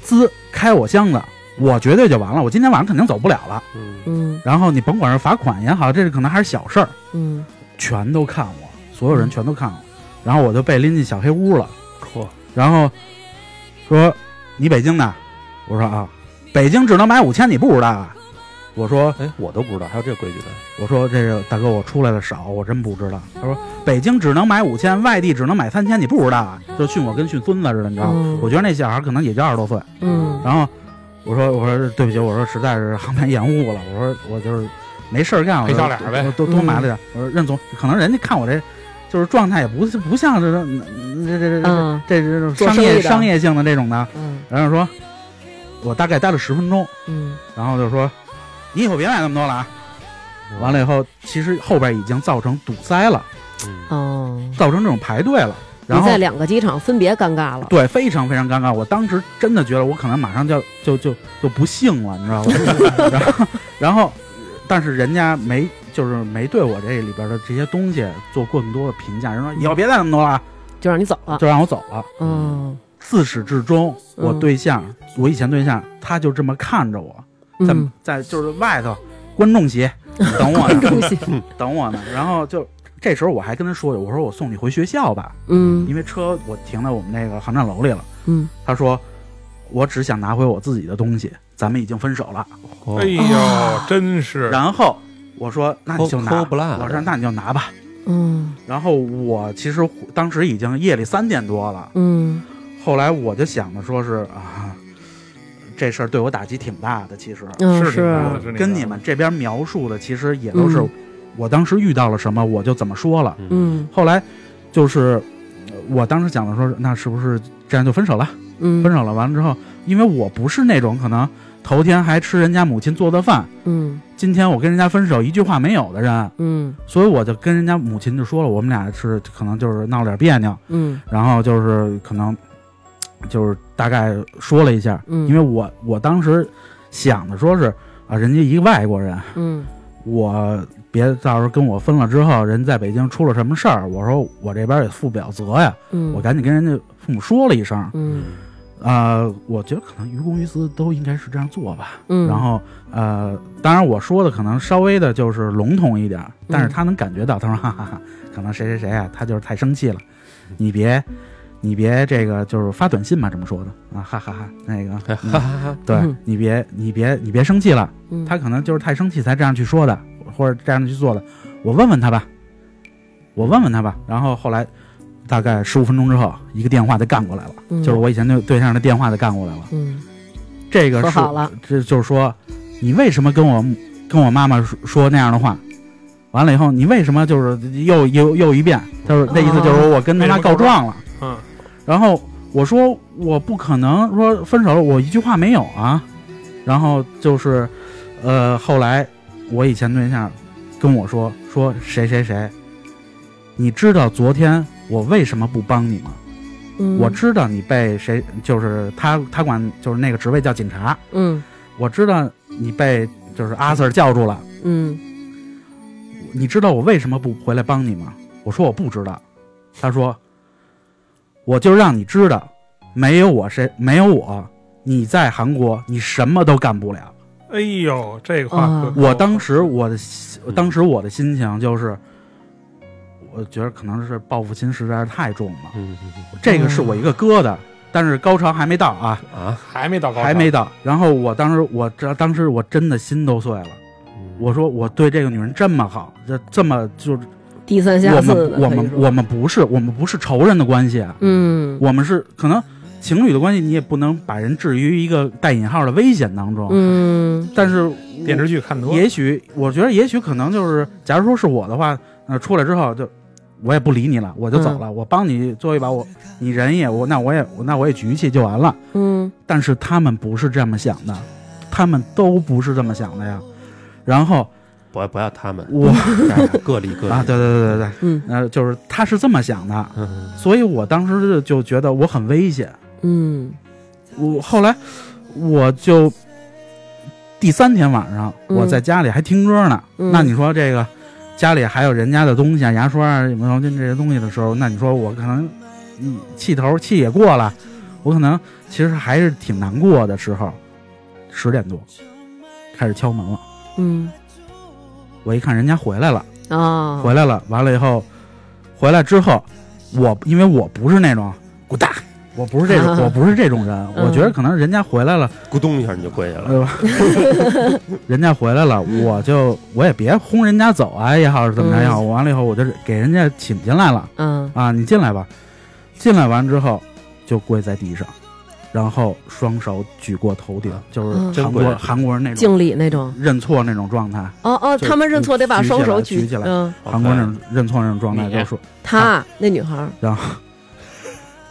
滋开我箱子，我绝对就完了，我今天晚上肯定走不了了。嗯嗯然后你甭管是罚款也好，这是可能还是小事儿，嗯全都看我，所有人全都看我，然后我就被拎进小黑屋了。嚯，然后说你北京的，我说啊，北京只能买五千，你不知道啊？我说哎，我都不知道还有这规矩呢，我说这个大哥，我出来的少，我真不知道。他说北京只能买五千，外地只能买三千，你不知道啊？就训我跟训孙子似的，你知道吗？嗯我觉得那小孩可能也就二十多岁。嗯然后我说我说对不起，我说实在是航班延误了，我说我就是没事儿干，我陪说小俩呗我多多买了点儿。我说任总，可能人家看我这就是状态也不是不像这种这这这嗯这这种做商生意业的商业性的这种的，嗯然后说我大概待了十分钟，嗯然后就说你以后别买那么多了啊。完了以后，其实后边已经造成堵塞了，嗯哦，造成这种排队了。你然后在两个机场分别尴尬了，对，非常非常尴尬。我当时真的觉得我可能马上就要就就就不幸了，你知道 (laughs) 吧？然后，然后，但是人家没就是没对我这里边的这些东西做更多的评价，人说以后别再那么多了，就让你走了。就让我走了。嗯，自始至终，我嗯对象，我以前对象，他就这么看着我，在、嗯在就是外头观众席等我 (laughs) 呢，东西，等我呢。然后就这时候我还跟他说，我说我送你回学校吧，嗯因为车我停在我们那个航站楼里了。嗯，他说：“我只想拿回我自己的东西，咱们已经分手了。哎呦，真是，哦然后我说：“那你就拿。抠抠不烂我说：“那你就拿吧。嗯”然后我其实当时已经夜里三点多了，嗯后来我就想着说是啊，这事儿对我打击挺大的。其实嗯是是你妈的是啊跟你你妈的们这边描述的，其实也都是嗯我当时遇到了什么，我就怎么说了。嗯后来就是呃我当时想的说，那是不是这样就分手了？嗯，分手了，完了之后，因为我不是那种可能头天还吃人家母亲做的饭，嗯今天我跟人家分手一句话没有的人，嗯所以我就跟人家母亲就说了，我们俩是可能就是闹了点别扭，嗯然后就是可能就是大概说了一下，嗯因为我我当时想的说是啊，人家一个外国人，嗯我别到时候跟我分了之后，人在北京出了什么事儿，我说我这边也负不了责呀，嗯，我赶紧跟人家父母说了一声，嗯呃，我觉得可能于公于私都应该是这样做吧。嗯，然后呃，当然我说的可能稍微的就是笼统一点儿，但是嗯他能感觉到，他说哈哈哈，可能谁谁谁啊，他就是太生气了，你别你别这个就是发短信嘛，这么说的啊，哈哈哈，那 (laughs) 个，嗯、对嗯你别你别你别生气了，嗯他可能就是太生气才这样去说的，或者这样去做的，我问问他吧，我问问他吧。然后后来大概十五分钟之后，一个电话就干过来了。嗯就是我以前对对象的电话就干过来了。嗯这个说是好了，这就是说，你为什么跟我跟我妈妈说说那样的话？完了以后，你为什么就是又又又一遍？就是那意思就是说我跟他妈告状了。嗯，然后我说我不可能说分手了，我一句话没有啊。然后就是，呃，后来我以前对象跟我说说谁谁谁，你知道昨天我为什么不帮你吗？嗯我知道你被谁，就是他，他管就是那个职位叫警察。嗯我知道你被就是阿 Sir 叫住了，嗯你知道我为什么不回来帮你吗？我说我不知道。他说，我就让你知道，没有我谁，没有我，你在韩国你什么都干不了。哎呦，这个话啊可，哦我当时我的心，当时我的心情就是，我觉得可能是报复心实在是太重了。嗯这个是我一个疙瘩，但是高潮还没到啊。啊，还没到高潮，还没到。然后我当时我这当时我真的心都碎了。我说我对这个女人这么好，这这么就是低三我下四们的，我可以们说我们不是我们不是仇人的关系，啊，嗯我们是可能情侣的关系，你也不能把人置于一个带引号的危险当中。嗯但是电视剧看多了，也许我觉得也许可能就是，假如说是我的话，呃，出来之后就我也不理你了，我就走了，我帮你做一把，我你人也我那我也那我也举起就完了。嗯但是他们不是这么想的，他们都不是这么想的呀。然后不不要他们，我哎个例个例啊，对对对对对，嗯呃，就是他是这么想的，嗯所以我当时就就觉得我很危险。嗯我后来我就第三天晚上嗯我在家里还听歌呢，嗯那你说这个家里还有人家的东西啊，牙刷啊、毛巾这些东西的时候，那你说我可能嗯气头气也过了，我可能其实还是挺难过的时候，十点多开始敲门了，嗯我一看人家回来了。啊，回来了，完了以后，回来之后，我因为我不是那种滚蛋，我不是这 (laughs) 种，啊我不是这种人，嗯我觉得可能人家回来了，咕咚一下你就跪下了， (laughs) 呃，人家回来了，我就我也别轰人家走啊也好是怎么着也好，完了以后我就给人家请进来了嗯啊，你进来吧，进来完之后就跪在地上，然后双手举过头顶，就嗯是真韩跪国韩国人那种敬礼那种。认错那种状态，哦哦，就他们认错得把举起来双手举起来啊嗯，韩国人认错那种状态，你就是说她那女孩儿，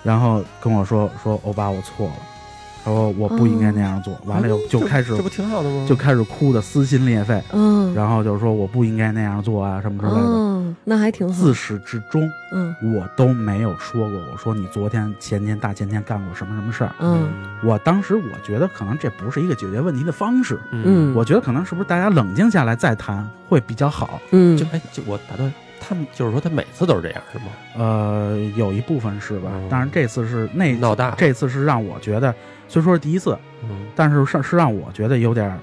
然后跟我说说欧巴，我错了，他说我不应该那样做，完了以后就开始这不挺好的吗？就开始哭的撕心裂肺，嗯，然后就是说我不应该那样做啊什么之类的。哦，那还挺好自，始至终嗯我都没有说过，我说你昨天、前天、大前天干过什么什么事儿。嗯我当时我觉得可能这不是一个解决问题的方式，嗯，我觉得可能是不是大家冷静下来再谈会比较好。嗯就哎，就我打断，他们就是说他每次都是这样是吗？呃，有一部分是吧哦嗯？但是这次是那闹大哎这次是让我觉得，虽说是第一次，嗯，但是是是让我觉得有点儿，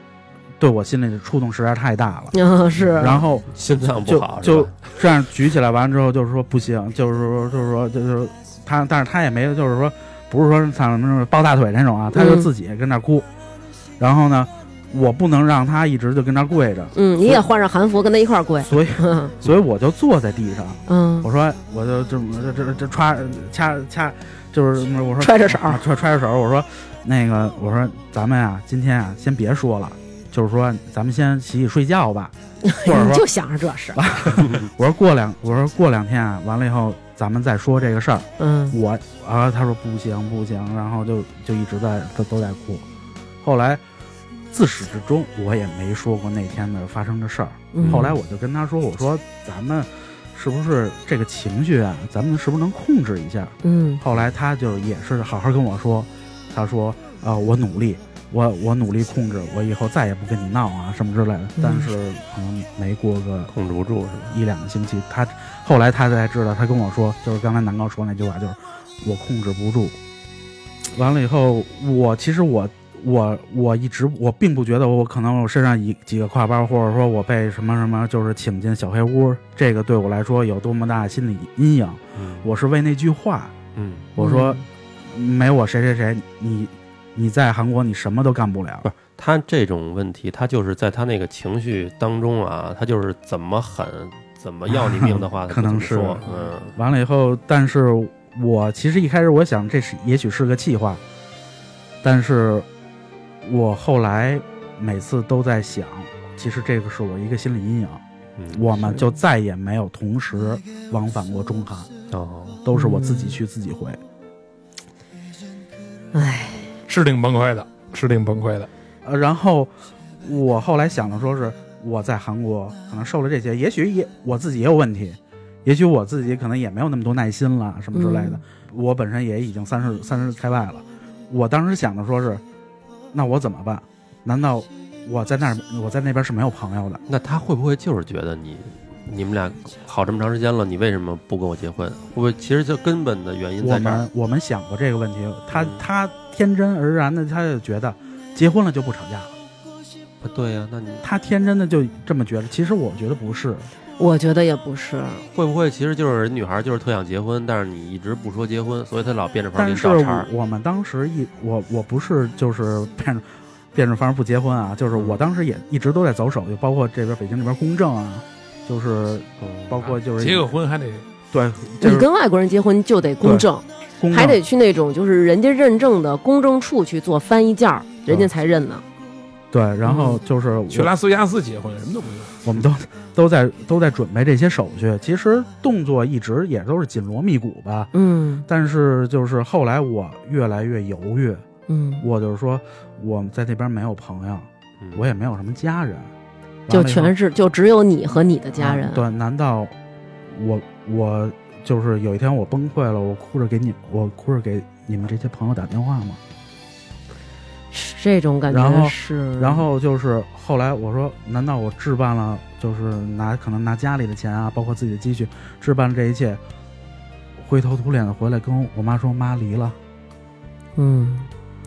对我心里的触动实在太大了。啊是，然后心脏不就好是就吧这样举起来，完之后就是说不行，就是说就是说就是他，但是他也没有就是说不是说像什么什么抱大腿那种啊，他就嗯自己跟那儿哭。然后呢，我不能让他一直就跟那儿跪着，嗯，你也换上韩服跟他一块儿跪，所以嗯所以我就坐在地上，嗯我说我就这么这这这歘掐掐，就是我说揣着手啊揣揣着手，我说那个我说咱们啊今天啊先别说了，就是说咱们先洗洗睡觉吧， (laughs) 或者你说就想着这事。我说过两我说过两天啊完了以后咱们再说这个事儿，嗯我啊他说不行不行，然后就就一直在都都在哭，后来自始至终我也没说过那天的发生的事儿，嗯，后来我就跟他说：“我说咱们是不是这个情绪啊？咱们是不是能控制一下嗯？”后来他就也是好好跟我说，他说：“啊、我努力，我我努力控制，我以后再也不跟你闹啊什么之类的。”但是可能没过个控制不住是吧？一两个星期，他后来他才知道，他跟我说，就是刚才南高说那句话，就是我控制不住。完了以后，我其实我我我一直我并不觉得我可能我身上一几个挎包，或者说我被什么什么就是请进小黑屋，这个对我来说有多么大的心理阴影。嗯我是为那句话，嗯，我说、没我谁谁谁，你你在韩国你什么都干不了不。他这种问题，他就是在他那个情绪当中啊，他就是怎么狠，怎么要你命的话，(laughs) 他可能就这么是说嗯，完了以后，但是我其实一开始我想这是也许是个气话，但是我后来每次都在想，其实这个是我一个心理阴影，嗯我们就再也没有同时往返过中韩，哦，都是我自己去自己回。哎，是挺崩溃的，是挺崩溃的。呃，然后我后来想的说是我在韩国可能受了这些，也许也我自己也有问题，也许我自己可能也没有那么多耐心了什么之类的。我本身也已经三十三十开外了，我当时想的说是，那我怎么办？难道我在那儿我在那边是没有朋友的？那他会不会就是觉得你，你们俩好这么长时间了，你为什么不跟我结婚？会不会其实就根本的原因我在这儿们？我们想过这个问题，他嗯他天真而然的他就觉得结婚了就不吵架了，不呃对呀、那你他天真的就这么觉得。其实我觉得不是，我觉得也不是，会不会其实就是女孩就是特想结婚，但是你一直不说结婚，所以她老变着法儿给但你是找茬儿。我们当时一我我不是就是变着 (laughs) 变着法儿不结婚啊，就是我当时也一直都在走手续，包括这边北京这边公证啊，就是嗯包括就是啊结个婚还得对，就你是跟外国人结婚就得公证，公证还得去那种就是人家认证的公证处去做翻译件儿，人家才认呢。对，然后就是我去拉斯维加斯结婚，什么都不用。我们都都在都在准备这些手续。其实动作一直也都是紧锣密鼓吧，嗯但是就是后来我越来越犹豫，嗯，我就是说我在那边没有朋友，嗯我也没有什么家人，就完了以后全是就只有你和你的家人啊。对，难道我我就是有一天我崩溃了，我哭着给你，我哭着给你们这些朋友打电话吗？是这种感然觉后是。然后就是后来我说，难道我置办了，就是拿可能拿家里的钱啊，包括自己的积蓄，置办了这一切，灰头土脸的回来跟我妈说妈离了，嗯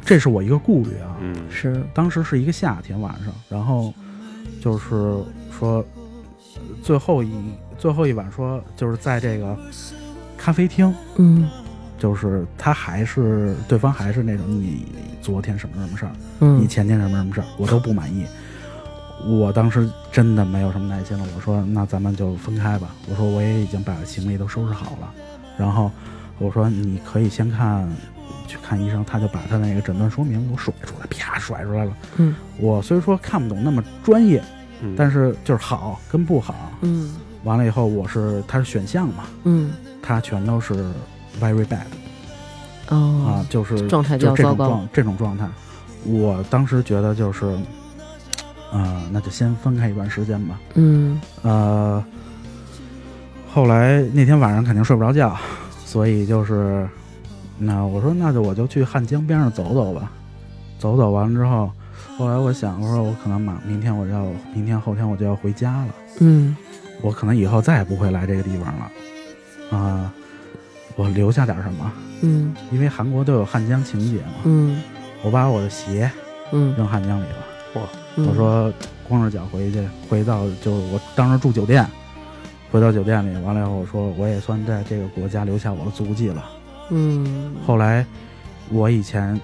这是我一个顾虑啊。嗯，是当时是一个夏天晚上，然后就是说呃最后一最后一晚说就是在这个咖啡厅，嗯就是他还是对方还是那种你昨天什么什么事儿，你嗯前天什么什么事儿，我都不满意。我当时真的没有什么耐心了，我说那咱们就分开吧。我说我也已经把行李都收拾好了，然后我说你可以先看去看医生，他就把他那个诊断说明给我甩出来，啪甩出来了。嗯，我虽说看不懂那么专业，嗯但是就是好跟不好。嗯完了以后，我是它是选项嘛，嗯它全都是 very bad。啊哦，，就是状态比就较这糟种糕。状这种状态，我当时觉得就是，啊、那就先分开一段时间吧。嗯呃，后来那天晚上肯定睡不着觉，所以就是，那我说那就我就去汉江边上走走吧，走走完之后，后来我想，我说我可能马明天我就要明天后天我就要回家了。嗯我可能以后再也不会来这个地方了，啊、我留下点什么，嗯因为韩国都有汉江情节嘛。嗯我把我的鞋嗯，扔汉江里了，嗯我说光着脚回去，回到就是我当时住酒店，回到酒店里，完了以后我说我也算在这个国家留下我的足迹了。嗯后来我以前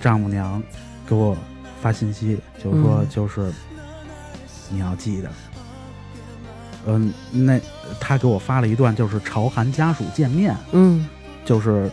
丈母娘给我发信息，就是说嗯就是你要记得，嗯，那她给我发了一段就是朝韩家属见面，嗯就是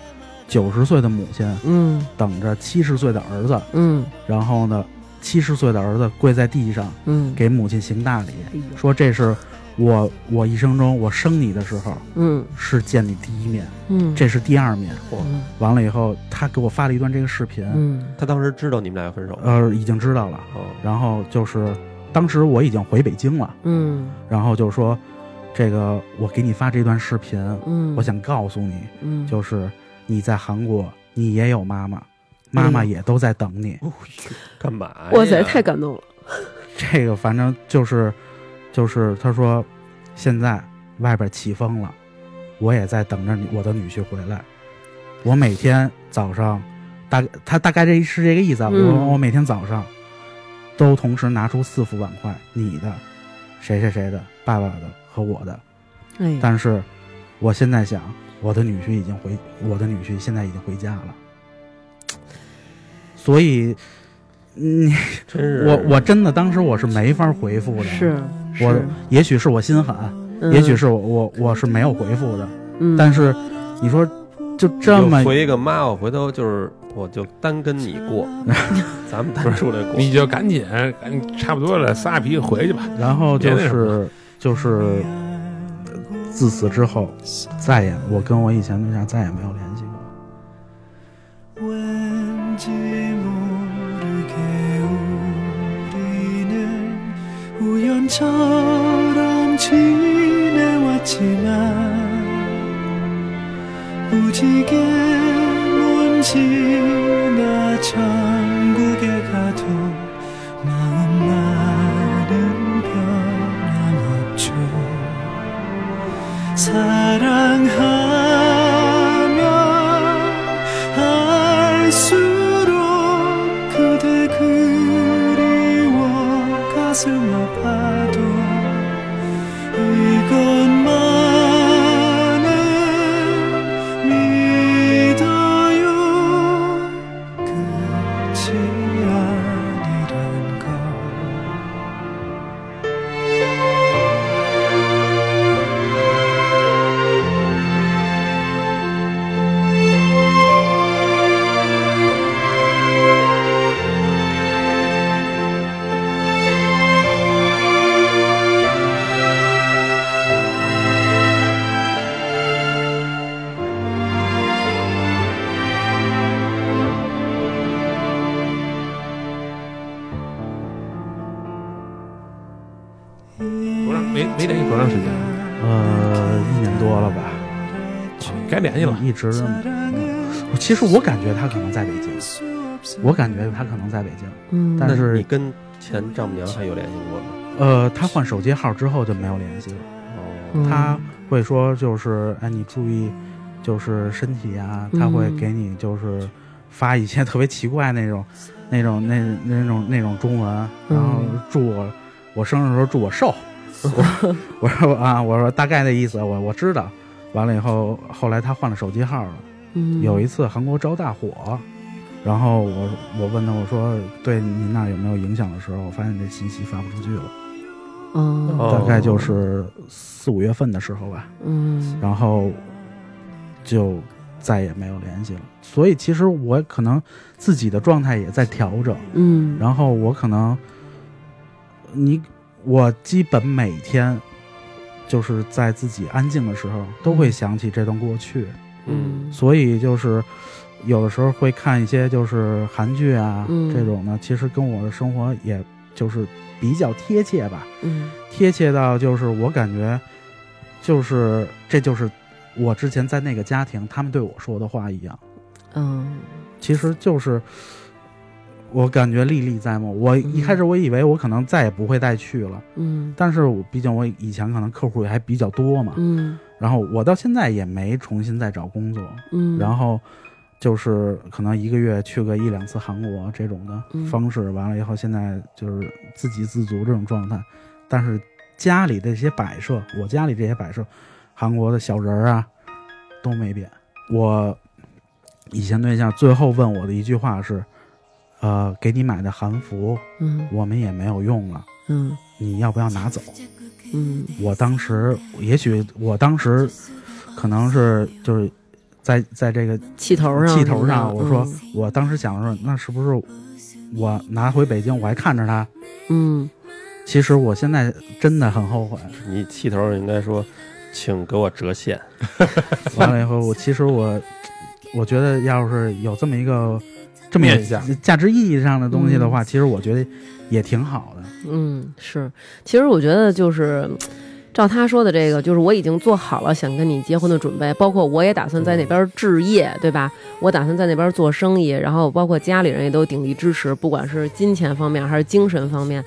九十岁的母亲嗯等着七十岁的儿子，嗯然后呢，七十岁的儿子跪在地上嗯给母亲行大礼，哎说这是我我一生中我生你的时候嗯是见你第一面，嗯这是第二面。嗯完了以后，他给我发了一段这个视频，嗯他当时知道你们俩要分手吗？呃，已经知道了。哦，然后就是当时我已经回北京了，嗯然后就说这个我给你发这段视频，嗯，我想告诉你，嗯就是你在韩国你也有妈妈，妈嗯妈也都在等你。干嘛哎呀？哇塞，太感动了。这个反正就是，就是他说，现在外边起风了，我也在等着你我的女婿回来。我每天早上，大概他大概这是这个意思啊。我、嗯我每天早上都同时拿出四副碗筷，你的、谁谁谁的、爸爸的和我的。哎呀但是我现在想，我的女婿已经回，我的女婿现在已经回家了。所以，你真是我我真的当时我是没法回复的，是我是也许是我心狠，嗯也许是我我我是没有回复的，嗯但是你说就这么你就回一个妈，我回头就是我就单跟你 (laughs) 过，咱们单出来过。你就赶紧，赶紧差不多了，撒皮回去吧。然后就别那什是就是自此之后再也我跟我以前对象再也没有联系过。 왠지 모르게 우리는 우연처럼 지내왔지만 무지개 눈 지나 천국에 가도 마음만은 변함없죠 사랑하면 알수록 그대 그리워 가슴 아파도 이것만은 믿어요 끝이 아니란 걸 多长没没联系多长时间了？呃，一年多了吧，该哎联系了。一直这么。嗯其实我感觉他可能在北京，我感觉他可能在北京，嗯，但你是跟前丈母娘还有联系过吗？呃，他换手机号之后就没有联系了。哦，嗯他会说就是哎，你注意就是身体啊，他会嗯给你就是发一些特别奇怪那种 (laughs) 那种那那种那种中文，然后嗯祝我我生日的时候祝我 (laughs) 瘦，我我说啊我说大概的意思我我知道。完了以后，后来他换了手机号了。嗯有一次韩国着大火，然后我我问他我说对您那儿有没有影响的时候，我发现这信息发不出去了，嗯大概就是四五月份的时候吧。嗯然后就再也没有联系了。所以其实我可能自己的状态也在调整，嗯，然后我可能你我基本每天就是在自己安静的时候都会想起这段过去，嗯，所以就是。有的时候会看一些就是韩剧啊、嗯这种的，其实跟我的生活也就是比较贴切吧。嗯贴切到就是我感觉，就是这就是我之前在那个家庭他们对我说的话一样，嗯其实就是我感觉历历在目。我一开始我以为我可能再也不会再去了，嗯但是我毕竟我以前可能客户还比较多嘛，嗯然后我到现在也没重新再找工作，嗯，然后。就是可能一个月去个一两次韩国这种的嗯方式，完了以后现在就是自给自足这种状态，但是家里这些摆设，我家里这些摆设，韩国的小人儿啊都没变。我以前对象最后问我的一句话是：“呃，给你买的韩服嗯我们也没有用了，嗯你要不要拿走？”嗯我当时，也许我当时可能是就是在在这个气头上气头上，我说嗯我当时想说，那是不是我拿回北京我还看着它？嗯其实我现在真的很后悔。你气头应该说，请给我折现。完了以后，我其实我我觉得要是有这么一个这么有面向价值意义上的东西的话，嗯其实我觉得也挺好的。嗯是，其实我觉得就是。照他说的这个，就是我已经做好了想跟你结婚的准备，包括我也打算在那边置业，对吧？我打算在那边做生意，然后包括家里人也都鼎力支持，不管是金钱方面还是精神方面。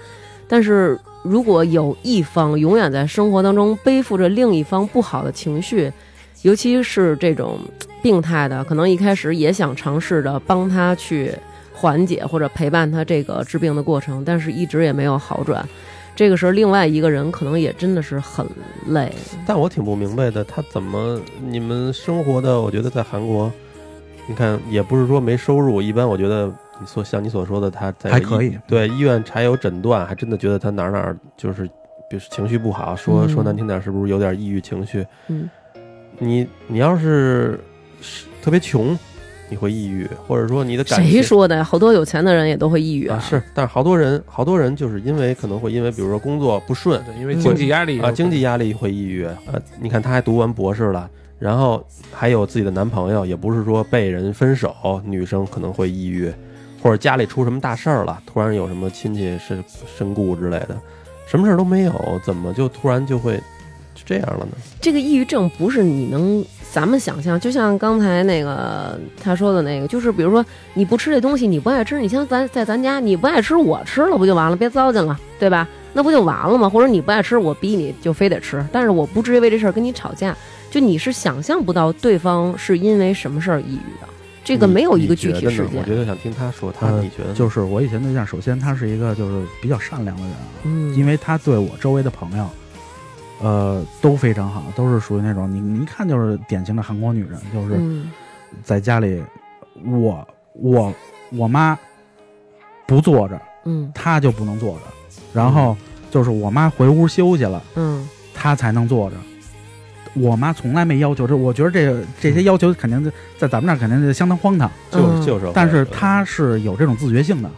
但是如果有一方永远在生活当中背负着另一方不好的情绪，尤其是这种病态的，可能一开始也想尝试着帮他去缓解或者陪伴他这个治病的过程，但是一直也没有好转。这个时候，另外一个人可能也真的是很累，但我挺不明白的，他怎么你们生活的？我觉得在韩国，你看也不是说没收入，一般我觉得你所像你所说的，他在还可以对医院查有诊断，还真的觉得他哪儿哪儿就是，比如情绪不好，说、嗯说难听点，是不是有点抑郁情绪？嗯，你你要是是特别穷，你会抑郁，或者说你的感情谁说的呀？好多有钱的人也都会抑郁啊是，但是好多人好多人就是因为可能会因为比如说工作不顺，对，因为经济压力嗯啊，经济压力会抑郁。呃，你看她还读完博士了，然后还有自己的男朋友，也不是说被人分手，女生可能会抑郁，或者家里出什么大事儿了，突然有什么亲戚是身故之类的，什么事儿都没有，怎么就突然就会就这样了呢？这个抑郁症不是你能咱们想象，就像刚才那个他说的那个，就是比如说你不吃这东西，你不爱吃，你像咱在咱家你不爱吃，我吃了不就完了，别糟践了，对吧？那不就完了吗？或者你不爱吃，我逼你就非得吃，但是我不至于为这事儿跟你吵架，就你是想象不到对方是因为什么事儿抑郁的，这个你没有一你个具觉体得事呢我件。觉得想听他说，他、呃你觉得呢就是我以前对象，首先他是一个就是比较善良的人啊，嗯，因为他对我周围的朋友，呃，都非常好，都是属于那种你你一看就是典型的韩国女人，就是嗯在家里，我我我妈不坐着，嗯她就不能坐着，然后就是我妈回屋休息了，嗯她才能坐着。我妈从来没要求这，我觉得这个这些要求肯定在在咱们那儿肯定是相当荒唐，就是嗯就是会，但是她是有这种自觉性的，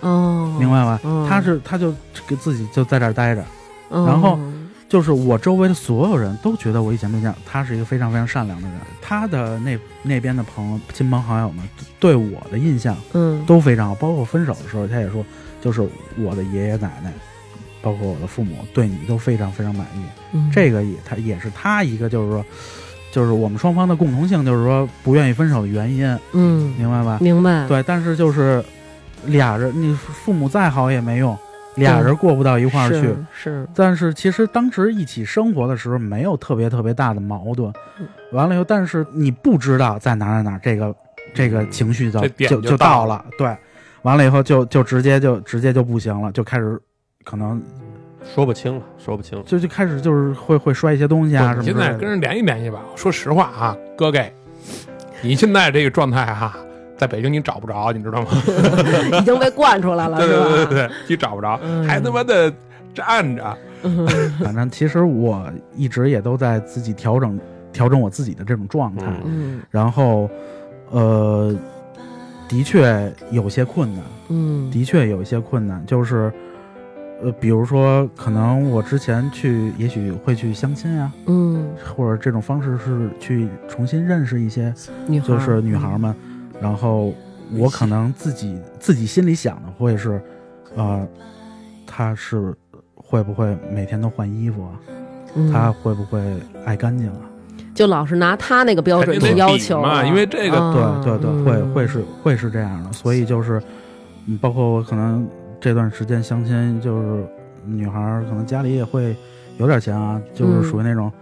哦，明白吧？嗯她是她就给自己就在这儿待着。嗯，然后就是我周围的所有人都觉得我以前对象他是一个非常非常善良的人，他的那那边的朋友、亲朋好友们对我的印象嗯都非常好，包括分手的时候，他也说，就是我的爷爷奶奶包括我的父母对你都非常非常满意。嗯这个也他也是他一个就是说，就是我们双方的共同性，就是说不愿意分手的原因，嗯，明白吧？明白。对，但是就是俩人，你父母再好也没用，俩人过不到一块儿去。是是但是其实当时一起生活的时候，没有特别特别大的矛盾嗯。完了以后，但是你不知道在哪儿哪儿哪儿这个这个情绪就嗯这点就到就到了，对，完了以后就就直接就直接就不行了，就开始可能说不清了，说不清了。就就开始就是会会摔一些东西啊什么之现类在的。跟人联系联系吧。说实话啊，哥给，你现在这个状态哈、在北京你找不着，你知道吗？已经被惯出来了，对是对吧？嗯对对对，你找不着，嗯还他妈的站着。反正其实我一直也都在自己调整调整我自己的这种状态，嗯嗯然后呃，的确有些困难，嗯，的确有一些困难，就是呃，比如说可能我之前去，也许会去相亲啊，嗯，或者这种方式是去重新认识一些女孩就儿嗯是女孩儿们，然后我可能自己自己心里想的会是，呃，她是会不会每天都换衣服啊？嗯她会不会爱干净啊？就老是拿他那个标准肯定去得要比求啊嘛了因为这个对对嗯对，会会是，啊会是这样的，所以就是，嗯，包括我可能这段时间相亲，就是女孩儿可能家里也会有点钱啊，就是嗯属于那种，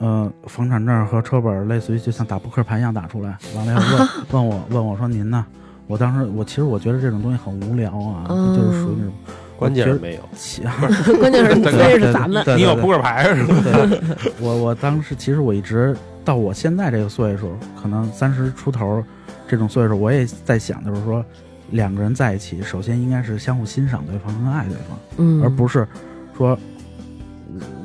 呃，房产证和车本儿类似于就像打扑克牌一样打出来，完了以 (laughs) 后问、问我问我说您呢？我当时我其实我觉得这种东西很无聊啊，嗯就是属于那种关键是没有，其对嗯 (laughs) 关 (laughs) 键是你大哥认识咱们，对你有对扑克牌是吧？对， (laughs) 我我当时其实我一直到我现在这个岁数，可能三十出头这种岁数，我也在想，就是说两个人在一起，首先应该是相互欣赏对方跟爱对方，嗯，而不是说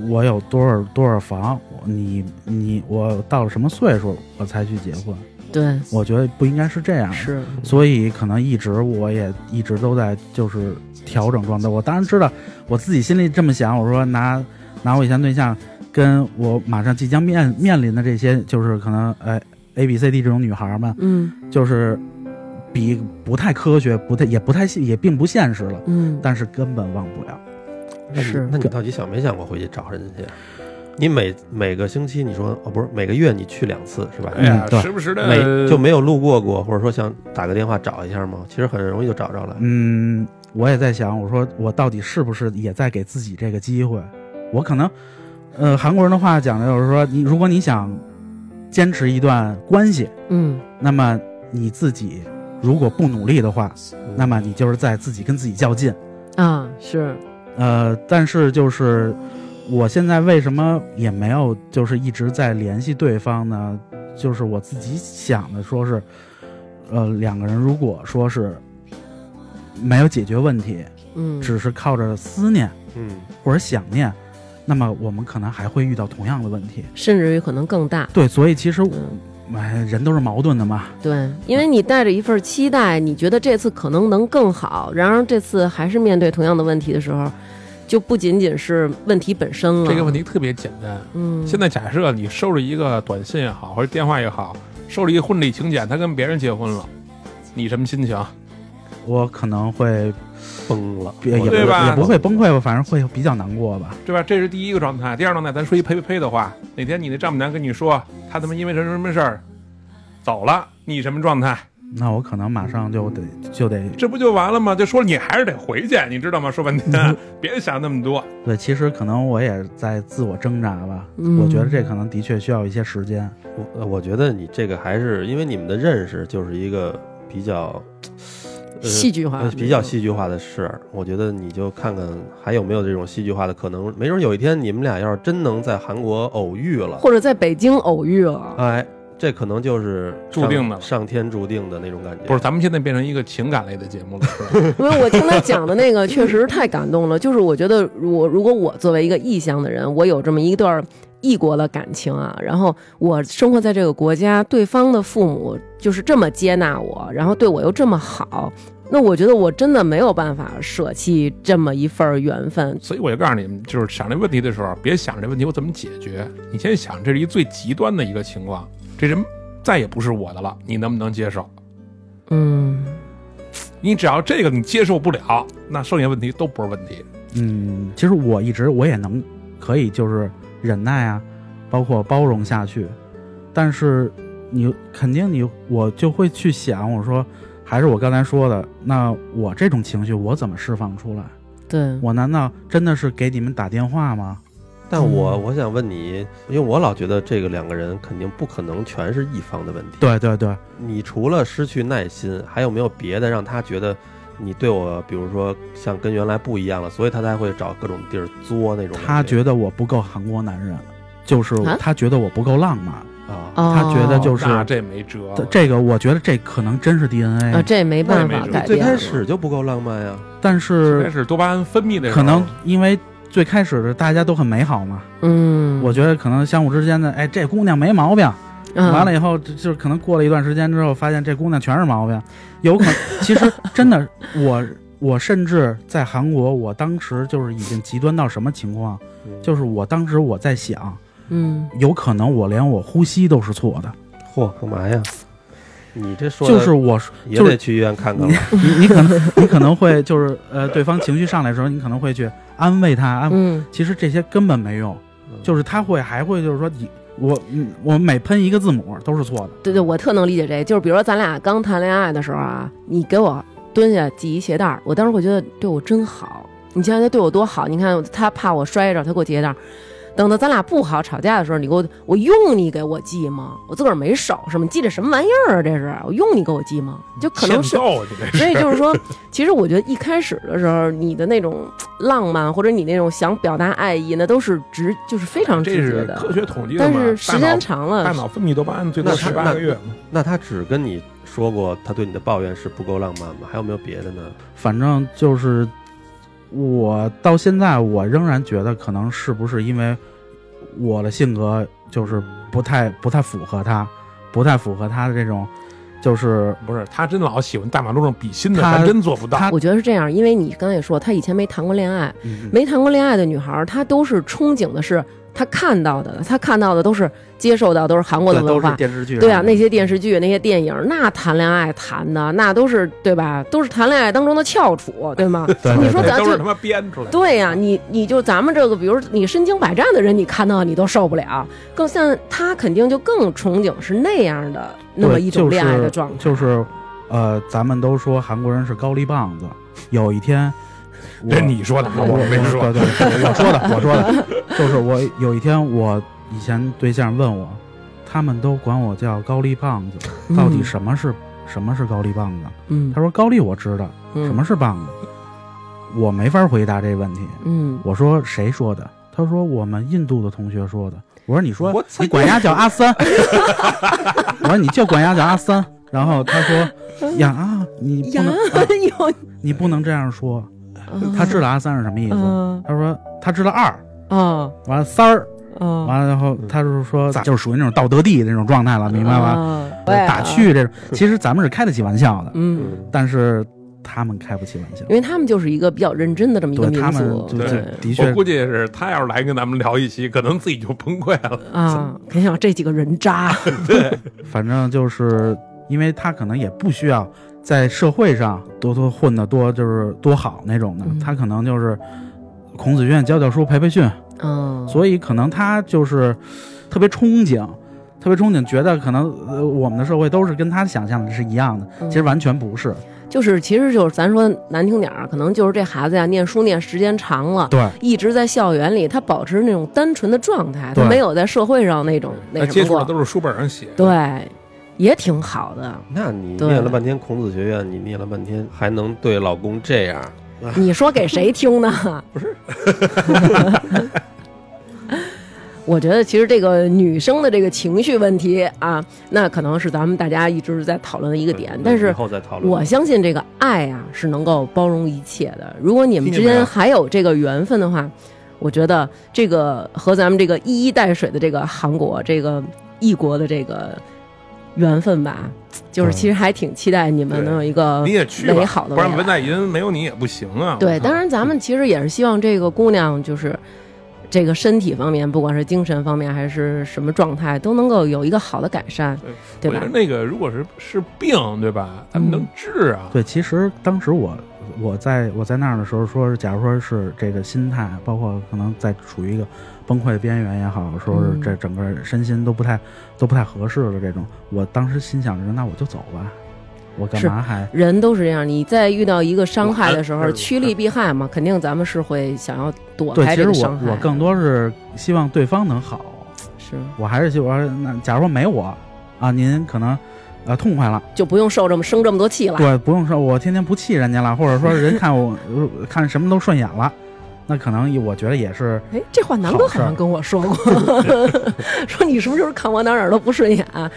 我有多少多少房，我你你我到了什么岁数我才去结婚，对，我觉得不应该是这样的。是所以可能一直我也一直都在就是调整状态。我当然知道我自己心里这么想，我说拿拿我以前对象跟我马上即将面面临的这些，就是可能呃 A B C D 这种女孩们，嗯就是比不太科学，不太也不太现也并不现实了，嗯，但是根本忘不了。那你是那你到底想没想过回去找人家去？啊你每每个星期你说哦，不是每个月你去两次是吧？哎呀嗯，对时不时的没就没有路过过，或者说想打个电话找一下吗？其实很容易就找着了。嗯，我也在想，我说我到底是不是也在给自己这个机会？我可能，呃，韩国人的话讲的就是说，你如果你想坚持一段关系，嗯那么你自己如果不努力的话，那么你就是在自己跟自己较劲。啊是，呃，但是就是我现在为什么也没有就是一直在联系对方呢？就是我自己想的，说是，呃，两个人如果说是没有解决问题，嗯只是靠着思念嗯，或者想念，那么我们可能还会遇到同样的问题。甚至于可能更大，对，所以其实我嗯哎，人都是矛盾的嘛。对，因为你带着一份期待，你觉得这次可能能更好，然而这次还是面对同样的问题的时候，就不仅仅是问题本身了。这个问题特别简单。嗯，现在假设你收着一个短信也好，或者电话也好，收着一个婚礼请柬，他跟别人结婚了，你什么心情？我可能会崩了，也也对不吧也不会崩溃吧，反正会比较难过吧。对吧？这是第一个状态。第二状态，咱说一呸呸呸的话，哪天你那丈母娘跟你说他他妈因为什么什么事儿走了，你什么状态？ (laughs) 那我可能马上嗯就得就得这不就完了吗？就说你还是得回去，你知道吗？说半天， (laughs) 别想那么多。对，其实可能我也在自我挣扎吧。嗯我觉得这可能的确需要一些时间。我我觉得你这个还是因为你们的认识就是一个比较，呃，戏剧化呃，比较戏剧化的事儿。我觉得你就看看还有没有这种戏剧化的可能，没准有一天你们俩要是真能在韩国偶遇了，或者在北京偶遇了，哎，这可能就是上注定的了上天注定的那种感觉。不是，咱们现在变成一个情感类的节目了，是吧？ (laughs) 因为我听他讲的那个确实太感动了，就是我觉得我如果我作为一个异乡的人，我有这么一段异国的感情啊，然后我生活在这个国家，对方的父母就是这么接纳我，然后对我又这么好。那我觉得我真的没有办法舍弃这么一份儿缘分，所以我就告诉你们，就是想这问题的时候，别想这问题我怎么解决，你先想这是一最极端的一个情况，这人再也不是我的了，你能不能接受？嗯，你只要这个你接受不了，那剩下问题都不是问题。嗯，其实我一直我也能可以就是忍耐啊，包括包容下去，但是你肯定你我就会去想，我说还是我刚才说的，那我这种情绪我怎么释放出来？对，我难道真的是给你们打电话吗？但嗯我我想问你，因为我老觉得这个两个人肯定不可能全是一方的问题。对对对，你除了失去耐心，还有没有别的让他觉得你对我，比如说像跟原来不一样了，所以他才会找各种地儿作那种感？他觉得我不够韩国男人，就是啊他觉得我不够浪漫，啊，哦他觉得就是那这没辙了。这个我觉得这可能真是 DNA，、啊，这没办那也法没辙改最变开了。始就不够浪漫呀。但应该是是多巴胺分泌的时候，可能因为最开始的大家都很美好嘛，嗯，我觉得可能相互之间的，哎，这姑娘没毛病。嗯完了以后，就就是可能过了一段时间之后，发现这姑娘全是毛病，有可 (laughs) 能。其实真的，我我甚至在韩国，我当时就是已经极端到什么情况？嗯就是我当时我在想，嗯，有可能我连我呼吸都是错的，嚯，干嘛呀？你这说的就是我也就是得去医院看看了。 (laughs) 你你可能你可能会就是呃，对方情绪上来的时候，你可能会去安慰他，安嗯，其实这些根本没用，就是他会还会就是说你我嗯我每喷一个字母都是错的。对对，我特能理解这，就是比如说咱俩刚谈恋爱的时候啊，你给我蹲下系一鞋带儿，我当时会觉得对我真好。你想想他对我多好，你看他怕我摔着，他给我系鞋带儿。等到咱俩不好吵架的时候，你给我，我用你给我系吗？我自个儿没手是吗？你系这什么玩意儿啊？这是我用你给我系吗？就可能是欠揍，你这是所以就是说， (laughs) 其实我觉得一开始的时候，你的那种浪漫或者你那种想表达爱意，那都是直，就是非常这直是觉的。科学统计的但嘛。是时大间脑长大了，脑分泌多巴胺最多那十是八个月嘛，那他只跟你说过他对你的抱怨是不够浪漫吗？还有没有别的呢？反正就是我到现在，我仍然觉得可能是不是因为我的性格就是不太不太符合他，不太符合他的这种，就是不是他真老喜欢大马路上比心的，他咱真做不到。他我觉得是这样，因为你刚才也说，她以前没谈过恋爱，嗯没谈过恋爱的女孩儿，她都是憧憬的是她看到的，她看到的都是接受到的都是韩国的对文都化是，电视剧对啊，那些电视剧、那些电影，那谈恋爱谈的那都是对吧？都是谈恋爱当中的翘楚，对吗？ (laughs) 对对你说这咱都就是他妈编出来的。对呀、你你就咱们这个，比如你身经百战的人，你看到你都受不了，更像他肯定就更憧憬是那样的那么对一种恋爱的状态，就是就是呃，咱们都说韩国人是高丽棒子，有一天我这你说的，我我没说。对对，对我说的，我说的，就是我有一天，我以前对象问我，他们都管我叫高丽棒子，到底什么是、什么是高丽棒子？嗯他说高丽我知道，嗯什么是棒子？我没法回答这问题。嗯我说谁说的？他说我们印度的同学说的。我说你说我操你管丫叫阿 (laughs) 三，我说你就管丫叫阿三。然后他说呀啊，你不嗯呀能、啊 (laughs) 有你不能这样说。他知道阿三是什么意思，嗯他说他知道二，啊完了三儿，啊，完了然后他就是说咱就是属于那种道德地那种状态了，明白吧？啊？对啊打，趣这种，其实咱们是开得起玩笑的，嗯。嗯，但是他们开不起玩笑因。为他们就是一个比较认真的这么一个对民他们族，就对就的我确估计是他要是来跟咱们聊一期，可能自己就崩溃了。啊，肯定有这几个人渣， (laughs) 反正就是因为他可能也不需要在社会上多多混得多就是多好那种的嗯，他可能就是孔子院教教书培培训，嗯，所以可能他就是特别憧憬，特别憧憬，觉得可能呃我们的社会都是跟他想象的是一样的，嗯其实完全不是。就是其实就是咱说难听点儿，可能就是这孩子呀，念书念时间长了，对，一直在校园里，他保持那种单纯的状态，他对没有在社会上那种嗯那他什接么触的过，都是书本上写，对，也挺好的。那你对念了半天孔子学院，你念了半天还能对老公这样？ (laughs) 你说给谁听呢？不是， (laughs) 我觉得其实这个女生的这个情绪问题啊，那可能是咱们大家一直在讨论的一个点嗯对，但以是。后再讨论。我相信这个爱啊是能够包容一切的。如果你们之听见没间有还有这个缘分的话，我觉得这个和咱们这个一衣带水的这个韩国这个异国的这个缘分吧，就是其实还挺期待你们对能有一个你也去美吧好，的不未然文在来。寅没有你也不行啊。对，当然咱们其实也是希望这个姑娘就是。这个身体方面，不管是精神方面还是什么状态，都能够有一个好的改善，对我吧觉得？嗯那个如果是是病，对吧？咱们能治啊。对，其实当时我我在我在那儿的时候说是，假如说是这个心态，包括可能在处于一个崩溃的边缘也好，说是嗯这整个身心都不太都不太合适了这种，我当时心想着，那我就走吧，我干是嘛还人都是这样，你在遇到一个伤害的时我还候，是趋利避害嘛，肯定咱们是会想要躲对？开其这实个我伤害。我更多是希望对方能好，是我还是希望那假如说没我啊，您可能呃痛快了。就不用受这么生这么多气了。对，不用说，我天天不气人家了，或者说人看我呃看什么都顺眼了，那可能我觉得也是，哎，这话南哥好像跟我说过， (laughs) 说你是不是就是看我哪儿哪儿都不顺眼、啊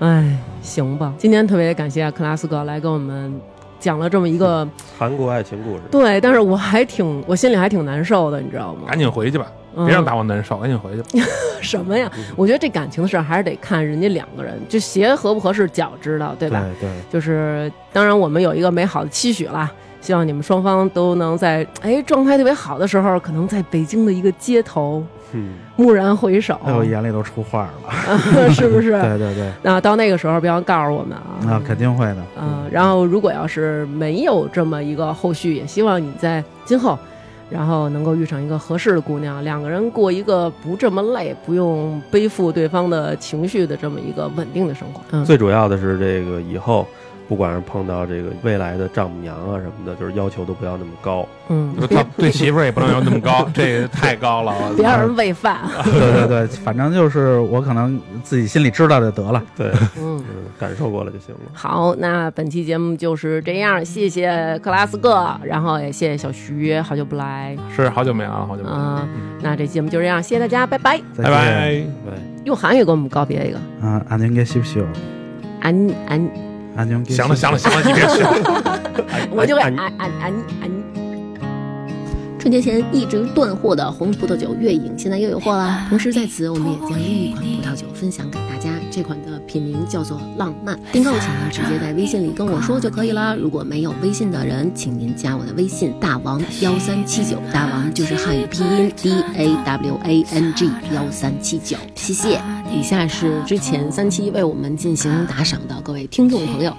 哎，行吧，今天特别感谢啊克拉斯哥来给我们讲了这么一个韩国爱情故事，对，但是我还挺，我心里还挺难受的，你知道吗？赶紧回去吧，嗯别让大伙难受，赶紧回去 (laughs) 吧。什么嗯呀？我觉得这感情的事儿还是得看人家两个人，就鞋合不合适脚知道， (laughs) 对对吧？对，就是当然我们有一个美好的期许啦，希望你们双方都能在哎状态特别好的时候，可能在北京的一个街头嗯，蓦然回首，哎呦，眼里都出花儿了， (laughs) 是不是？对对对，那到那个时候，别忘告诉我们啊。那肯定会的，嗯，然后如果要是没有这么一个后续，也希望你在今后，然后能够遇上一个合适的姑娘，两个人过一个不这么累，不用背负对方的情绪的这么一个稳定的生活。嗯，最主要的是这个以后。不管是碰到这个未来的丈母娘啊什么的，就是要求都不要那么高。嗯，他对媳妇儿也不能要那么高，这太高了。我别操让人喂饭。对 (laughs) 对对，反正就是我可能自己心里知道就得了，对，嗯，嗯感受过了就行了。好，那本期节目就是这样，谢谢克拉斯哥，然后也谢谢小徐，好久不来是好久没啊，好久没啊，啊、那这节目就这样，谢谢大家，拜拜。再见，拜拜。对。用韩语跟我们告别一个，嗯，安全给修修，安安，安全给行了行了行了，你别去了。 (laughs) 哎我就会安安安安安。春节前一直断货的红葡萄酒月影，现在又有货啦！同时在此，我们也将另一款葡萄酒分享给大家，这款的品名叫做浪漫。订购请您直接在微信里跟我说就可以啦。如果没有微信的人，请您加我的微信大王幺三七九，大王就是汉语拼音 D A W A N G 幺三七九，谢谢。以下是之前三期为我们进行打赏的各位听众朋友。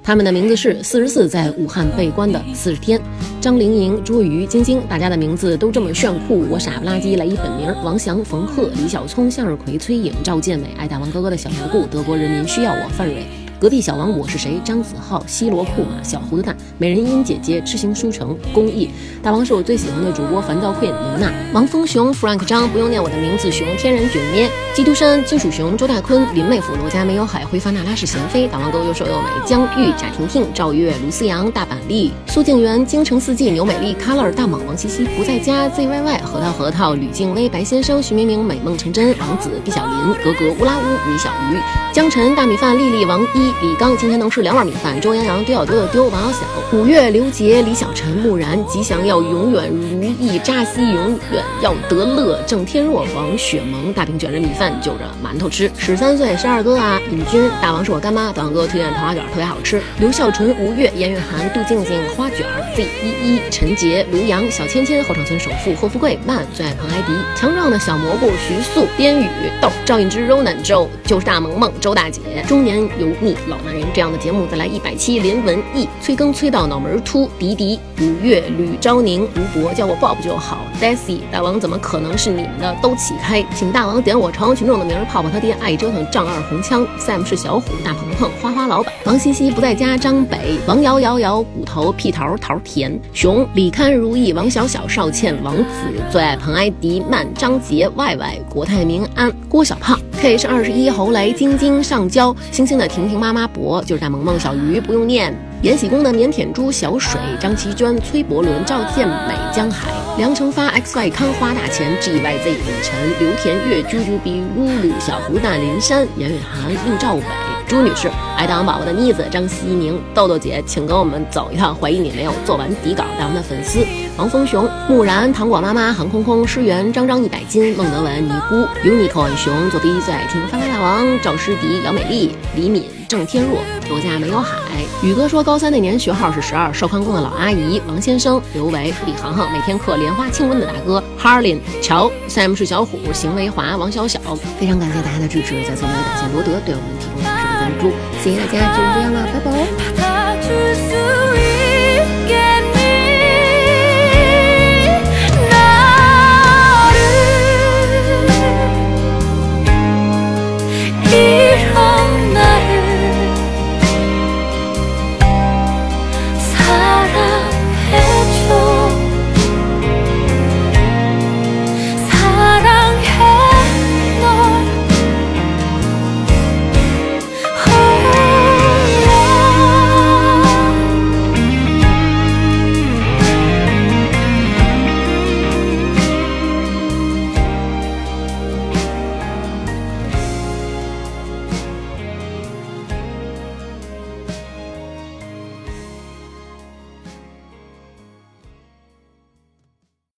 他们的名字是四十四在武汉被关的四十天，张玲莹、朱雨、晶晶，大家的名字都这么炫酷，我傻不拉几来一本名儿：王翔、冯鹤、李小聪、向日葵、崔颖、赵健美、爱大王哥哥的小蘑菇、德国人民需要我、范蕊。隔壁小王我是谁？张子浩、西罗库马、小胡子蛋、美人音姐姐、痴情书城、公益、大王是我最喜欢的主播，烦躁 Queen、刘娜、王峰熊、Frank 张，不用念我的名字，熊天然卷咩、基督山、金属熊、周大坤、林妹夫、罗家没有海、灰发那拉是贤妃、大王哥又瘦又美、江玉、贾婷婷、赵月、卢思阳、大阪丽、苏静媛、京城四季、牛美丽、Color、大猛、王七七不在家、ZYY、核桃核桃、吕静薇、白先生、徐明明、美梦成真、王子、毕小林、格格、乌拉乌、米小鱼、江晨、大米饭、丽丽、王一、李刚，今天能吃两碗米饭。周洋洋、丢小丢的丢，王小小、五月、刘杰、李小晨、木然，吉祥要永远如意，扎西永远要得乐，郑天若、王雪萌、大饼卷着米饭就着馒头吃。十三岁是二哥啊，尹军，大王是我干妈，大王哥推荐桃花卷特别好吃。刘孝纯、吴越、严韵涵、杜静静、花卷、Z 一一、陈杰、卢阳、小芊芊、后场村首富霍富贵、曼最爱庞艾迪、强壮的小蘑菇、徐素、边宇、豆、赵印之、Ronan、周就是大萌萌、周大姐、中年油腻老男人这样的节目再来一百期，林文艺催更催到脑门儿秃，迪迪、五月、吕昭宁、吴博叫我 Bob 就好，Daisy 大王怎么可能是你们的都起开，请大王点我朝阳群众的名儿，泡泡他爹爱折腾，丈二红枪，Sam 是小虎，大鹏鹏花花老板，王西西不在家，张北王瑶瑶瑶骨头屁桃桃甜熊李堪如意王小小邵倩王子最爱彭艾迪曼张杰外外国泰民安郭小胖 K 是二十一侯雷晶晶上交星星的婷婷妈妈博就是大萌萌小鱼不用念延禧宫的腼腆猪小水张琪娟崔伯伦赵健美江海梁成发 XY 康花大钱 GYZ 李晨刘田月啾啾比露露小胡蛋林珊严雨涵陆兆伟。朱女士、爱大王宝宝的妮子张希宁、豆豆姐，请跟我们走一趟。怀疑你没有做完底稿，大王的粉丝王峰雄、木然、糖果妈妈、韩空空、诗源、张张一百斤、孟德文、尼姑、Unico 很熊、左逼最爱听、发发大王、赵诗迪、姚美丽、李敏、郑天若、罗家没有海。宇哥说，高三那年学号是十二，少康宫的老阿姨王先生、刘维、李航航，每天课莲花清瘟的大哥 Harlin、乔、Sam 是小虎、邢维华、王小小。非常感谢大家的支持，在此我们也感谢罗德对我们提供的支持和赞助，谢谢大家，就是这样了，拜拜。 받아줄 수